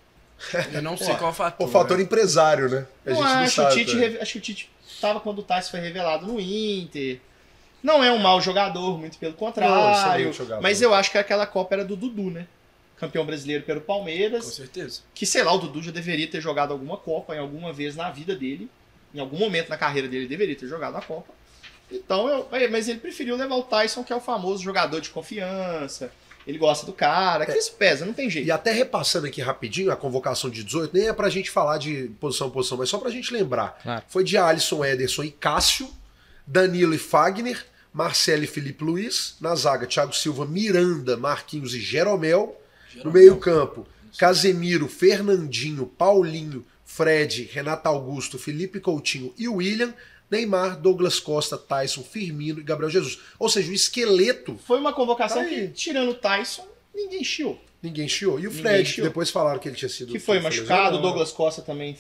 Speaker 4: Eu não sei
Speaker 1: Pô,
Speaker 4: qual o fator.
Speaker 2: O fator
Speaker 4: né?
Speaker 2: empresário, né? A
Speaker 1: é? não
Speaker 2: gente não
Speaker 1: acho, o
Speaker 2: sabe,
Speaker 1: Tite,
Speaker 2: né?
Speaker 1: reve- acho que o Tite tava quando o Tyson foi revelado no Inter. Não é um mau jogador, muito pelo contrário.
Speaker 2: excelente é jogador.
Speaker 1: mas eu acho que é aquela Copa era do Dudu, né? Campeão brasileiro pelo
Speaker 4: Com
Speaker 1: Palmeiras.
Speaker 4: certeza.
Speaker 1: Que, sei lá, o Dudu já deveria ter jogado alguma Copa em alguma vez na vida dele. Em algum momento na carreira dele, deveria ter jogado a Copa. Então, eu, é, mas ele preferiu levar o Tyson, que é o famoso jogador de confiança. Ele gosta do cara. Que isso pesa, não tem jeito.
Speaker 2: É. E até repassando aqui rapidinho a convocação de 18, nem é pra gente falar de posição a posição, mas só pra gente lembrar.
Speaker 3: Claro.
Speaker 2: Foi de Alisson, Ederson e Cássio, Danilo e Fagner, Marcelo e Felipe Luiz, na zaga Thiago Silva, Miranda, Marquinhos e Jeromel, no
Speaker 4: Geralmente. é
Speaker 2: meio-campo Casemiro, Fernandinho, Paulinho, Fred, Renato Augusto, Felipe Coutinho e William, Neymar, Douglas Costa, Tyson, Firmino e Gabriel Jesus. Ou seja, o esqueleto
Speaker 1: Foi uma convocação
Speaker 2: Tá aí.
Speaker 1: que, tirando o Tyson, ninguém chiou.
Speaker 2: ninguém chiou. E o
Speaker 1: Ninguém
Speaker 2: Fred, que
Speaker 1: chiou.
Speaker 2: depois falaram que ele tinha sido
Speaker 1: que foi machucado, o
Speaker 2: lesionado.
Speaker 1: Douglas Costa também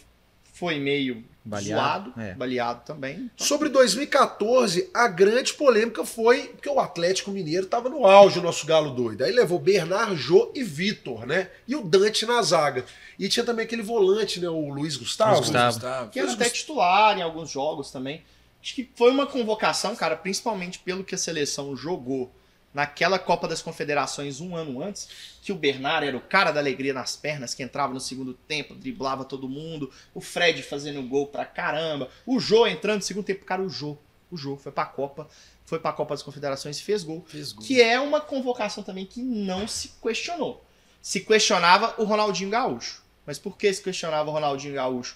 Speaker 1: foi meio
Speaker 3: Baleado,
Speaker 1: zoado,
Speaker 3: é.
Speaker 1: baleado também.
Speaker 2: Sobre 2014, a grande polêmica foi porque o Atlético Mineiro estava no auge, o nosso galo doido. Aí levou Bernard, Jô e Vitor, né? E o Dante na zaga. E tinha também aquele volante, né? O Luiz Gustavo.
Speaker 3: Luiz Gustavo.
Speaker 4: Gustavo.
Speaker 1: Que era até titular em alguns jogos também. Acho que foi uma convocação, cara, principalmente pelo que a seleção jogou naquela Copa das Confederações um ano antes, que o Bernard era o cara da alegria nas pernas, que entrava no segundo tempo, driblava todo mundo, o Fred fazendo gol pra caramba, o Jô entrando no segundo tempo, cara, o Jô, o Jô foi pra Copa, foi pra Copa das Confederações e fez gol.
Speaker 4: Fez gol.
Speaker 1: que é uma convocação também que não se questionou. Se questionava o Ronaldinho Gaúcho. Mas por que se questionava o Ronaldinho Gaúcho?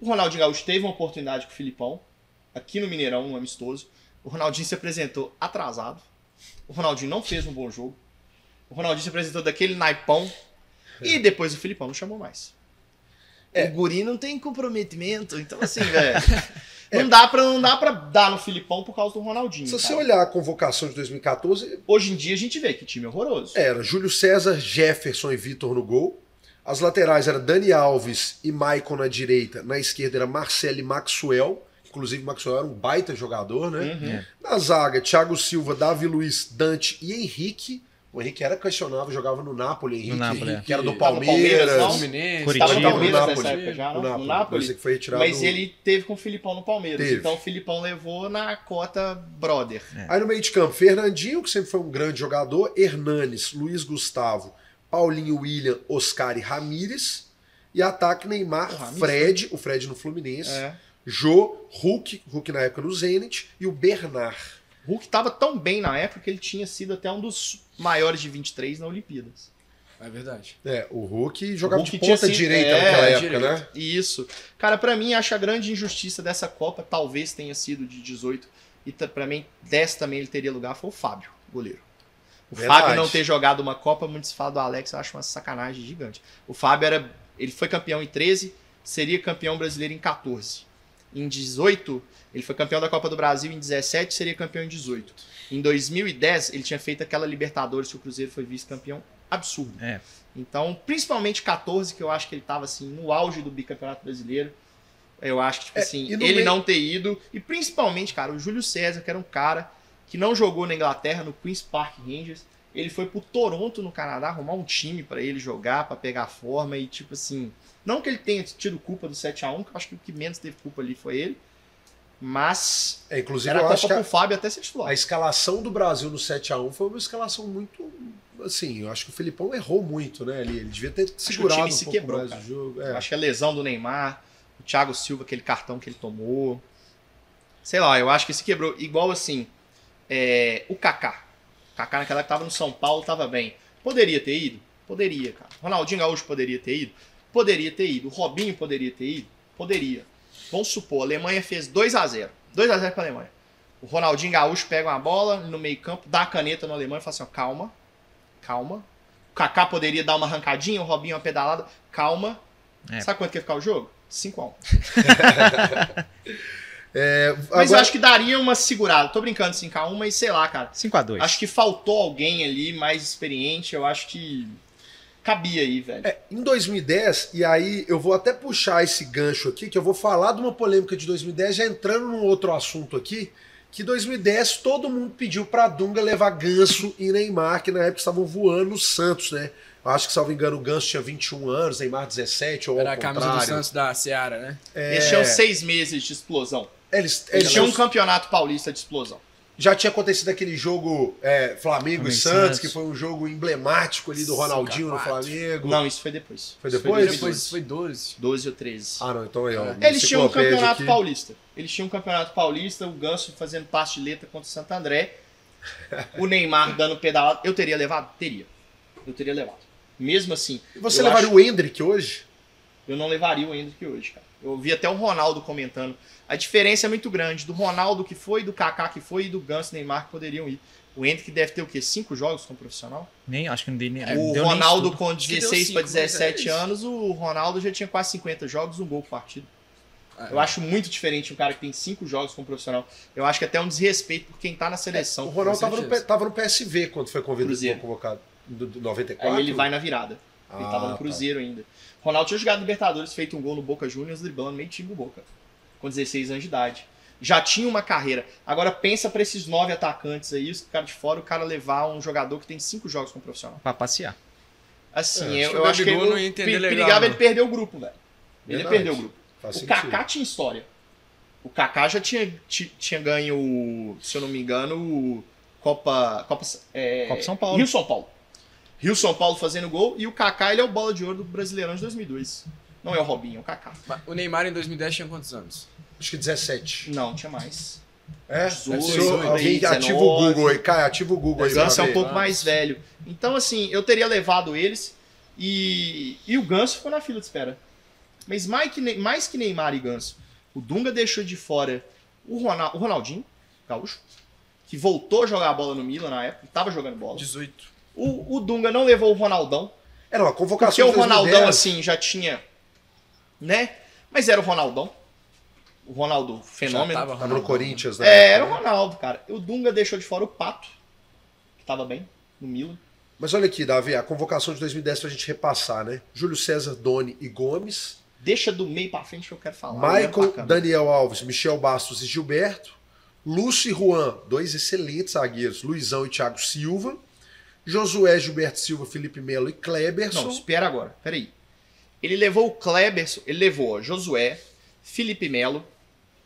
Speaker 1: O Ronaldinho Gaúcho teve uma oportunidade com o Filipão, aqui no Mineirão, um amistoso. O Ronaldinho se apresentou atrasado. O Ronaldinho não fez um bom jogo. O Ronaldinho se apresentou daquele naipão.
Speaker 2: É.
Speaker 1: E depois o Filipão não chamou mais. O guri não tem comprometimento. Então, assim, velho. Não, dá pra, não dá pra dar no Filipão por causa do Ronaldinho.
Speaker 2: É. Se você
Speaker 1: cara.
Speaker 2: olhar a convocação de 2014,
Speaker 1: Hoje em dia a gente vê que time horroroso.
Speaker 2: era Júlio César, Jefferson e Vitor no gol. As laterais eram Dani Alves e Maicon na direita. Na esquerda era Marcelo e Maxwell. Inclusive, Maxwell era um baita jogador, né?
Speaker 1: Uhum.
Speaker 2: Na zaga, Thiago Silva, Davi Luiz, Dante e Henrique. O Henrique era questionável, jogava no Napoli, Henrique,
Speaker 3: No
Speaker 4: é.
Speaker 3: Napoli,
Speaker 2: Henrique, que era do
Speaker 4: Tava
Speaker 1: no
Speaker 2: Palmeiras.
Speaker 1: Palmeiras, não?
Speaker 4: Fluminense,
Speaker 3: Curitiba.
Speaker 1: Tava no Palmeiras
Speaker 2: Curitiba, no
Speaker 1: nessa
Speaker 2: Napoli.
Speaker 1: época já, não?
Speaker 2: No
Speaker 1: No
Speaker 2: Napoli.
Speaker 1: Napoli.
Speaker 2: Você que foi retirado.
Speaker 1: Mas ele teve com o Filipão no Palmeiras.
Speaker 2: Teve.
Speaker 1: Então o Filipão levou na cota brother.
Speaker 2: Aí no meio de campo, Fernandinho, que sempre foi um grande jogador, Hernanes, Luiz Gustavo, Paulinho William, Oscar e Ramírez. E ataque Neymar,
Speaker 1: O Ramírez,
Speaker 2: Fred, o Fred no Fluminense,
Speaker 1: né? É.
Speaker 2: Jô, Hulk, Hulk na época no Zenit, e o Bernard.
Speaker 1: Hulk tava tão bem na época que ele tinha sido até um dos maiores de 23 na Olimpíadas.
Speaker 4: É verdade.
Speaker 2: É, o Hulk jogava
Speaker 1: Hulk
Speaker 2: de
Speaker 1: tinha
Speaker 2: ponta
Speaker 1: sido-
Speaker 2: direita
Speaker 1: é,
Speaker 2: naquela época,
Speaker 4: direito.
Speaker 2: né?
Speaker 1: E isso. Cara, pra mim, acho a grande injustiça dessa Copa, talvez tenha sido de 18, e ta- pra mim, 10 também ele teria lugar, foi o Fábio, goleiro. O
Speaker 2: Verdade.
Speaker 1: Fábio não ter jogado uma Copa Municipal do Alex, eu acho uma sacanagem gigante. O Fábio era. Ele foi campeão em 13, seria campeão brasileiro em 14. Em 18, ele foi campeão da Copa do Brasil em 17, seria campeão em 18. Em 2010, ele tinha feito aquela Libertadores que o Cruzeiro foi vice-campeão absurdo.
Speaker 3: É.
Speaker 1: Então, principalmente 14, que eu acho que ele tava assim no auge do bicampeonato brasileiro. Eu acho que, tipo
Speaker 2: É,
Speaker 1: assim,
Speaker 2: e
Speaker 1: ele
Speaker 2: no meio-
Speaker 1: não ter ido. E principalmente, cara, o Júlio César, que era um cara que não jogou na Inglaterra, no Queen's Park Rangers. Ele foi pro Toronto, no Canadá, arrumar um time pra ele jogar, pra pegar forma. E, tipo assim, não que ele tenha tido culpa do 7x1, que eu acho que o que menos teve culpa ali foi ele. Mas
Speaker 2: É, inclusive,
Speaker 1: era a
Speaker 2: eu acho
Speaker 1: Copa
Speaker 2: que
Speaker 1: pro
Speaker 2: a,
Speaker 1: Fábio até ser titular.
Speaker 2: a escalação do Brasil no 7x1 foi uma escalação muito. Assim, eu acho que o Felipão errou muito, né? Ele, ele devia ter
Speaker 1: o
Speaker 2: segurado
Speaker 1: time
Speaker 2: um
Speaker 1: se
Speaker 2: pouco
Speaker 1: quebrou,
Speaker 2: mais
Speaker 1: cara.
Speaker 2: o jogo. É.
Speaker 1: Acho que a lesão do Neymar, o Thiago Silva, aquele cartão que ele tomou. Sei lá, eu acho que se quebrou. Igual assim, é, o Kaká. O Kaká naquela que tava no São Paulo, tava bem. Poderia ter ido? Poderia, cara. Ronaldinho Gaúcho poderia ter ido? Poderia ter ido. O Robinho poderia ter ido? Poderia. Vamos supor, a Alemanha fez 2 a 0 2 a 0 pra Alemanha. O Ronaldinho Gaúcho pega uma bola no meio campo, dá a caneta no alemão e fala assim, ó, calma, calma. O Kaká poderia dar uma arrancadinha, o Robinho uma pedalada, calma.
Speaker 3: É.
Speaker 1: Sabe quanto que ia ficar o jogo? 5x1.
Speaker 2: É,
Speaker 1: Mas eu
Speaker 2: agora-
Speaker 1: acho que daria uma segurada. Tô brincando 5x1, mas sei lá, cara.
Speaker 3: 5x2.
Speaker 1: Acho que faltou alguém ali mais experiente. Eu acho que cabia aí, velho.
Speaker 2: Em 2010, e aí eu vou até puxar esse gancho aqui, que eu vou falar de uma polêmica de 2010, já entrando num outro assunto aqui, que 2010 todo mundo pediu pra Dunga levar Ganso e Neymar, que na época estavam voando no Santos, né? Eu acho que, salvo engano, o Ganso tinha 21 anos, Neymar 17, ou
Speaker 4: Era
Speaker 2: ao
Speaker 4: a camisa do
Speaker 2: contrário.
Speaker 4: Santos da Seara, né?
Speaker 1: Eles tinham seis meses de explosão.
Speaker 2: Eles,
Speaker 1: Eles
Speaker 2: eles
Speaker 1: tinham um
Speaker 2: já-
Speaker 1: campeonato paulista de explosão.
Speaker 2: já tinha acontecido aquele jogo é, Flamengo
Speaker 3: Flamengo
Speaker 2: e
Speaker 3: e
Speaker 2: Santos,
Speaker 3: Santos.
Speaker 2: que foi um jogo emblemático ali do Ronaldinho no
Speaker 4: Cinco a quatro.
Speaker 2: Flamengo.
Speaker 1: Não, isso foi depois.
Speaker 2: Foi
Speaker 1: Isso
Speaker 2: depois?
Speaker 1: Foi depois.
Speaker 4: foi 12.
Speaker 1: 12 ou 13.
Speaker 2: Ah, não, então aí, ó.
Speaker 1: Eles tinham um
Speaker 2: enciclopédia
Speaker 1: campeonato
Speaker 2: aqui.
Speaker 1: paulista. Eles tinham um campeonato paulista, o Ganso fazendo passe de letra contra o Santo André, o Neymar dando pedalada. Eu teria levado? Teria. Eu teria levado. Mesmo assim,
Speaker 2: E você
Speaker 1: Eu
Speaker 2: levaria o Hendrick hoje?
Speaker 1: eu não levaria o Hendrick hoje, cara. Eu ouvi até o Ronaldo comentando. A diferença é muito grande do Ronaldo que foi, do Kaká que foi e do Ganso Neymar que poderiam ir. O Hendrick deve ter o quê? Cinco jogos como profissional?
Speaker 3: Nem, acho que É, não dei nem. deu
Speaker 1: É, o
Speaker 3: nem
Speaker 1: Ronaldo
Speaker 3: estudo.
Speaker 1: com
Speaker 4: que deu
Speaker 1: 16 para
Speaker 4: cinco, mas é
Speaker 1: 17
Speaker 4: isso.
Speaker 1: anos, o Ronaldo já tinha quase 50 jogos, um gol por partido.
Speaker 4: Ah,
Speaker 1: Eu acho muito diferente um cara que tem cinco jogos como profissional. Eu acho que até é um desrespeito por quem tá na
Speaker 2: É, O
Speaker 1: seleção.
Speaker 2: Ronaldo
Speaker 4: com
Speaker 2: tava no,
Speaker 4: certeza.
Speaker 2: P- tava no PSV quando foi convidado,
Speaker 1: Cruzeiro.
Speaker 2: foi convocado. Do, do 94.
Speaker 1: Aí ele vai na virada. Ele
Speaker 2: Ah,
Speaker 1: tava no
Speaker 2: tá.
Speaker 1: Cruzeiro ainda. Ronaldo tinha jogado Libertadores, feito um gol no Boca Juniors, driblando meio time do Boca. Com 16 anos de idade. Já tinha uma carreira. Agora pensa pra esses nove atacantes aí, os caras de fora, o cara levar um jogador que tem cinco jogos como profissional.
Speaker 3: Pra passear.
Speaker 1: Assim, eu,
Speaker 2: É,
Speaker 4: acho que
Speaker 1: eu
Speaker 4: o
Speaker 1: acho que ele
Speaker 4: Gabigol não ia entender
Speaker 1: pe-
Speaker 4: legal, né?
Speaker 1: perigava
Speaker 4: não.
Speaker 1: ele perder o grupo, velho. Ele ia
Speaker 2: Verdade.
Speaker 1: perder o grupo.
Speaker 2: Faz
Speaker 1: O
Speaker 2: sentido.
Speaker 1: Kaká tinha história. O Kaká já tinha, ti- tinha ganho, se eu não me engano, o Copa, Copa, é,
Speaker 3: Copa São Paulo.
Speaker 1: Rio São Paulo. Rio São Paulo fazendo gol e o Kaká ele é o bola de ouro do Brasileirão de 2002. Não é o Robinho, é o Kaká.
Speaker 4: Mas O Neymar em 2010 tinha quantos anos?
Speaker 2: Acho que 17.
Speaker 1: Não, tinha mais.
Speaker 2: É?
Speaker 1: 18,
Speaker 2: Se eu- alguém
Speaker 1: 19.
Speaker 2: ativa o Google aí, Caio, ativa o Google
Speaker 1: O
Speaker 2: aí. pra
Speaker 1: Ganso é um
Speaker 2: ver.
Speaker 1: pouco
Speaker 4: Ah.
Speaker 1: mais velho. Então assim, eu teria levado eles e, e o Ganso ficou na fila de espera. Mas mais que, Ne- mais que Neymar e Ganso, o Dunga deixou de fora o, Ronal- o Ronaldinho, gaúcho, que voltou a jogar a bola no Milan na época, tava jogando bola.
Speaker 4: 18.
Speaker 1: O, o Dunga não levou o Ronaldão,
Speaker 2: Era uma
Speaker 1: porque
Speaker 2: convocação
Speaker 1: o
Speaker 2: de 2010.
Speaker 1: Ronaldão, assim, já tinha, né? Mas era o Ronaldão. O Ronaldo, fenômeno.
Speaker 4: Já tava
Speaker 2: Tava no Corinthians, né?
Speaker 1: É, era o Ronaldo, cara. O Dunga deixou de fora o Pato, que tava bem, no Milan.
Speaker 2: Mas olha aqui, Davi, a convocação de 2010 pra gente repassar, né? Júlio César, Doni e Gomes.
Speaker 1: Deixa do meio pra frente que eu quero falar. Olha
Speaker 2: Michael,
Speaker 1: pra câmera.
Speaker 2: Daniel Alves, Michel Bastos e Gilberto. Lúcio e Juan, dois excelentes zagueiros. Luizão e Thiago Silva. Josué, Gilberto Silva, Felipe Melo e Kleberson.
Speaker 1: Não, espera agora, peraí. Ele levou o Kleberson, ele levou ó, Josué, Felipe Melo,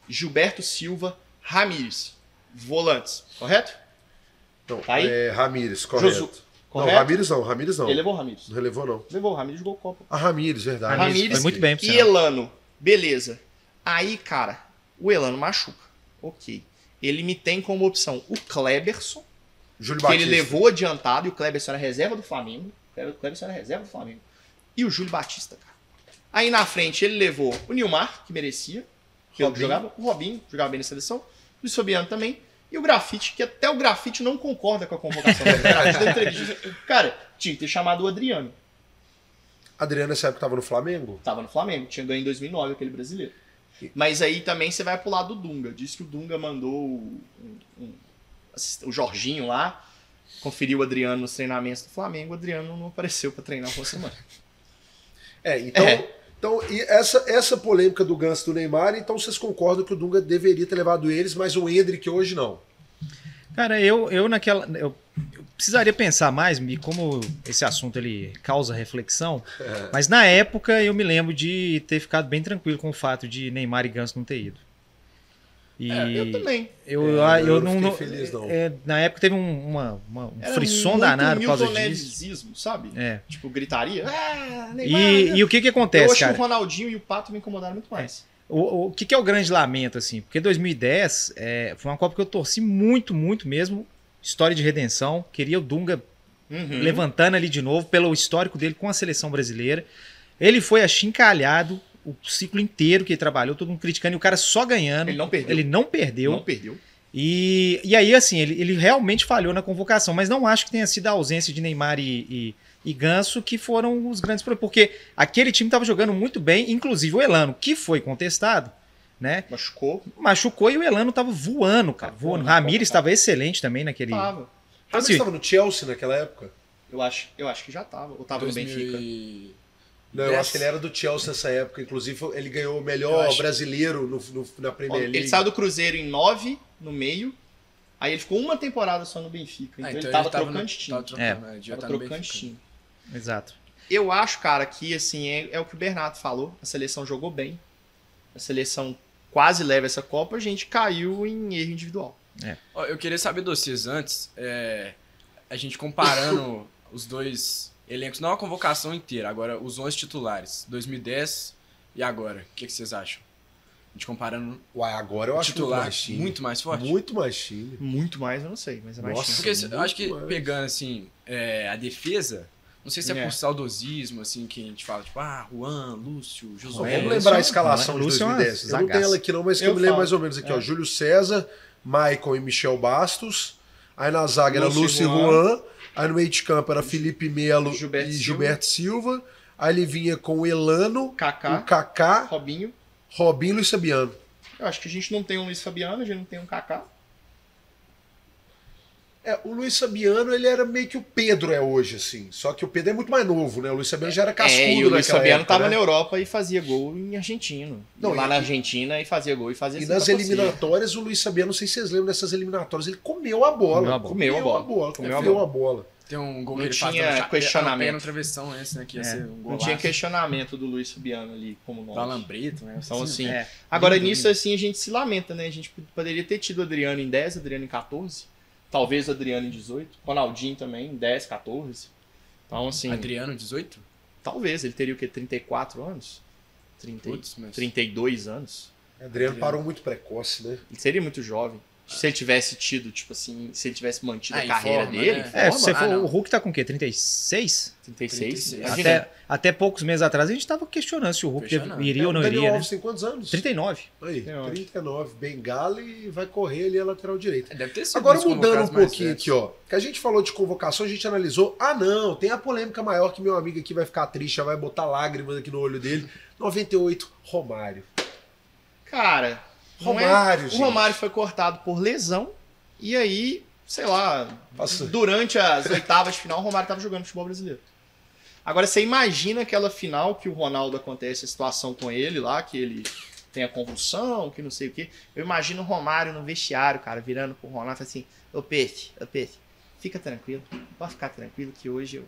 Speaker 1: Gilberto Silva, Ramires. Volantes, correto?
Speaker 2: Não,
Speaker 1: Tá aí?
Speaker 2: é Ramires, correto.
Speaker 1: Josu-
Speaker 2: Não,
Speaker 1: correto?
Speaker 2: Ramires não, Ramires não.
Speaker 1: Ele é- levou o Ramires.
Speaker 2: Não relevou, não.
Speaker 1: Levou o Ramires jogou Copa.
Speaker 2: Ah, Ramires, verdade.
Speaker 3: Ramires,
Speaker 1: Ramires
Speaker 3: foi muito bem, pro
Speaker 1: E Elano, beleza. Aí, cara, o Elano machuca. Ok. Ele me tem como opção o Kleberson,
Speaker 2: Júlio
Speaker 1: que
Speaker 2: Batista.
Speaker 1: ele levou adiantado, e o Kleberson era reserva do Flamengo. O Kleberson era reserva do Flamengo. E o Júlio Batista, cara. Aí na frente ele levou o Nilmar, que merecia, que
Speaker 2: Robinho.
Speaker 1: jogava, o Robinho, jogava bem na seleção, o Luiz Fabiano também, E o grafite, que até o grafite não concorda com a convocação do grafite da entrevista. Cara, tinha que ter chamado o Adriano.
Speaker 2: Adriano, nessa época, tava no Flamengo?
Speaker 1: Tava no Flamengo, tinha ganho em 2009 aquele brasileiro. Mas aí também você vai pro lado do Dunga. Diz que o Dunga mandou o, um- assist- o Jorginho lá, conferiu o Adriano nos treinamentos do Flamengo. O Adriano não apareceu pra treinar com a semana.
Speaker 2: É, então.
Speaker 1: É.
Speaker 2: Então, e essa, essa polêmica do Ganso e do Neymar, então vocês concordam que o Dunga deveria ter levado eles, mas o Hendrick hoje não.
Speaker 3: Cara, eu, eu naquela. Eu, eu precisaria pensar mais, e como esse assunto ele causa reflexão,
Speaker 2: É.
Speaker 3: mas na época eu me lembro de ter ficado bem tranquilo com o fato de Neymar e Ganso não ter ido. E
Speaker 1: É, eu também.
Speaker 3: eu,
Speaker 2: É, eu
Speaker 3: ah, eu,
Speaker 2: não
Speaker 3: não.
Speaker 2: fiquei
Speaker 3: não-
Speaker 2: feliz, não.
Speaker 3: é, na época teve um, uma, uma- um
Speaker 1: Era
Speaker 3: frisson
Speaker 1: muito
Speaker 3: danado por causa
Speaker 1: Milton
Speaker 3: disso.
Speaker 1: Nevesismo, sabe?
Speaker 3: É.
Speaker 1: Tipo, gritaria. Ah,
Speaker 3: E,
Speaker 1: Neymar, né?
Speaker 3: e o que que
Speaker 1: Eu
Speaker 3: acontece,
Speaker 1: acho que
Speaker 3: cara?
Speaker 1: o Ronaldinho e o Pato me incomodaram muito mais.
Speaker 3: O, o que, que é o grande lamento, assim? Porque 2010 é, foi uma Copa que eu torci muito, muito mesmo. História de redenção. Queria o Dunga
Speaker 1: Uhum.
Speaker 3: É. levantando ali de novo, pelo histórico dele com a seleção brasileira. Ele foi achincalhado o ciclo inteiro que ele trabalhou, todo mundo criticando, e o cara só ganhando.
Speaker 1: Ele não perdeu.
Speaker 3: Ele não perdeu.
Speaker 1: Não perdeu.
Speaker 3: E, e aí, assim, ele, ele realmente falhou na convocação, mas não acho que tenha sido a ausência de Neymar e, e, e Ganso que foram os grandes problemas, porque aquele time estava jogando muito bem, inclusive o Elano, que foi contestado, né?
Speaker 1: Machucou.
Speaker 3: Machucou e o Elano tava voando, cara.
Speaker 1: Tava
Speaker 3: Voando.
Speaker 1: voando,
Speaker 3: Ramires
Speaker 1: tava.
Speaker 3: estava excelente também naquele.
Speaker 1: Tava.
Speaker 2: Mas você
Speaker 3: assim-
Speaker 2: estava no Chelsea naquela época?
Speaker 1: Eu acho, eu acho que já tava. Ou tava no Benfica.
Speaker 2: Não, eu
Speaker 4: Yes.
Speaker 2: acho que ele era do Chelsea nessa época. Inclusive, ele ganhou o
Speaker 1: Eu
Speaker 2: melhor
Speaker 1: acho-
Speaker 2: brasileiro no- no- na
Speaker 1: Ó,
Speaker 2: Premier League.
Speaker 1: Ele saiu do Cruzeiro em 9, no meio. Aí ele ficou uma temporada só no Benfica. Então,
Speaker 4: Ah,
Speaker 1: ele tava
Speaker 4: no-
Speaker 1: trocando de time. Tava
Speaker 4: Tava trocando, né? Devia tá no
Speaker 1: trocando de
Speaker 4: Benfica.
Speaker 1: time.
Speaker 3: Exato.
Speaker 1: Eu acho, cara, que assim, é, é o que o Bernardo falou. A seleção jogou bem. A seleção quase leva essa Copa, a gente caiu em erro individual.
Speaker 4: Ó, eu queria saber de vocês antes, é, a gente comparando os dois elencos, não a convocação inteira, agora os 11 titulares, 2010 e agora, o que, que vocês acham? A gente comparando
Speaker 2: Uai, agora eu
Speaker 4: o
Speaker 2: acho
Speaker 4: titular
Speaker 2: muito mais time.
Speaker 4: muito mais forte?
Speaker 2: Muito mais time.
Speaker 1: Muito mais, eu não sei, mas é mais
Speaker 2: Nossa.
Speaker 1: time.
Speaker 4: Porque se- eu acho que
Speaker 2: Muito mais.
Speaker 4: pegando assim, é, a defesa, não sei se é,
Speaker 1: É.
Speaker 4: por saudosismo, assim, que a gente fala, tipo, ah, Juan, Lúcio,
Speaker 2: Só
Speaker 4: Josué.
Speaker 3: É,
Speaker 2: vamos
Speaker 3: isso
Speaker 2: lembrar
Speaker 3: é
Speaker 2: a
Speaker 3: um-
Speaker 2: escalação de
Speaker 3: Lúcio é uma
Speaker 2: 2010. Eu não
Speaker 3: zagaça.
Speaker 2: tenho ela aqui não, mas que eu,
Speaker 1: Eu
Speaker 2: me lembro
Speaker 1: falo.
Speaker 2: mais ou menos aqui. Ó, Júlio César, Maicon e Michel Bastos. Aí na zaga era
Speaker 1: Lúcio
Speaker 2: Lúcio
Speaker 1: e
Speaker 2: e
Speaker 1: Juan.
Speaker 2: Juan. Aí no meio de campo era Felipe Melo
Speaker 1: Gilberto
Speaker 2: e
Speaker 1: Silva.
Speaker 2: Gilberto Silva. Aí ele vinha com o Elano, o
Speaker 1: Um Kaká,
Speaker 2: Kaká,
Speaker 1: Robinho.
Speaker 2: Robinho e Luiz Fabiano.
Speaker 1: Eu acho que a gente não tem um Luiz Fabiano, a gente não tem um Kaká.
Speaker 2: É, o Luiz Fabiano, ele era meio que o Pedro é hoje, assim. Só que o Pedro é muito mais novo, né? O Luiz Fabiano já era cascudo
Speaker 1: é, e o Luiz
Speaker 2: naquela
Speaker 1: Fabiano
Speaker 2: época,
Speaker 1: tava
Speaker 2: né?
Speaker 1: na Europa e fazia gol em argentino.
Speaker 2: Não,
Speaker 1: lá
Speaker 2: e-
Speaker 1: na Argentina e fazia gol e fazia
Speaker 2: E
Speaker 1: assim
Speaker 2: nas
Speaker 1: pra torcida.
Speaker 2: eliminatórias, o Luiz Fabiano, não sei se vocês lembram dessas eliminatórias, ele comeu a bola.
Speaker 3: Comeu
Speaker 1: Comeu
Speaker 3: a bola.
Speaker 1: a bola.
Speaker 2: Comeu a bola.
Speaker 1: Comeu
Speaker 2: Comeu a bola.
Speaker 4: Tem um gol
Speaker 1: Não
Speaker 4: que ele faz
Speaker 1: tinha
Speaker 4: dando chapéu,
Speaker 1: questionamento.
Speaker 4: ah, pega no travessão esse, né, que ia
Speaker 3: É.
Speaker 4: ser um
Speaker 1: Não
Speaker 4: golaço.
Speaker 1: tinha questionamento do Luiz Fabiano ali como
Speaker 4: Da
Speaker 1: nome.
Speaker 4: Lambreto, né?
Speaker 1: Então, assim,
Speaker 3: É.
Speaker 1: agora
Speaker 4: lindo,
Speaker 1: nisso, assim, a gente se lamenta, né? A gente p- poderia ter tido o Adriano em 10, Adriano em 14, talvez o Adriano em 18, Ronaldinho também em 10, 14. Então, assim,
Speaker 4: Adriano, 18?
Speaker 1: talvez ele teria o quê? 34 anos? 30, e-
Speaker 4: Putz, mas...
Speaker 1: 32 anos?
Speaker 2: Adriano parou muito precoce, né?
Speaker 1: Ele seria muito jovem. Se ele tivesse tido, tipo assim, se ele tivesse mantido
Speaker 4: Ah,
Speaker 1: a
Speaker 4: em
Speaker 1: carreira
Speaker 4: forma,
Speaker 1: dele,
Speaker 4: né?
Speaker 1: em
Speaker 3: É,
Speaker 1: forma,
Speaker 3: se você
Speaker 1: ah,
Speaker 3: for,
Speaker 1: não,
Speaker 3: o Hulk tá com o quê? 36?
Speaker 1: 36.
Speaker 4: 36.
Speaker 1: Imagina,
Speaker 3: Até, até poucos meses atrás a gente tava questionando se o Hulk
Speaker 4: Questionando.
Speaker 3: deve- iria
Speaker 2: É,
Speaker 3: ou não
Speaker 2: o Daniel
Speaker 3: iria, né?
Speaker 2: Alves tem quantos anos?
Speaker 3: 39.
Speaker 2: Aí,
Speaker 1: 39.
Speaker 2: 39. Bengala e vai correr ali a lateral direita.
Speaker 4: É, Deve ter sido
Speaker 2: Agora
Speaker 4: dos
Speaker 2: mudando um
Speaker 4: convocados mais
Speaker 2: pouquinho
Speaker 4: velhos.
Speaker 2: aqui, ó. Que a gente falou de convocação, a gente analisou. Ah, não, tem a polêmica maior que meu amigo aqui vai ficar triste, já vai botar lágrimas aqui no olho dele. 98, Romário.
Speaker 1: Cara, não é-
Speaker 2: Romário,
Speaker 1: o
Speaker 2: gente.
Speaker 1: Romário foi cortado por lesão e aí, sei lá,
Speaker 2: Passou.
Speaker 1: durante as oitavas de final, o Romário tava jogando futebol brasileiro. Agora você imagina aquela final que o Ronaldo acontece a situação com ele lá, que ele tem a convulsão, que não sei o quê. Eu imagino o Romário no vestiário, cara, virando pro Ronaldo e fala assim: "Ô Peixe, ô Peixe, fica tranquilo. Pode ficar tranquilo que hoje eu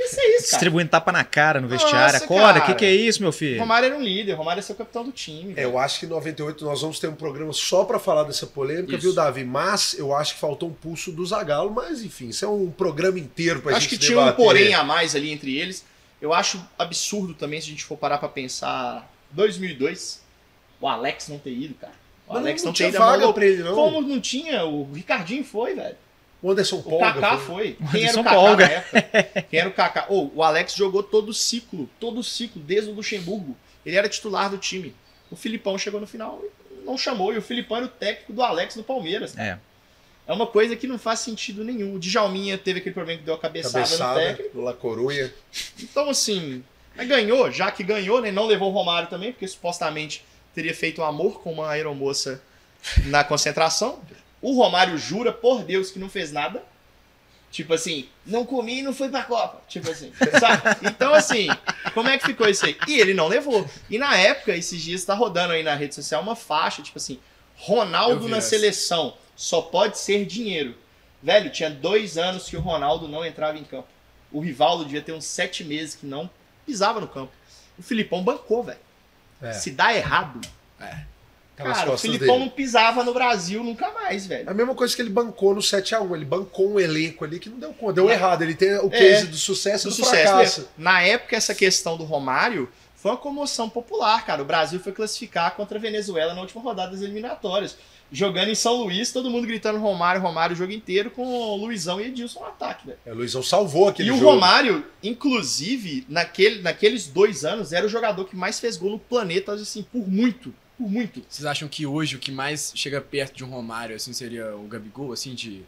Speaker 1: Isso é isso, cara.
Speaker 3: Distribuindo tapa na cara no
Speaker 1: Nossa,
Speaker 3: vestiário. Acorda, o
Speaker 1: cara.
Speaker 3: que, que é isso, meu
Speaker 1: O
Speaker 3: filho?
Speaker 1: Romário era um líder, o Romário ia ser o capitão do time.
Speaker 2: É,
Speaker 1: velho.
Speaker 2: eu acho que em 98 nós vamos ter um programa só pra falar dessa polêmica,
Speaker 1: Isso.
Speaker 2: viu, Davi? Mas eu acho que faltou um pulso do Zagallo, mas enfim, isso é um programa inteiro pra
Speaker 1: acho
Speaker 2: gente
Speaker 1: que tinha um
Speaker 2: debater.
Speaker 1: porém a mais ali entre eles. Eu acho absurdo também se a gente for parar pra pensar 2002, o Alex não ter ido, cara. O
Speaker 2: Mas
Speaker 1: Alex
Speaker 2: não,
Speaker 1: não,
Speaker 2: não
Speaker 1: ter
Speaker 2: tinha
Speaker 1: ido é uma
Speaker 2: vaga
Speaker 1: loucura.
Speaker 2: pra ele, não.
Speaker 1: Como não tinha, o Ricardinho foi, velho.
Speaker 2: O Anderson
Speaker 1: O
Speaker 2: Polga.
Speaker 1: Kaká
Speaker 2: foi.
Speaker 1: foi.
Speaker 3: O
Speaker 1: Quem era
Speaker 3: Anderson
Speaker 1: o Kaká
Speaker 3: Polga.
Speaker 1: na época? Quem era o Kaká? Ou o Alex jogou todo o ciclo, todo o ciclo desde o Luxemburgo. Ele era titular do time. O Filipão chegou no final e não chamou. E o Filipão era o técnico do Alex no Palmeiras.
Speaker 3: É.
Speaker 1: É uma coisa que não faz sentido nenhum. O Djalminha teve aquele problema que deu a cabeçada, no técnico.
Speaker 2: Cabeçada, La Coruña.
Speaker 1: Então, assim, mas ganhou, já que ganhou, né? Não levou o Romário também, porque supostamente teria feito um amor com uma aeromoça na concentração. O Romário jura, por Deus, que não fez nada. Tipo assim, não comi e não fui pra Copa. Tipo assim, sabe? Então, assim, como é que ficou isso aí? E ele não levou. E na época, esses dias tá rodando aí na rede social uma faixa, tipo assim,
Speaker 4: Eu
Speaker 1: Ronaldo
Speaker 4: vi
Speaker 1: na
Speaker 4: essa.
Speaker 1: seleção só pode ser dinheiro. Velho, tinha dois anos que o Ronaldo não entrava em campo. O Rivaldo devia ter uns sete meses que não pisava no campo. O Filipão bancou, velho.
Speaker 2: É.
Speaker 1: Se dá errado,
Speaker 2: Tá nas
Speaker 1: cara, o
Speaker 2: costas
Speaker 1: Filipão
Speaker 2: dele.
Speaker 1: não pisava no Brasil nunca mais, velho.
Speaker 2: É a mesma coisa que ele bancou no 7x1. Ele bancou um elenco ali que não deu conta. Deu errado. Ele tem o case do sucesso e
Speaker 1: É, do
Speaker 2: do,
Speaker 1: sucesso
Speaker 2: é um
Speaker 1: né?
Speaker 2: fracasso.
Speaker 1: dele. Na época, essa questão do Romário foi uma comoção popular, cara. O Brasil foi classificar contra a Venezuela na última rodada das eliminatórias. Jogando em São Luís, todo mundo gritando Romário, Romário o jogo inteiro, com o Luizão e Edilson no ataque, velho.
Speaker 2: É, o Luizão salvou aquele
Speaker 1: E o
Speaker 2: jogo.
Speaker 1: Romário, inclusive, naquele, naqueles dois anos, era o jogador que mais fez gol no planeta, assim, por muito. Por muito.
Speaker 4: Vocês acham que hoje o que mais chega perto de um Romário, assim, seria o Gabigol, assim, de...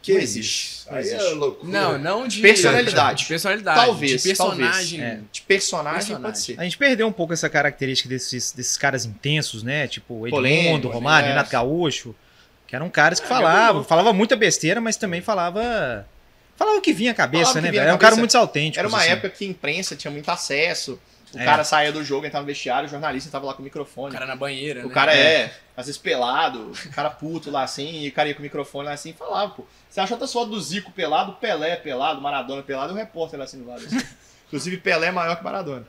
Speaker 2: que
Speaker 1: não existe,
Speaker 2: isso?
Speaker 1: não
Speaker 2: Aí é
Speaker 1: existe.
Speaker 2: loucura.
Speaker 4: Não, não de...
Speaker 1: Personalidade.
Speaker 4: De personalidade.
Speaker 1: Talvez,
Speaker 4: De personagem.
Speaker 3: talvez,
Speaker 1: De personagem,
Speaker 4: Personagem.
Speaker 1: pode ser.
Speaker 3: A gente perdeu um pouco essa característica desses, desses caras intensos, né? Tipo Edmundo,
Speaker 1: Polêmico,
Speaker 3: Romário,
Speaker 1: né?
Speaker 3: Renato Gaúcho, que eram caras
Speaker 1: Ah,
Speaker 3: que falavam, falava muita besteira, mas também falava falava o que vinha à cabeça,
Speaker 1: Falava o que
Speaker 3: né?
Speaker 1: vinha
Speaker 3: velho?
Speaker 1: à
Speaker 3: Era um cara
Speaker 1: cabeça.
Speaker 3: muito autêntico.
Speaker 1: Era uma época que a imprensa tinha muito acesso. O
Speaker 3: É.
Speaker 1: cara saía do jogo, entrava no vestiário, o jornalista tava lá com o microfone.
Speaker 4: O cara na banheira,
Speaker 1: O
Speaker 4: né?
Speaker 1: cara é, às vezes pelado, o cara puto lá assim, e o cara ia com o microfone lá assim e falava, pô. Você achou até foto do Zico pelado, Pelé pelado, Maradona pelado e o repórter lá assim do lado. assim. Inclusive, Pelé é maior que Maradona.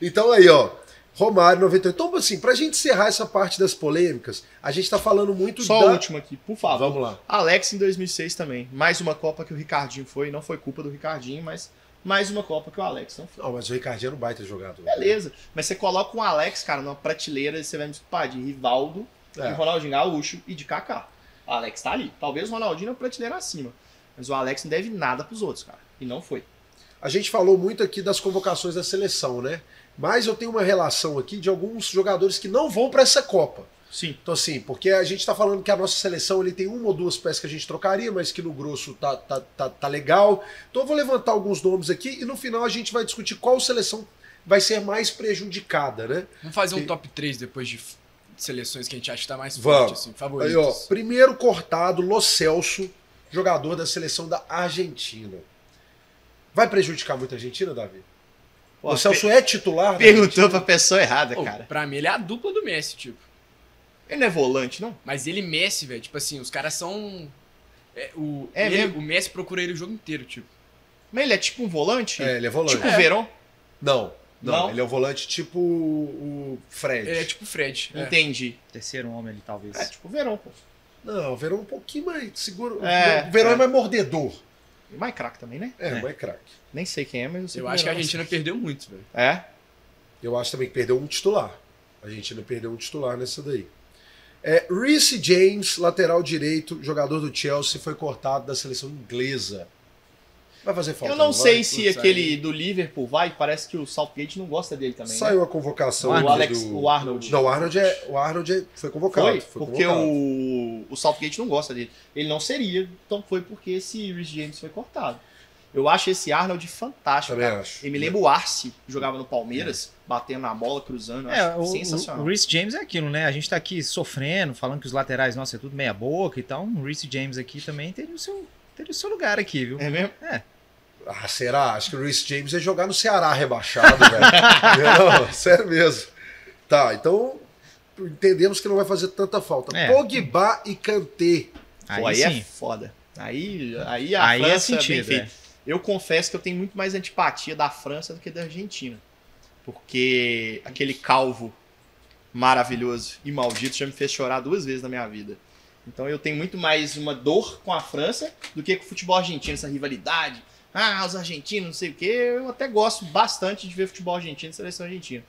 Speaker 2: então aí, ó. Romário 98. Então, assim, pra gente encerrar essa parte das polêmicas, a gente tá falando muito
Speaker 1: Só
Speaker 2: da...
Speaker 1: o último aqui, por favor.
Speaker 2: Vamos lá.
Speaker 1: Alex em 2006 também. Mais uma Copa que o Ricardinho foi, não foi culpa do Ricardinho, mas mais uma Copa que o Alex não foi.
Speaker 2: Não, mas o Ricardinho era um baita jogador.
Speaker 1: Beleza. Mas você coloca um Alex, cara, numa prateleira e você vai me desculpar de Rivaldo,
Speaker 2: É.
Speaker 1: de Ronaldinho Gaúcho e de Kaká. O Alex tá ali. Talvez o Ronaldinho na prateleira acima. Mas o Alex não deve nada pros outros, cara. E não foi.
Speaker 2: A gente falou muito aqui das convocações da seleção, né? Mas eu tenho uma relação aqui de alguns jogadores que não vão pra essa Copa.
Speaker 1: Sim.
Speaker 2: Então, assim, porque a gente tá falando que a nossa seleção ele tem uma ou duas peças que a gente trocaria, mas que no grosso tá, tá, tá, tá legal. Então, eu vou levantar alguns nomes aqui e no final a gente vai discutir qual seleção vai ser mais prejudicada, né?
Speaker 4: Vamos fazer um
Speaker 2: E-
Speaker 4: top 3 depois de f- seleções que a gente acha que tá mais
Speaker 2: Vamos.
Speaker 4: forte, assim,
Speaker 2: Aí, ó,
Speaker 4: favoritos.
Speaker 2: primeiro cortado, Lo Celso, jogador da seleção da Argentina. Vai prejudicar muito a Argentina, Davi?
Speaker 1: Pô,
Speaker 2: Lo Celso é titular? da
Speaker 1: Perguntou pra pessoa errada,
Speaker 4: Pô,
Speaker 1: cara.
Speaker 4: pra mim, ele é a dupla do Messi, tipo.
Speaker 1: Ele não é volante, não?
Speaker 4: Mas ele e Messi, velho, tipo assim, os caras são... É, o,
Speaker 1: É
Speaker 4: ele-
Speaker 1: mesmo?
Speaker 4: o Messi procura ele o jogo inteiro, tipo.
Speaker 1: Mas ele é tipo um volante?
Speaker 2: Argentina? É, ele é volante.
Speaker 1: Tipo o Verón?
Speaker 2: Não, não,
Speaker 1: Não?
Speaker 2: ele é um volante tipo o Fred.
Speaker 4: Ele é tipo o Fred. é.
Speaker 1: Entendi.
Speaker 3: Terceiro homem ali, talvez.
Speaker 1: É tipo o Verón, pô.
Speaker 2: Não, o Verão é um pouquinho mais seguro.
Speaker 1: É,
Speaker 2: o Verão é.
Speaker 1: é.
Speaker 2: mais mordedor.
Speaker 1: E mais craque também, né?
Speaker 2: É,
Speaker 3: É.
Speaker 2: mas é craque.
Speaker 1: Nem sei quem é, mas eu sei
Speaker 4: Eu
Speaker 1: o
Speaker 4: acho que a
Speaker 1: Verón.
Speaker 4: Argentina perdeu muito, velho.
Speaker 1: É?
Speaker 2: Eu acho também que perdeu um titular. A Argentina perdeu um titular nessa daí. É, Reece James, lateral direito, jogador do Chelsea, foi cortado da seleção inglesa. Vai fazer falta. um
Speaker 1: eu não
Speaker 2: vai?
Speaker 1: sei se
Speaker 4: Putz,
Speaker 1: aquele
Speaker 4: aí-
Speaker 1: do Liverpool vai, parece que o Southgate não gosta dele também. né?
Speaker 2: Saiu a convocação
Speaker 1: O
Speaker 2: do-
Speaker 1: Alex,
Speaker 2: do...
Speaker 1: o Arnold. Tipo,
Speaker 2: Não, o Arnold, é, o Arnold é- foi convocado.
Speaker 1: Foi, porque
Speaker 2: convocado.
Speaker 1: o, o Southgate não gosta dele. Ele não seria, então foi porque esse Rich James foi cortado. Eu acho esse Arnold fantástico.
Speaker 2: Também
Speaker 1: Cara.
Speaker 2: acho.
Speaker 1: Eu me lembro o Arce, que jogava no Palmeiras, batendo na bola, cruzando. Eu
Speaker 3: É,
Speaker 1: acho
Speaker 3: o, o
Speaker 1: sensacional.
Speaker 3: Reece James é aquilo, né? A gente tá aqui sofrendo, falando que os laterais, nossa, é tudo meia boca e tal. Um Reece James aqui também teria o seu, teria o seu lugar aqui, viu?
Speaker 1: É mesmo?
Speaker 2: Ah, será? Acho que o Reece James é jogar no Ceará rebaixado, velho. Não, sério mesmo. Tá, então entendemos que não vai fazer tanta falta.
Speaker 3: É.
Speaker 2: Pogba e Kanté.
Speaker 1: Aí, Pô, aí é foda. Aí, aí a
Speaker 3: Aí é
Speaker 1: França é bem
Speaker 3: sentido.
Speaker 1: feita.
Speaker 3: É.
Speaker 1: Eu confesso que eu tenho muito mais antipatia da França do que da Argentina. Porque aquele calvo maravilhoso e maldito já me fez chorar duas vezes na minha vida. Então eu tenho muito mais uma dor com a França do que com o futebol argentino, essa rivalidade. Ah, os argentinos, não sei o quê. Eu até gosto bastante de ver futebol argentino e seleção argentina.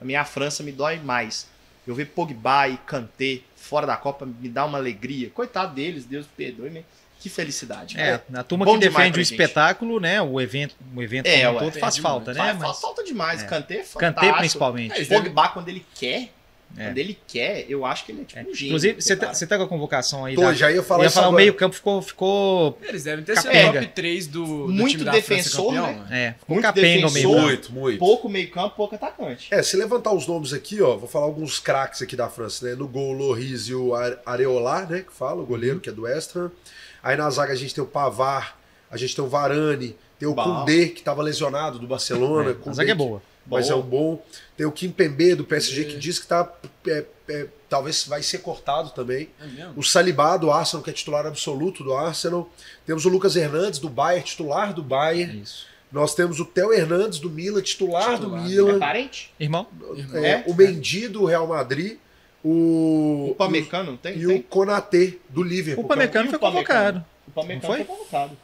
Speaker 1: A minha França me dói mais. Eu ver Pogba e Kanté fora da Copa me dá uma alegria. Coitado deles, Deus perdoe, né? Que felicidade. cara.
Speaker 3: É, a turma
Speaker 1: Bom
Speaker 3: que
Speaker 1: demais
Speaker 3: defende o
Speaker 1: pra gente.
Speaker 3: espetáculo, né? O evento, o evento
Speaker 1: É,
Speaker 3: como um
Speaker 1: ué,
Speaker 3: todo faz
Speaker 4: é
Speaker 3: falta, né?
Speaker 1: Faz,
Speaker 3: Mas
Speaker 1: falta demais.
Speaker 3: É.
Speaker 1: Kanté é fantástico.
Speaker 3: Kanté principalmente.
Speaker 1: Pogba, quando ele quer,
Speaker 3: É.
Speaker 1: Quando ele quer, eu acho que ele é tipo um gênio.
Speaker 3: Inclusive, você tá,
Speaker 1: cara.
Speaker 3: você tá com a convocação aí.
Speaker 2: Tô,
Speaker 3: da...
Speaker 2: já ia falar
Speaker 3: eu ia
Speaker 2: isso
Speaker 3: falar, o
Speaker 2: agora.
Speaker 3: meio-campo ficou, ficou.
Speaker 4: Eles devem ter sido
Speaker 3: Capenga.
Speaker 4: top 3 do, do
Speaker 1: Muito
Speaker 4: time da
Speaker 1: defensor,
Speaker 4: França
Speaker 1: né?
Speaker 4: campeão. né?
Speaker 3: É, ficou
Speaker 1: Muito
Speaker 3: capenga o
Speaker 1: defensor.
Speaker 3: meio-campo.
Speaker 2: Muito, muito.
Speaker 1: Pouco meio-campo, pouco atacante.
Speaker 2: É, se levantar os nomes aqui, ó, vou falar alguns craques aqui da França, né? No gol, o Loris e o Are- Areola, né? Que fala, o
Speaker 3: Uhum.
Speaker 2: goleiro que é do West Ham. Aí na zaga a gente tem o Pavar, a gente tem o Varane, tem o
Speaker 1: Bom.
Speaker 2: Koundé, que estava lesionado do Barcelona.
Speaker 3: É, a
Speaker 2: Koundé,
Speaker 1: né?
Speaker 3: zaga é boa.
Speaker 2: Mas é um bom. Tem o Kim Pembe do PSG, que diz que tá, é, é, talvez vai ser cortado também.
Speaker 4: É mesmo?
Speaker 2: O Salibá do Arsenal, que é titular absoluto do Arsenal. Temos o Lucas Hernandes do Bayern, titular do Bayern.
Speaker 3: Isso.
Speaker 2: Nós temos o Theo Hernandes do Milan, titular, do
Speaker 4: Titular.
Speaker 1: É
Speaker 2: Milan.
Speaker 1: parente?
Speaker 3: Irmão,
Speaker 4: Irmão,
Speaker 2: É,
Speaker 1: É.
Speaker 2: o Mendy do Real Madrid, o,
Speaker 1: O Pamecano, tem?
Speaker 2: e
Speaker 1: tem.
Speaker 2: o Konaté do Liverpool.
Speaker 3: o Pamecano
Speaker 1: é um e o
Speaker 3: foi
Speaker 1: Pamecano?
Speaker 3: convocado.
Speaker 1: O Pamecano
Speaker 3: Não foi?
Speaker 1: foi convocado.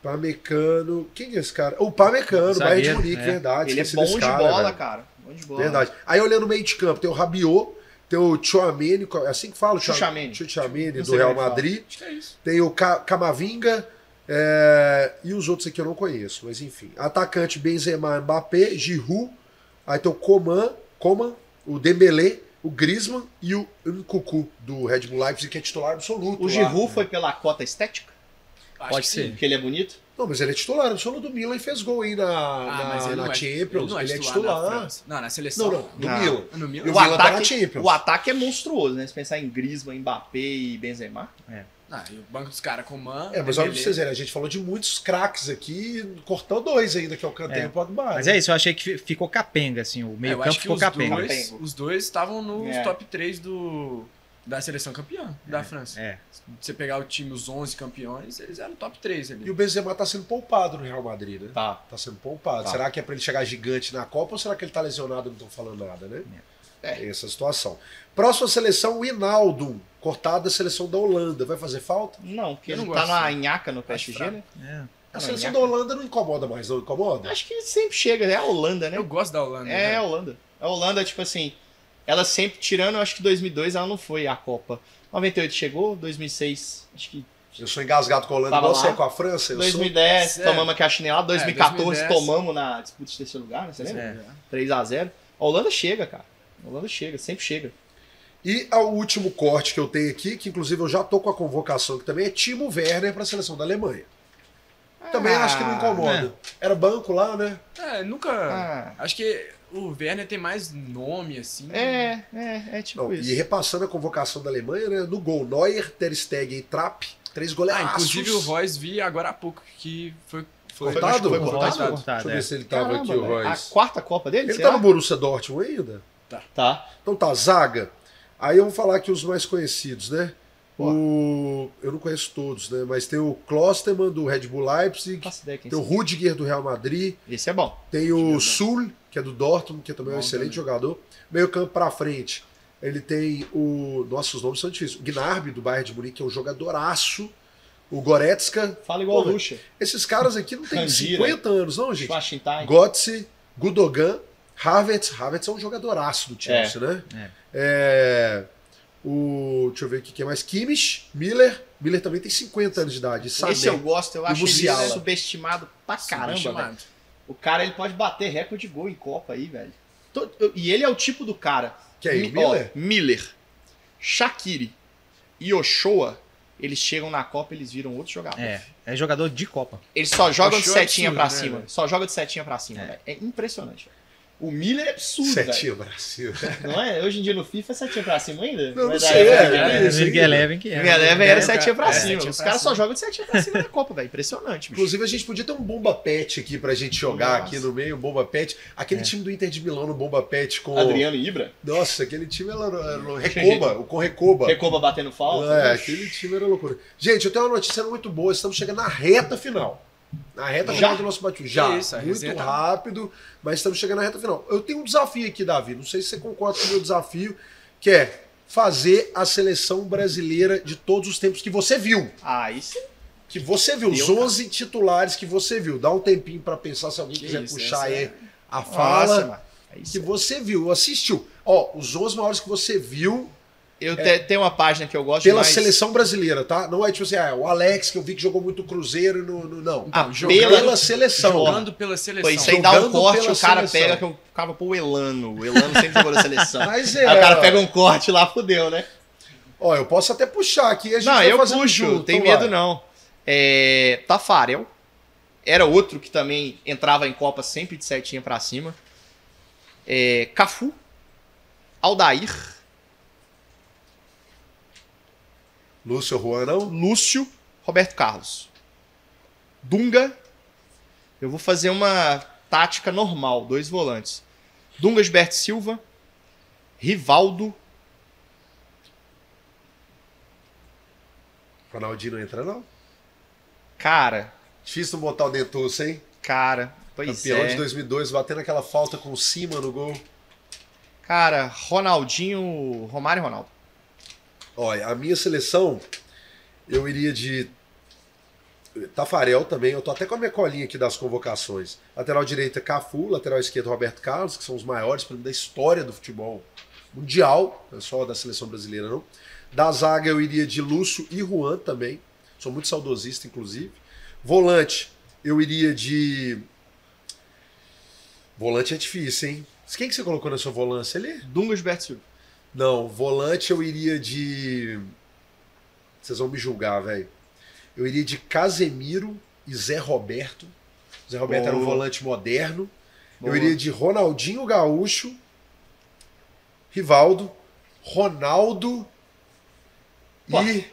Speaker 2: Tá Pamecano, quem é esse cara? O Pamecano,
Speaker 3: Zagueiro,
Speaker 2: Bayern de Munique,
Speaker 3: é.
Speaker 2: verdade.
Speaker 1: Ele é
Speaker 2: esqueci
Speaker 1: bom
Speaker 2: desse
Speaker 1: de
Speaker 2: cara,
Speaker 1: bola,
Speaker 2: velho.
Speaker 1: cara. Bom de bola.
Speaker 2: Verdade. Aí olhando o meio de campo, tem o Rabiot, tem o Chouameni, qual- é assim que fala?
Speaker 1: Tchouameni.
Speaker 2: Chuchamene
Speaker 1: Não
Speaker 2: do
Speaker 1: sei
Speaker 2: Real
Speaker 1: como é que fala.
Speaker 2: Madrid,
Speaker 4: acho que é isso.
Speaker 2: tem o Ca- Camavinga é, e os outros aqui eu não conheço, mas enfim. Atacante Benzema, Mbappé, Giroud, aí tem o Coman, Coman o Dembélé, o Griezmann e o Nkuku do Red Bull Leipzig, que é titular né? absoluto.
Speaker 1: O
Speaker 2: lá.
Speaker 1: Giroud foi pela cota estética,
Speaker 4: Acho
Speaker 3: Pode
Speaker 4: que
Speaker 3: ser.
Speaker 4: sim.
Speaker 1: porque ele é bonito.
Speaker 2: Não, mas ele é titular absoluto do Milan e fez gol aí na, Ah, na, na
Speaker 4: não é-
Speaker 2: Champions.
Speaker 4: não
Speaker 2: Ele, é
Speaker 4: na
Speaker 2: titular.
Speaker 4: França. Não, na
Speaker 2: Não,
Speaker 4: seleção.
Speaker 2: não, do
Speaker 1: Não.
Speaker 2: Milan.
Speaker 4: No
Speaker 2: E
Speaker 4: Milan?
Speaker 2: o Milan tá na Champions.
Speaker 1: o ataque é monstruoso, né? Se pensar em Griezmann, Mbappé e Benzema.
Speaker 4: Ah, e o banco dos caras com o Man.
Speaker 2: É, mas olha pra
Speaker 4: Dembélé.
Speaker 2: vocês verem, a gente falou de muitos craques aqui, cortou dois ainda, que é o Kanté
Speaker 3: É.
Speaker 2: e o Pogba.
Speaker 3: Mas
Speaker 2: né?
Speaker 3: é isso, eu achei que fi- ficou capenga, assim. O
Speaker 4: É, eu
Speaker 3: meio-campo
Speaker 4: acho que
Speaker 3: ficou
Speaker 4: os
Speaker 3: capenga.
Speaker 4: dois,
Speaker 1: Capenga.
Speaker 4: os dois estavam nos
Speaker 1: É.
Speaker 4: top 3 do, da seleção campeã da França.
Speaker 3: É.
Speaker 4: Se você pegar o time, os 11 campeões, eles eram top 3 ali.
Speaker 2: E o Benzema tá sendo poupado no Real Madrid, né?
Speaker 1: é Tá.
Speaker 2: Tá sendo poupado.
Speaker 1: Tá.
Speaker 2: Será que é pra ele chegar gigante na Copa ou será que ele tá lesionado e não estão falando nada, né?
Speaker 1: É.
Speaker 2: Tem Essa situação. Próxima seleção, o Hinaldo, cortado da seleção da Holanda. Vai fazer falta?
Speaker 1: Não, porque
Speaker 4: Eu não
Speaker 1: ele tá
Speaker 4: gosto,
Speaker 1: na
Speaker 4: né?
Speaker 1: nhaca no
Speaker 4: Acho
Speaker 1: PSG, né?
Speaker 3: É.
Speaker 2: A
Speaker 1: Não,
Speaker 2: seleção
Speaker 1: nhaca.
Speaker 2: da Holanda não incomoda mais, não incomoda?
Speaker 1: Acho que sempre chega, né? É a Holanda, né?
Speaker 4: Eu gosto da Holanda.
Speaker 1: É,
Speaker 4: né?
Speaker 1: a Holanda. A Holanda, tipo assim, ela sempre, tirando, eu acho que 2002 ela não foi à Copa. 98 chegou, 2006, acho que
Speaker 2: Eu sou engasgado com a Holanda,
Speaker 1: Tava
Speaker 2: igual
Speaker 1: lá.
Speaker 2: você é com a França. Eu sou... É,
Speaker 1: 2010,
Speaker 4: É.
Speaker 1: tomamos aqui a chinelada, 2014
Speaker 4: 2010.
Speaker 1: tomamos na disputa de terceiro lugar, né? Você lembra?
Speaker 3: É.
Speaker 1: 3x0. A Holanda chega, cara. A Holanda chega, sempre chega.
Speaker 2: E o último corte que eu tenho aqui, que inclusive eu já tô com a convocação que também, é Timo Werner pra seleção da Alemanha. Também
Speaker 1: Ah,
Speaker 2: acho que não incomoda. Era banco lá, né?
Speaker 4: É, nunca.
Speaker 1: Ah.
Speaker 4: Acho que o Werner tem mais nome, assim.
Speaker 1: É, é, é tipo
Speaker 2: Não,
Speaker 1: isso.
Speaker 2: e repassando a convocação da Alemanha, né? No gol, Neuer, Ter Stegen e Trapp, três
Speaker 4: Ah,
Speaker 2: goleaços.
Speaker 4: inclusive o Royce vi agora há pouco que foi. foi
Speaker 2: Cortado?
Speaker 4: acho que
Speaker 2: Foi
Speaker 3: cortado?
Speaker 2: Deixa eu
Speaker 3: é.
Speaker 2: ver se ele tava
Speaker 1: Caramba,
Speaker 2: aqui, o
Speaker 1: velho. Ah, é a
Speaker 2: Royce.
Speaker 1: quarta Copa dele?
Speaker 2: Ele
Speaker 1: será?
Speaker 2: tá no Borussia Dortmund ainda?
Speaker 1: Tá.
Speaker 2: Então tá, zaga. Aí eu vou falar aqui os mais conhecidos, né?
Speaker 1: Bora.
Speaker 2: O... Eu não conheço todos, né? Mas tem o Klosterman do Red Bull Leipzig,
Speaker 1: Faço ideia quem
Speaker 2: tem o
Speaker 1: seja.
Speaker 2: Rudiger do Real Madrid,
Speaker 1: Esse é bom.
Speaker 2: Tem o Sul, que é do Dortmund, que também é um
Speaker 4: Bom
Speaker 2: excelente
Speaker 4: também.
Speaker 2: jogador. Meio campo pra frente, ele tem o... Nossa, os nomes são difíceis. O Gnarby, do Bayern de Munique, que é um jogadoraço. O Goretzka.
Speaker 1: Fala igual
Speaker 2: Pô,
Speaker 1: o Lucha.
Speaker 2: Esses caras aqui não tem
Speaker 1: Kandira.
Speaker 2: 50 anos, não, gente?
Speaker 1: Schwachenstein.
Speaker 2: Götze, Gudogan, Havertz. Havertz é um jogadoraço do Chelsea, né?
Speaker 1: é.
Speaker 2: É, O... Deixa eu ver aqui quem mais. Kimmich, Miller. Miller também tem 50 anos de idade. Sané.
Speaker 1: Esse é eu gosto, eu
Speaker 2: E
Speaker 1: acho ele
Speaker 2: Musiala.
Speaker 1: subestimado pra caramba, velho.
Speaker 4: subestimado.
Speaker 1: O cara ele pode bater recorde de gol em Copa aí, velho. To- E ele é o tipo do cara.
Speaker 2: Que é aí, o
Speaker 1: Ó,
Speaker 2: Miller?
Speaker 1: Miller, Shaqiri e Ochoa, eles chegam na Copa eles viram outro jogador.
Speaker 3: É, é jogador de Copa.
Speaker 1: Eles só jogam de
Speaker 4: Ochoa é
Speaker 1: setinha
Speaker 4: absurdo,
Speaker 1: pra
Speaker 4: né,
Speaker 1: cima.
Speaker 4: velho?
Speaker 1: Só joga de setinha pra cima,
Speaker 3: É.
Speaker 1: velho. É impressionante. velho. O Miller é absurdo, velho.
Speaker 2: Setinha, Brasil.
Speaker 1: Não é? Hoje em dia no FIFA é setinha pra cima ainda?
Speaker 2: Não, não
Speaker 1: Mas
Speaker 2: sei,
Speaker 1: aí-
Speaker 2: é,
Speaker 1: Miller-
Speaker 2: é,
Speaker 3: É,
Speaker 2: isso aí.
Speaker 3: Zirgue Eleven que é.
Speaker 1: Miller era
Speaker 4: Miller,
Speaker 1: setinha pra
Speaker 4: é,
Speaker 1: cima.
Speaker 4: setinha
Speaker 1: Os
Speaker 4: pra
Speaker 1: caras só
Speaker 4: cima.
Speaker 1: jogam de setinha pra cima na Copa, velho. Impressionante, bicho.
Speaker 2: Inclusive, a gente podia ter um bomba pet aqui pra gente jogar
Speaker 1: Nossa.
Speaker 2: aqui no meio, um bomba pet. Aquele
Speaker 3: É.
Speaker 2: time do Inter de Milão no bomba pet com.
Speaker 1: Adriano Ibra.
Speaker 2: Nossa, aquele time era, era Recoba, o com Recoba.
Speaker 1: Recoba né? batendo falta.
Speaker 2: É, aquele time era loucura. Gente, eu tenho uma notícia muito boa. Estamos chegando na reta final. Na reta
Speaker 1: Já?
Speaker 2: final do nosso bate Já.
Speaker 4: Isso, a
Speaker 2: muito
Speaker 4: resenha tá-
Speaker 2: rápido, mas estamos chegando na reta final. Eu tenho um desafio aqui, Davi. Não sei se você concorda com o meu desafio, que é fazer a seleção brasileira de todos os tempos que você viu.
Speaker 1: Ah, isso
Speaker 2: que você viu, os
Speaker 1: Eu, cara.
Speaker 2: 11 titulares que você viu. Dá um tempinho pra pensar se alguém
Speaker 4: Que
Speaker 2: quiser
Speaker 4: isso,
Speaker 1: né?
Speaker 2: puxar
Speaker 4: essa
Speaker 2: aí
Speaker 4: é-
Speaker 2: a
Speaker 1: Fala.
Speaker 2: fala que você viu, assistiu. Ó, os 11 maiores que você viu
Speaker 1: Eu te- tenho uma página que eu gosto
Speaker 2: É. Pela
Speaker 1: mais.
Speaker 2: seleção brasileira, tá? Não é tipo assim, ah, o Alex, que eu vi que jogou muito Cruzeiro, no, no- não.
Speaker 1: Ah,
Speaker 2: Pela,
Speaker 1: pela...
Speaker 2: seleção.
Speaker 4: Jogando pela seleção.
Speaker 1: Pô, isso aí dá um
Speaker 2: Jogando
Speaker 1: corte,
Speaker 2: pela
Speaker 1: o cara
Speaker 2: seleção.
Speaker 1: pega que eu ficava pro Elano. O Elano sempre jogou na seleção. Aí
Speaker 2: Mas
Speaker 1: o
Speaker 2: é.
Speaker 1: cara pega um corte lá, fudeu, né?
Speaker 2: Ó, eu posso até puxar aqui. A gente
Speaker 1: Não,
Speaker 2: vai
Speaker 1: eu
Speaker 2: fazer
Speaker 1: puxo,
Speaker 2: junto,
Speaker 1: tem
Speaker 2: vai.
Speaker 1: medo não. É, Tafarel era outro que também entrava em Copa sempre de setinha pra cima. É, Cafu, Aldair,
Speaker 2: Lúcio Juan, não?
Speaker 1: Lúcio, Roberto Carlos, Dunga. Eu vou fazer uma tática normal, dois volantes. Dunga, Gilberto Silva, Rivaldo,
Speaker 2: Ronaldinho não entra, não?
Speaker 1: cara,
Speaker 2: Difícil botar o Dentuço, hein?
Speaker 1: cara, pois
Speaker 2: Campeão de
Speaker 1: é.
Speaker 2: 2002, batendo aquela falta com cima no gol.
Speaker 1: Cara, Ronaldinho, Romário e Ronaldo.
Speaker 2: Olha, a minha seleção, eu iria de Tafarel também. Eu tô até com a minha colinha aqui das convocações. Lateral direita, Cafu. Lateral esquerda, Roberto Carlos, que são os maiores pra mim, da história do futebol mundial. Não é só da seleção brasileira, não. Da zaga, eu iria de Lúcio e Juan também. Sou muito saudosista, inclusive. Volante, eu iria de... Volante é difícil, hein? Quem que você colocou na sua volância ali?
Speaker 1: Dunga, Gilberto Silva.
Speaker 2: Não, volante eu iria de. Vocês vão me julgar, velho. Eu iria de Casemiro e Zé Roberto. Zé Roberto era um
Speaker 1: Boa.
Speaker 2: volante moderno.
Speaker 1: Boa.
Speaker 2: Eu iria de Ronaldinho Gaúcho, Rivaldo, Ronaldo
Speaker 1: Pô.
Speaker 2: e.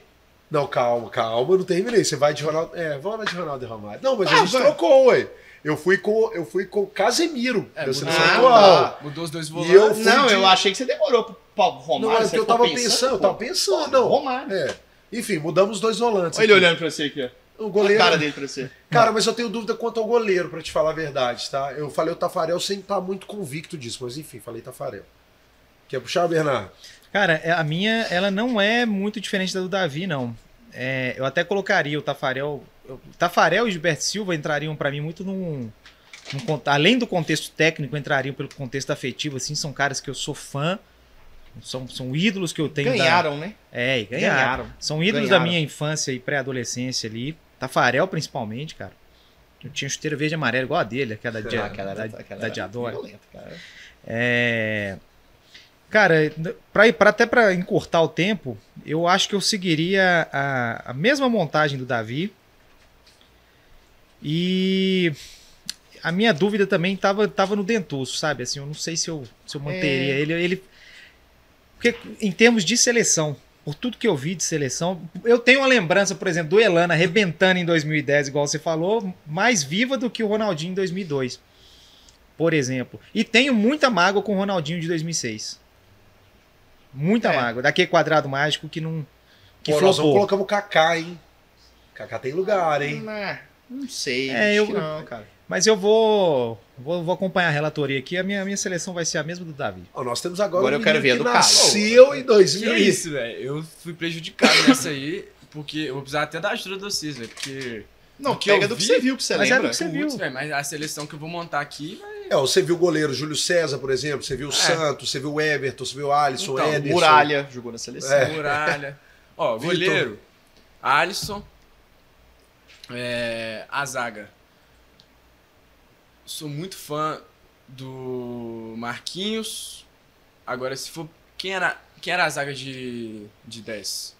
Speaker 2: Não, calma, calma, eu não terminei. Você vai de Ronaldo. É, vamos de Ronaldo e Romário. Não, mas a
Speaker 1: Ah,
Speaker 2: gente
Speaker 1: vai.
Speaker 2: trocou, ué. Eu fui com, eu fui com o Casemiro, da
Speaker 4: É, mudou,
Speaker 2: seleção
Speaker 1: Ah,
Speaker 2: atual.
Speaker 1: tá.
Speaker 4: mudou os dois
Speaker 2: E eu fui
Speaker 4: volantes.
Speaker 1: Não,
Speaker 2: de-
Speaker 1: eu achei que você demorou pro Paulo Romário.
Speaker 2: Não, é
Speaker 1: você
Speaker 2: porque eu
Speaker 1: ficou
Speaker 2: tava pensando, eu
Speaker 1: pô.
Speaker 2: tava pensando, não.
Speaker 1: Romário.
Speaker 2: É. Enfim, mudamos dois volantes.
Speaker 1: Olha ele
Speaker 2: aqui.
Speaker 1: olhando pra você aqui, ó.
Speaker 2: O
Speaker 1: Olha
Speaker 2: goleiro.
Speaker 1: a cara dele
Speaker 2: Cara,
Speaker 1: pra você.
Speaker 2: mas eu tenho dúvida quanto ao goleiro, pra te falar a verdade, tá? Eu falei o Tafarel sem estar muito convicto disso, mas enfim, falei Tafarel. Quer puxar, Bernardo?
Speaker 3: Cara, é- a minha, ela não é muito diferente da do Davi, não. É, eu até colocaria o Tafarel. eu- Tafarel e Gilberto Silva entrariam pra mim muito num, num con- Além do contexto técnico, entrariam pelo contexto afetivo, assim. São caras que eu sou fã. São, são ídolos que eu tenho. da-
Speaker 1: Ganharam, né?
Speaker 3: é, e ganharam. São ídolos
Speaker 1: Ganharam.
Speaker 3: da minha infância e pré-adolescência ali. Tafarel, principalmente, cara. Eu tinha chuteira verde e amarela igual a dele, aquela de,
Speaker 1: Ah, aquela
Speaker 3: da,
Speaker 1: era, aquela
Speaker 3: da
Speaker 1: era
Speaker 3: Diadora.
Speaker 1: violenta, cara.
Speaker 3: É... Cara, pra, pra, até para encurtar o tempo, eu acho que eu seguiria a, a mesma montagem do Davi. E a minha dúvida também tava, tava no Dentuço, sabe? Assim, eu não sei se eu, se eu manteria ele. ele porque em termos de seleção, por tudo que eu vi de seleção, eu tenho uma lembrança, por exemplo, do Elano arrebentando em 2010, igual você falou, mais viva do que o Ronaldinho em 2002, por exemplo. E tenho muita mágoa com o Ronaldinho de 2006. Muita
Speaker 1: É.
Speaker 3: mágoa. Daquele quadrado mágico que não. Que
Speaker 2: Pô, nós vamos
Speaker 3: flopou.
Speaker 2: colocamos o Kaká, hein? Kaká tem lugar, hein?
Speaker 1: Ah, não sei.
Speaker 3: É,
Speaker 1: acho
Speaker 3: eu-
Speaker 1: que não, cara.
Speaker 3: Mas eu vou, vou, vou acompanhar a relatoria aqui. A minha, minha seleção vai ser a mesma do Davi.
Speaker 2: Ó, nós temos agora,
Speaker 1: Agora
Speaker 2: um
Speaker 1: eu quero ver a do
Speaker 2: menino que
Speaker 1: Carlos.
Speaker 2: nasceu em
Speaker 4: Que
Speaker 2: 2000.
Speaker 4: isso, velho. Eu fui prejudicado nessa aí, porque eu vou precisar até da ajuda de vocês, velho. Porque.
Speaker 1: Não,
Speaker 4: Do que eu
Speaker 1: pega do que
Speaker 4: vi,
Speaker 1: você viu, que você
Speaker 3: mas era
Speaker 1: lembra.
Speaker 3: do que você-
Speaker 4: Putz,
Speaker 3: viu?
Speaker 4: velho, mas a seleção que eu vou montar aqui. vai-
Speaker 2: É, ó, você viu o goleiro Júlio César, por exemplo, você viu o Santos, você viu o Everton, você viu o Alisson,
Speaker 4: Então,
Speaker 2: Ederson.
Speaker 1: É. Muralha jogou na seleção.
Speaker 2: É.
Speaker 4: Muralha. Ó,
Speaker 2: Vitor.
Speaker 4: goleiro. Alisson. É, a zaga. Sou muito fã do Marquinhos. Agora, se for. Quem era, quem era a zaga de, de 10?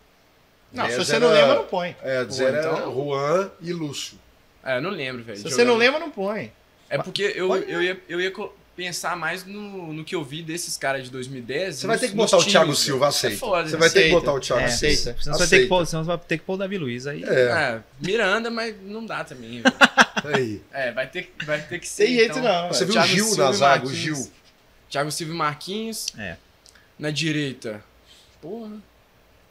Speaker 1: Não, se
Speaker 2: Dez
Speaker 1: você não
Speaker 2: era-
Speaker 1: lembra, não põe.
Speaker 2: É, dizer,
Speaker 4: Pô, então-
Speaker 2: era Juan e Lúcio.
Speaker 4: Ah, eu não lembro, velho.
Speaker 1: Se
Speaker 4: de
Speaker 1: você não
Speaker 4: jogador.
Speaker 1: lembra, não põe.
Speaker 4: É porque eu,
Speaker 1: Pode-
Speaker 4: eu ia, eu ia co- pensar mais no, no que eu vi desses caras de 2010.
Speaker 2: Você vai
Speaker 4: nos-
Speaker 2: ter que
Speaker 4: nos
Speaker 2: botar o
Speaker 4: times,
Speaker 2: Thiago
Speaker 4: velho.
Speaker 2: Silva, aceita.
Speaker 4: É foda,
Speaker 2: Você vai ter que
Speaker 1: aceita.
Speaker 2: botar o Thiago
Speaker 3: É,
Speaker 2: Silva.
Speaker 1: aceita.
Speaker 3: Senão você, vai ter que pôr, senão você vai ter que pôr o Davi Luiz. Aí
Speaker 2: É,
Speaker 4: É, Miranda, mas não dá também. velho.
Speaker 2: aí.
Speaker 4: é, vai ter, vai ter que ser.
Speaker 1: Sem jeito,
Speaker 4: então.
Speaker 1: não.
Speaker 2: Você
Speaker 1: velho.
Speaker 2: viu o
Speaker 4: Thiago
Speaker 2: Gil
Speaker 4: Silva
Speaker 2: na
Speaker 4: e
Speaker 2: zaga, o
Speaker 4: Marquinhos.
Speaker 2: Gil.
Speaker 4: Thiago Silva e Marquinhos.
Speaker 3: É.
Speaker 4: Na direita. Porra.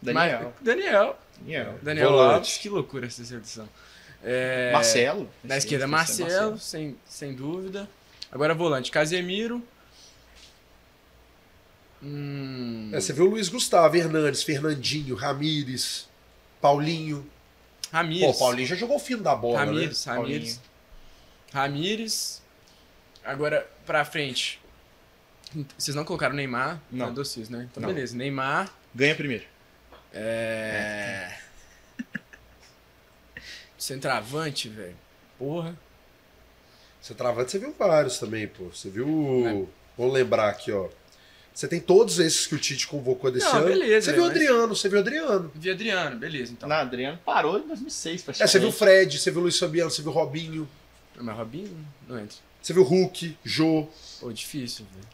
Speaker 1: Daniel.
Speaker 4: Mas- Daniel.
Speaker 1: Daniel.
Speaker 4: Daniel
Speaker 2: Volante.
Speaker 4: Lopes. Que loucura essa seleção. É,
Speaker 1: Marcelo.
Speaker 4: Na
Speaker 1: é
Speaker 4: esquerda, Marcelo, Sem, sem dúvida. Agora volante, Casemiro. Hum,
Speaker 2: É, você viu o Luiz Gustavo, Hernandes, Fernandinho, Ramires, Paulinho. Pô,
Speaker 4: Ramires.
Speaker 2: o Paulinho já jogou o fino da bola, né?
Speaker 4: Ramires,
Speaker 1: Paulinho.
Speaker 4: Ramires. Ramires. Agora, pra frente. Vocês não colocaram Neymar?
Speaker 1: Não.
Speaker 4: Na Docis, né? Então,
Speaker 1: Não.
Speaker 4: beleza. Neymar.
Speaker 1: Ganha primeiro.
Speaker 4: É. Centravante, velho. Porra.
Speaker 2: Você travando, você viu vários também, pô. Você viu.
Speaker 4: É.
Speaker 2: Vou lembrar aqui, ó. Você tem todos esses que o Tite convocou desse
Speaker 4: Não,
Speaker 2: ano.
Speaker 4: beleza,
Speaker 2: você viu o
Speaker 4: mas-
Speaker 2: Adriano, você viu o Adriano.
Speaker 4: Vi Adriano, beleza, então.
Speaker 1: Na Adriano parou em 2006,
Speaker 2: É,
Speaker 1: praticamente.
Speaker 2: você viu o Fred, você viu o Luiz Fabiano, você viu o Robinho,
Speaker 4: Mas Robinho não entra.
Speaker 2: você viu o Hulk, Jô.
Speaker 4: Pô, difícil, velho.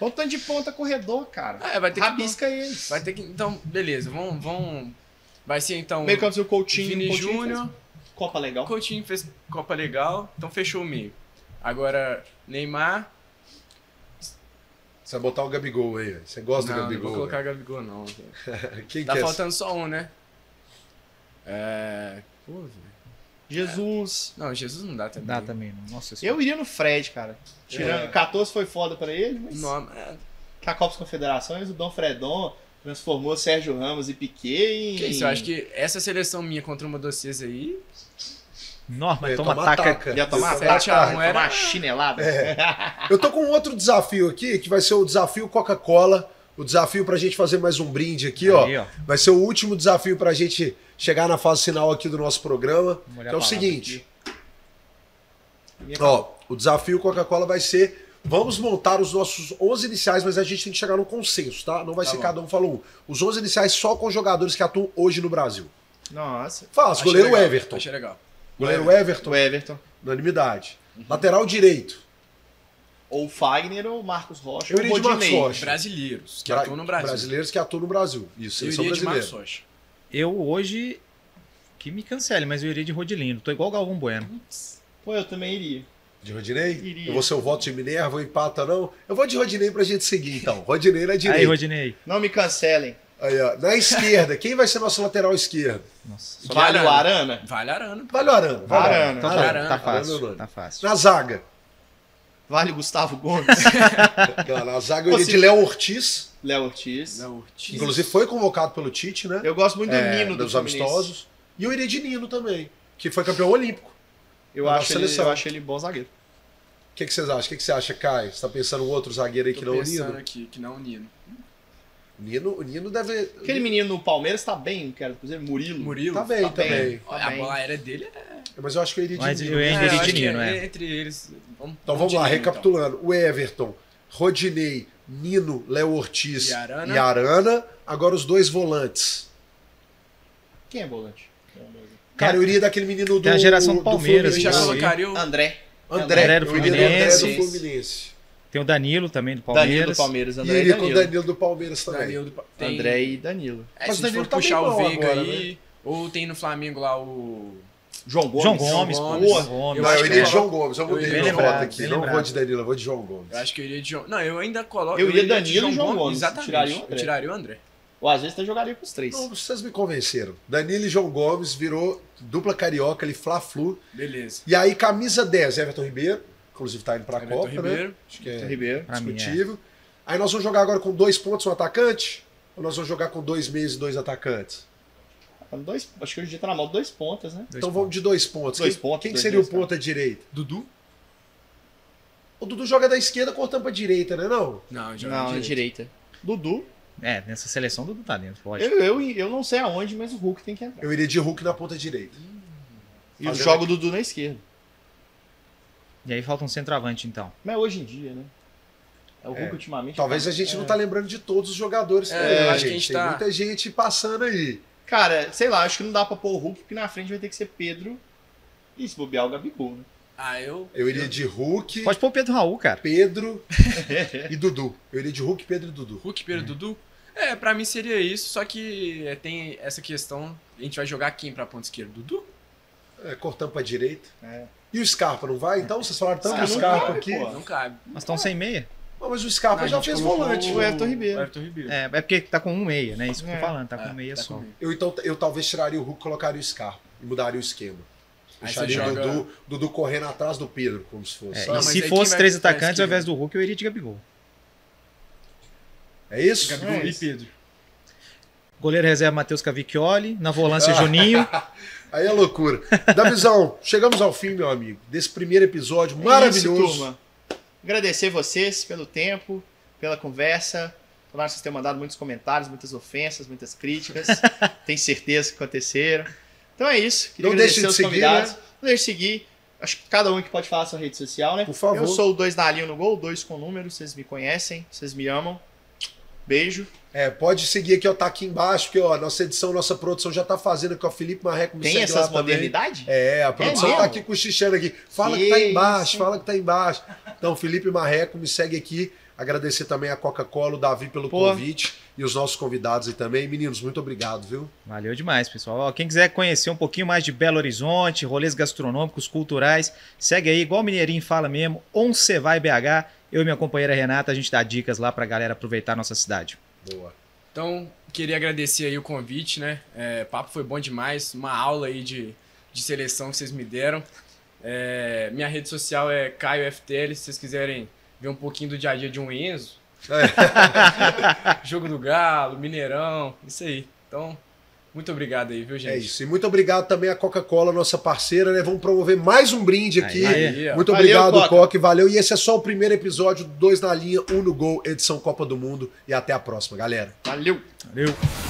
Speaker 1: Olha o tanto de ponta corredor, cara.
Speaker 4: Ah, é, vai ter que.
Speaker 1: Rabisca eles.
Speaker 4: Vai ter que. Então, beleza, vamos. vamos... Vai ser então.
Speaker 1: Meio campo, o Coutinho.
Speaker 4: Vini
Speaker 1: Coutinho fez
Speaker 4: Júnior.
Speaker 1: Copa legal.
Speaker 4: O Coutinho fez Copa legal, então fechou o meio. Agora, Neymar.
Speaker 2: Você vai botar o Gabigol aí, velho. Você gosta do
Speaker 4: não, não
Speaker 2: Gabigol.
Speaker 4: vou colocar Gabigol, não. velho.
Speaker 2: velho. Quem
Speaker 4: Tá
Speaker 2: que é?
Speaker 4: faltando só um, né? É. Pô, velho.
Speaker 1: Jesus.
Speaker 4: Não, Jesus não dá também.
Speaker 3: Dá também, não. Nossa
Speaker 4: É.
Speaker 1: Eu iria no Fred, cara. Tirando, 14 foi foda pra ele, mas
Speaker 4: Não, é,
Speaker 1: com a Copa das Confederações, o Dom Fredon transformou Sérgio Ramos e Piquet em...
Speaker 4: Que isso, eu acho que essa seleção minha contra uma de vocês aí.
Speaker 3: Norma,
Speaker 4: É,
Speaker 2: Eu
Speaker 3: toma
Speaker 2: É, toma
Speaker 3: taca.
Speaker 2: taca.
Speaker 1: Ia tomar
Speaker 4: Sete a
Speaker 1: sete a
Speaker 4: um
Speaker 1: tomar
Speaker 4: era-
Speaker 1: uma chinelada.
Speaker 2: Eu tô com um outro desafio aqui, que vai ser o desafio Coca-Cola. O desafio pra gente fazer mais um brinde aqui, ó.
Speaker 3: Aí, ó.
Speaker 2: Vai ser o último desafio pra gente chegar na fase final aqui do nosso programa. Que é
Speaker 3: Vamos olhar
Speaker 2: o
Speaker 3: a palavra
Speaker 2: seguinte.
Speaker 4: é
Speaker 1: aqui.
Speaker 2: Ó, o desafio Coca-Cola vai ser vamos montar os nossos 11 iniciais, mas a gente tem que chegar num consenso, tá? Não vai
Speaker 4: Tá
Speaker 2: ser
Speaker 4: bom.
Speaker 2: cada um falou um. Os 11 iniciais só com jogadores que atuam hoje no Brasil.
Speaker 1: Nossa.
Speaker 2: Fácil,
Speaker 4: Achei
Speaker 2: goleiro
Speaker 4: legal,
Speaker 2: Everton.
Speaker 4: Achei legal.
Speaker 2: Goleiro Everton,
Speaker 1: O Everton.
Speaker 2: unanimidade. Lateral direito.
Speaker 1: Ou o Fagner, ou o Marcos Rocha,
Speaker 2: Eu
Speaker 1: ou o
Speaker 2: iria de Marcos
Speaker 1: Rodinei.
Speaker 2: Rocha.
Speaker 4: Brasileiros, que
Speaker 2: Bra-
Speaker 4: atuam no Brasil.
Speaker 2: Brasileiros que atuam no Brasil. Isso,
Speaker 4: eu
Speaker 2: eles são
Speaker 4: iria de Marcos
Speaker 2: brasileiros.
Speaker 4: Rocha.
Speaker 3: Eu hoje. Que me cancele, mas eu iria de Rodilino. Tô igual o Galvão Bueno.
Speaker 1: Pô, eu também iria.
Speaker 2: De Rodinei?
Speaker 1: Iria.
Speaker 2: Eu vou ser o voto de Minerva, empata não? Eu vou de Rodinei pra gente seguir, então. Rodinei na
Speaker 3: Aí,
Speaker 2: direita.
Speaker 3: Rodinei.
Speaker 1: Não me cancelem.
Speaker 2: Aí, ó. Na esquerda, quem vai ser nosso lateral esquerdo?
Speaker 3: Nossa.
Speaker 4: Só
Speaker 1: Vale o Arana?
Speaker 4: Vale Arana.
Speaker 2: Vale o Arana. Vale o
Speaker 1: Arana.
Speaker 3: Então
Speaker 2: Arana.
Speaker 3: tá,
Speaker 4: Arana,
Speaker 3: tá
Speaker 2: Arana,
Speaker 3: fácil.
Speaker 2: Arana.
Speaker 3: Tá fácil.
Speaker 2: Na zaga.
Speaker 1: Vale o Gustavo Gomes?
Speaker 2: Não, na zaga eu iria
Speaker 1: Você-
Speaker 2: de Léo Ortiz.
Speaker 1: Léo Ortiz.
Speaker 4: Léo Ortiz.
Speaker 2: Inclusive foi convocado pelo Tite, né?
Speaker 1: Eu gosto muito do
Speaker 2: É,
Speaker 1: Nino do
Speaker 2: dos
Speaker 1: Fluminense.
Speaker 2: amistosos. E eu iria de Nino também, que foi campeão olímpico.
Speaker 1: Eu
Speaker 2: Da
Speaker 1: acho,
Speaker 2: nossa
Speaker 1: ele,
Speaker 2: seleção.
Speaker 1: eu acho ele bom zagueiro.
Speaker 2: O que, que vocês acham? O que, que você acha, Caio? Você tá pensando em outro zagueiro aí que
Speaker 4: Tô
Speaker 2: não é o
Speaker 4: pensando
Speaker 2: Nino?
Speaker 4: aqui, que não é o Nino.
Speaker 2: Nino? O Nino deve...
Speaker 1: Aquele menino no Palmeiras tá bem, cara. Inclusive, Murilo.
Speaker 4: Murilo.
Speaker 2: Tá bem
Speaker 1: Tá bem.
Speaker 2: também.
Speaker 4: Olha,
Speaker 1: Tá
Speaker 4: a
Speaker 1: bem. é?
Speaker 4: bola aérea dele é...
Speaker 2: Mas eu acho que eu iria de
Speaker 3: Mas
Speaker 2: Nino.
Speaker 3: eu ia de
Speaker 4: eu
Speaker 3: Nino,
Speaker 4: acho que
Speaker 3: né?
Speaker 4: Entre eles... Vamos,
Speaker 2: Então vamos
Speaker 4: de
Speaker 2: lá,
Speaker 4: Nino,
Speaker 2: recapitulando. O Everton, Rodinei, Nino, Léo Ortiz
Speaker 4: E Arana.
Speaker 2: Arana. Agora os dois volantes.
Speaker 1: Quem é volante?
Speaker 2: Cara, eu iria daquele menino do.
Speaker 3: Tem a geração do Palmeiras,
Speaker 4: Então. Eu já
Speaker 2: Fluminense.
Speaker 4: colocaria o...
Speaker 1: André.
Speaker 2: André,
Speaker 3: André do
Speaker 2: eu iria do André do
Speaker 4: Fluminense.
Speaker 2: Fluminense.
Speaker 3: Tem o Danilo também do
Speaker 1: Danilo do
Speaker 3: Palmeiras.
Speaker 1: Palmeiras.
Speaker 2: E
Speaker 1: André e
Speaker 2: iria com o
Speaker 1: Danilo.
Speaker 2: Danilo do Palmeiras também.
Speaker 4: Danilo do... tem-
Speaker 1: André e Danilo.
Speaker 4: É,
Speaker 2: Mas
Speaker 4: se
Speaker 2: o
Speaker 4: a gente
Speaker 2: Danilo
Speaker 4: for
Speaker 2: tá bem
Speaker 4: puxar o
Speaker 2: mal
Speaker 4: Veiga
Speaker 2: agora,
Speaker 4: aí... Ou tem no Flamengo lá o...
Speaker 1: João Gomes.
Speaker 3: João Gomes,
Speaker 4: João
Speaker 3: pô,
Speaker 4: Gomes.
Speaker 3: João Gomes.
Speaker 4: Eu
Speaker 2: Não,
Speaker 4: acho
Speaker 2: eu
Speaker 4: que
Speaker 2: iria de
Speaker 4: eu-
Speaker 2: João Gomes. Eu vou
Speaker 4: eu
Speaker 2: de
Speaker 4: iria
Speaker 2: minha
Speaker 3: bem
Speaker 2: nota
Speaker 3: lembrado,
Speaker 2: aqui.
Speaker 3: bem
Speaker 2: Não vou
Speaker 3: lembrado.
Speaker 2: de Danilo, eu vou de João Gomes.
Speaker 4: Eu acho que eu iria de João... Não, eu ainda coloco...
Speaker 1: Eu iria
Speaker 4: de
Speaker 1: Danilo e João Gomes,
Speaker 4: Exatamente.
Speaker 1: tiraria o André.
Speaker 4: Eu tiraria o André.
Speaker 1: Ou às vezes até jogaria com os
Speaker 4: é
Speaker 1: três.
Speaker 2: Não, vocês me convenceram. Danilo e João Gomes virou dupla carioca ali, Fla-Flu.
Speaker 4: Beleza.
Speaker 2: E aí, camisa 10, Everton Ribeiro. Inclusive tá indo pra
Speaker 4: Everton
Speaker 2: Copa, né?
Speaker 4: Ribeiro.
Speaker 2: Acho que é.
Speaker 1: Ribeiro.
Speaker 3: Pra mim, é.
Speaker 2: discutível. Aí nós vamos jogar agora com dois pontos um atacante? Ou nós vamos jogar com dois meias e dois atacantes?
Speaker 1: Dois, acho que hoje em dia tá na mão dois pontas, né?
Speaker 3: Dois
Speaker 2: então
Speaker 3: pontos.
Speaker 2: vamos de dois pontos.
Speaker 1: Dois
Speaker 2: quem
Speaker 1: pontos,
Speaker 2: quem que
Speaker 1: dois,
Speaker 2: seria
Speaker 1: dois,
Speaker 2: o ponta direita?
Speaker 4: Dudu?
Speaker 2: O Dudu joga da esquerda cortando pra direita, né? Não.
Speaker 4: Não, João
Speaker 1: Não, na direita. Dudu.
Speaker 3: É, nessa seleção do Talento, lógico.
Speaker 1: Eu, eu, eu não sei aonde, mas o Hulk tem que entrar.
Speaker 2: Eu iria de Hulk na ponta direita.
Speaker 1: E eu
Speaker 2: Fazendo
Speaker 1: jogo o Dudu na esquerda.
Speaker 3: E aí falta um centroavante, então.
Speaker 1: Mas hoje em dia, né? É o Hulk ultimamente.
Speaker 2: Talvez a gente não tá lembrando de todos os jogadores.
Speaker 4: É,
Speaker 2: também,
Speaker 4: eu
Speaker 2: né,
Speaker 4: acho que a gente
Speaker 2: Tem
Speaker 4: tá-
Speaker 2: muita gente passando aí.
Speaker 1: Cara, sei lá, acho que não dá pra pôr o Hulk, porque na frente vai ter que ser Pedro e se bobear o Gabigol, né?
Speaker 4: Ah, eu...
Speaker 2: Eu iria de Hulk,
Speaker 3: Pode pôr o Pedro Raul, cara.
Speaker 2: Pedro e Dudu. Eu iria de Hulk, Pedro e Dudu.
Speaker 4: Hulk, Pedro, Dudu? É, pra mim seria isso, só que é, tem essa questão, a gente vai jogar quem pra ponta esquerda? Dudu?
Speaker 2: É, cortando pra direita.
Speaker 1: É.
Speaker 2: E o Scarpa não vai? Então, vocês falaram tanto
Speaker 1: Ah,
Speaker 2: do
Speaker 1: não
Speaker 2: Scarpa
Speaker 1: vai,
Speaker 2: aqui.
Speaker 1: pô.
Speaker 4: Não cabe.
Speaker 3: Mas estão sem meia.
Speaker 2: Não, Mas o Scarpa
Speaker 4: Não, a
Speaker 2: já
Speaker 4: gente
Speaker 2: fez
Speaker 4: colocou
Speaker 2: volante.
Speaker 1: o Everton é Ribeiro.
Speaker 4: O Everton Ribeiro.
Speaker 3: É, é porque tá com um meia, né? Isso que eu tô
Speaker 1: É.
Speaker 3: falando, tá com
Speaker 4: Ah,
Speaker 3: um meia
Speaker 4: tá
Speaker 3: só.
Speaker 4: com meio.
Speaker 2: Eu, então, eu talvez tiraria o Hulk e colocaria o Scarpa. E mudaria o esquema.
Speaker 4: Aí
Speaker 2: Deixaria
Speaker 4: você
Speaker 2: o
Speaker 4: joga-
Speaker 2: Dudu, Dudu correndo atrás do Pedro, como se
Speaker 3: É,
Speaker 2: fosse.
Speaker 4: Ah,
Speaker 3: e
Speaker 4: mas aí
Speaker 3: se
Speaker 4: quem
Speaker 3: fosse
Speaker 4: vai
Speaker 3: três
Speaker 4: pra
Speaker 3: atacantes ao
Speaker 4: esquerda?
Speaker 3: invés do Hulk, eu iria de Gabigol.
Speaker 2: É isso?
Speaker 4: Gabigol
Speaker 1: É
Speaker 4: e
Speaker 1: isso.
Speaker 4: Pedro.
Speaker 3: Goleiro reserva, Matheus Cavicchioli. Na volância, Juninho.
Speaker 2: Aí é loucura. Davizão, chegamos ao fim, meu amigo, desse primeiro episódio
Speaker 1: É
Speaker 2: maravilhoso.
Speaker 1: isso, turma. Agradecer vocês pelo tempo, pela conversa. Tomara que vocês tenham mandado muitos comentários, muitas ofensas, muitas críticas. Tenho certeza que aconteceram. Então é isso.
Speaker 2: Não
Speaker 1: agradecer
Speaker 2: deixe de
Speaker 1: aos
Speaker 2: seguir,
Speaker 1: convidados.
Speaker 2: né?
Speaker 1: Não deixe de seguir. Acho que cada um que pode falar a sua rede social, né?
Speaker 2: Por favor.
Speaker 1: Eu sou o 2 na linha no gol, dois com número, vocês me conhecem, vocês me amam. Beijo.
Speaker 2: É, pode seguir aqui, ó, tá aqui embaixo, porque ó, nossa edição, nossa produção já tá fazendo aqui, ó, Felipe Marreco me
Speaker 1: Tem
Speaker 2: segue lá
Speaker 1: essas
Speaker 2: também.
Speaker 1: modernidades?
Speaker 2: É, a produção
Speaker 1: mesmo?
Speaker 2: tá aqui cochichando aqui. Fala que tá
Speaker 1: Que
Speaker 2: embaixo,
Speaker 1: isso.
Speaker 2: fala que tá embaixo. Então, Felipe Marreco, me segue aqui. Agradecer também a Coca-Cola, o Davi pelo
Speaker 1: Pô.
Speaker 2: convite e os nossos convidados aí também. Meninos, muito obrigado, viu?
Speaker 3: Valeu demais, pessoal. Ó, quem quiser conhecer um pouquinho mais de Belo Horizonte, rolês gastronômicos, culturais, segue aí, igual o Mineirinho fala mesmo, onde você vai BH. Eu e minha companheira Renata, a gente dá dicas lá pra galera aproveitar a nossa cidade.
Speaker 2: Boa.
Speaker 4: Então, queria agradecer aí o convite, né? É, papo foi bom demais, uma aula aí de, de seleção que vocês me deram. É, minha rede social é CaioFTL, se vocês quiserem ver um pouquinho do dia a dia de um Enzo.
Speaker 2: É,
Speaker 4: Jogo do Galo, Mineirão, isso aí. Então, muito obrigado aí, viu, gente?
Speaker 2: É isso. E muito obrigado também à Coca-Cola, nossa parceira, né? Vamos promover mais um brinde aqui.
Speaker 3: Aí,
Speaker 4: aí, ó.
Speaker 2: muito
Speaker 1: Valeu,
Speaker 2: obrigado,
Speaker 1: Coca.
Speaker 2: Coque. Valeu. E esse é só o primeiro episódio, dois na linha, um no gol, edição Copa do Mundo. E até a próxima, galera.
Speaker 1: Valeu!
Speaker 3: Valeu!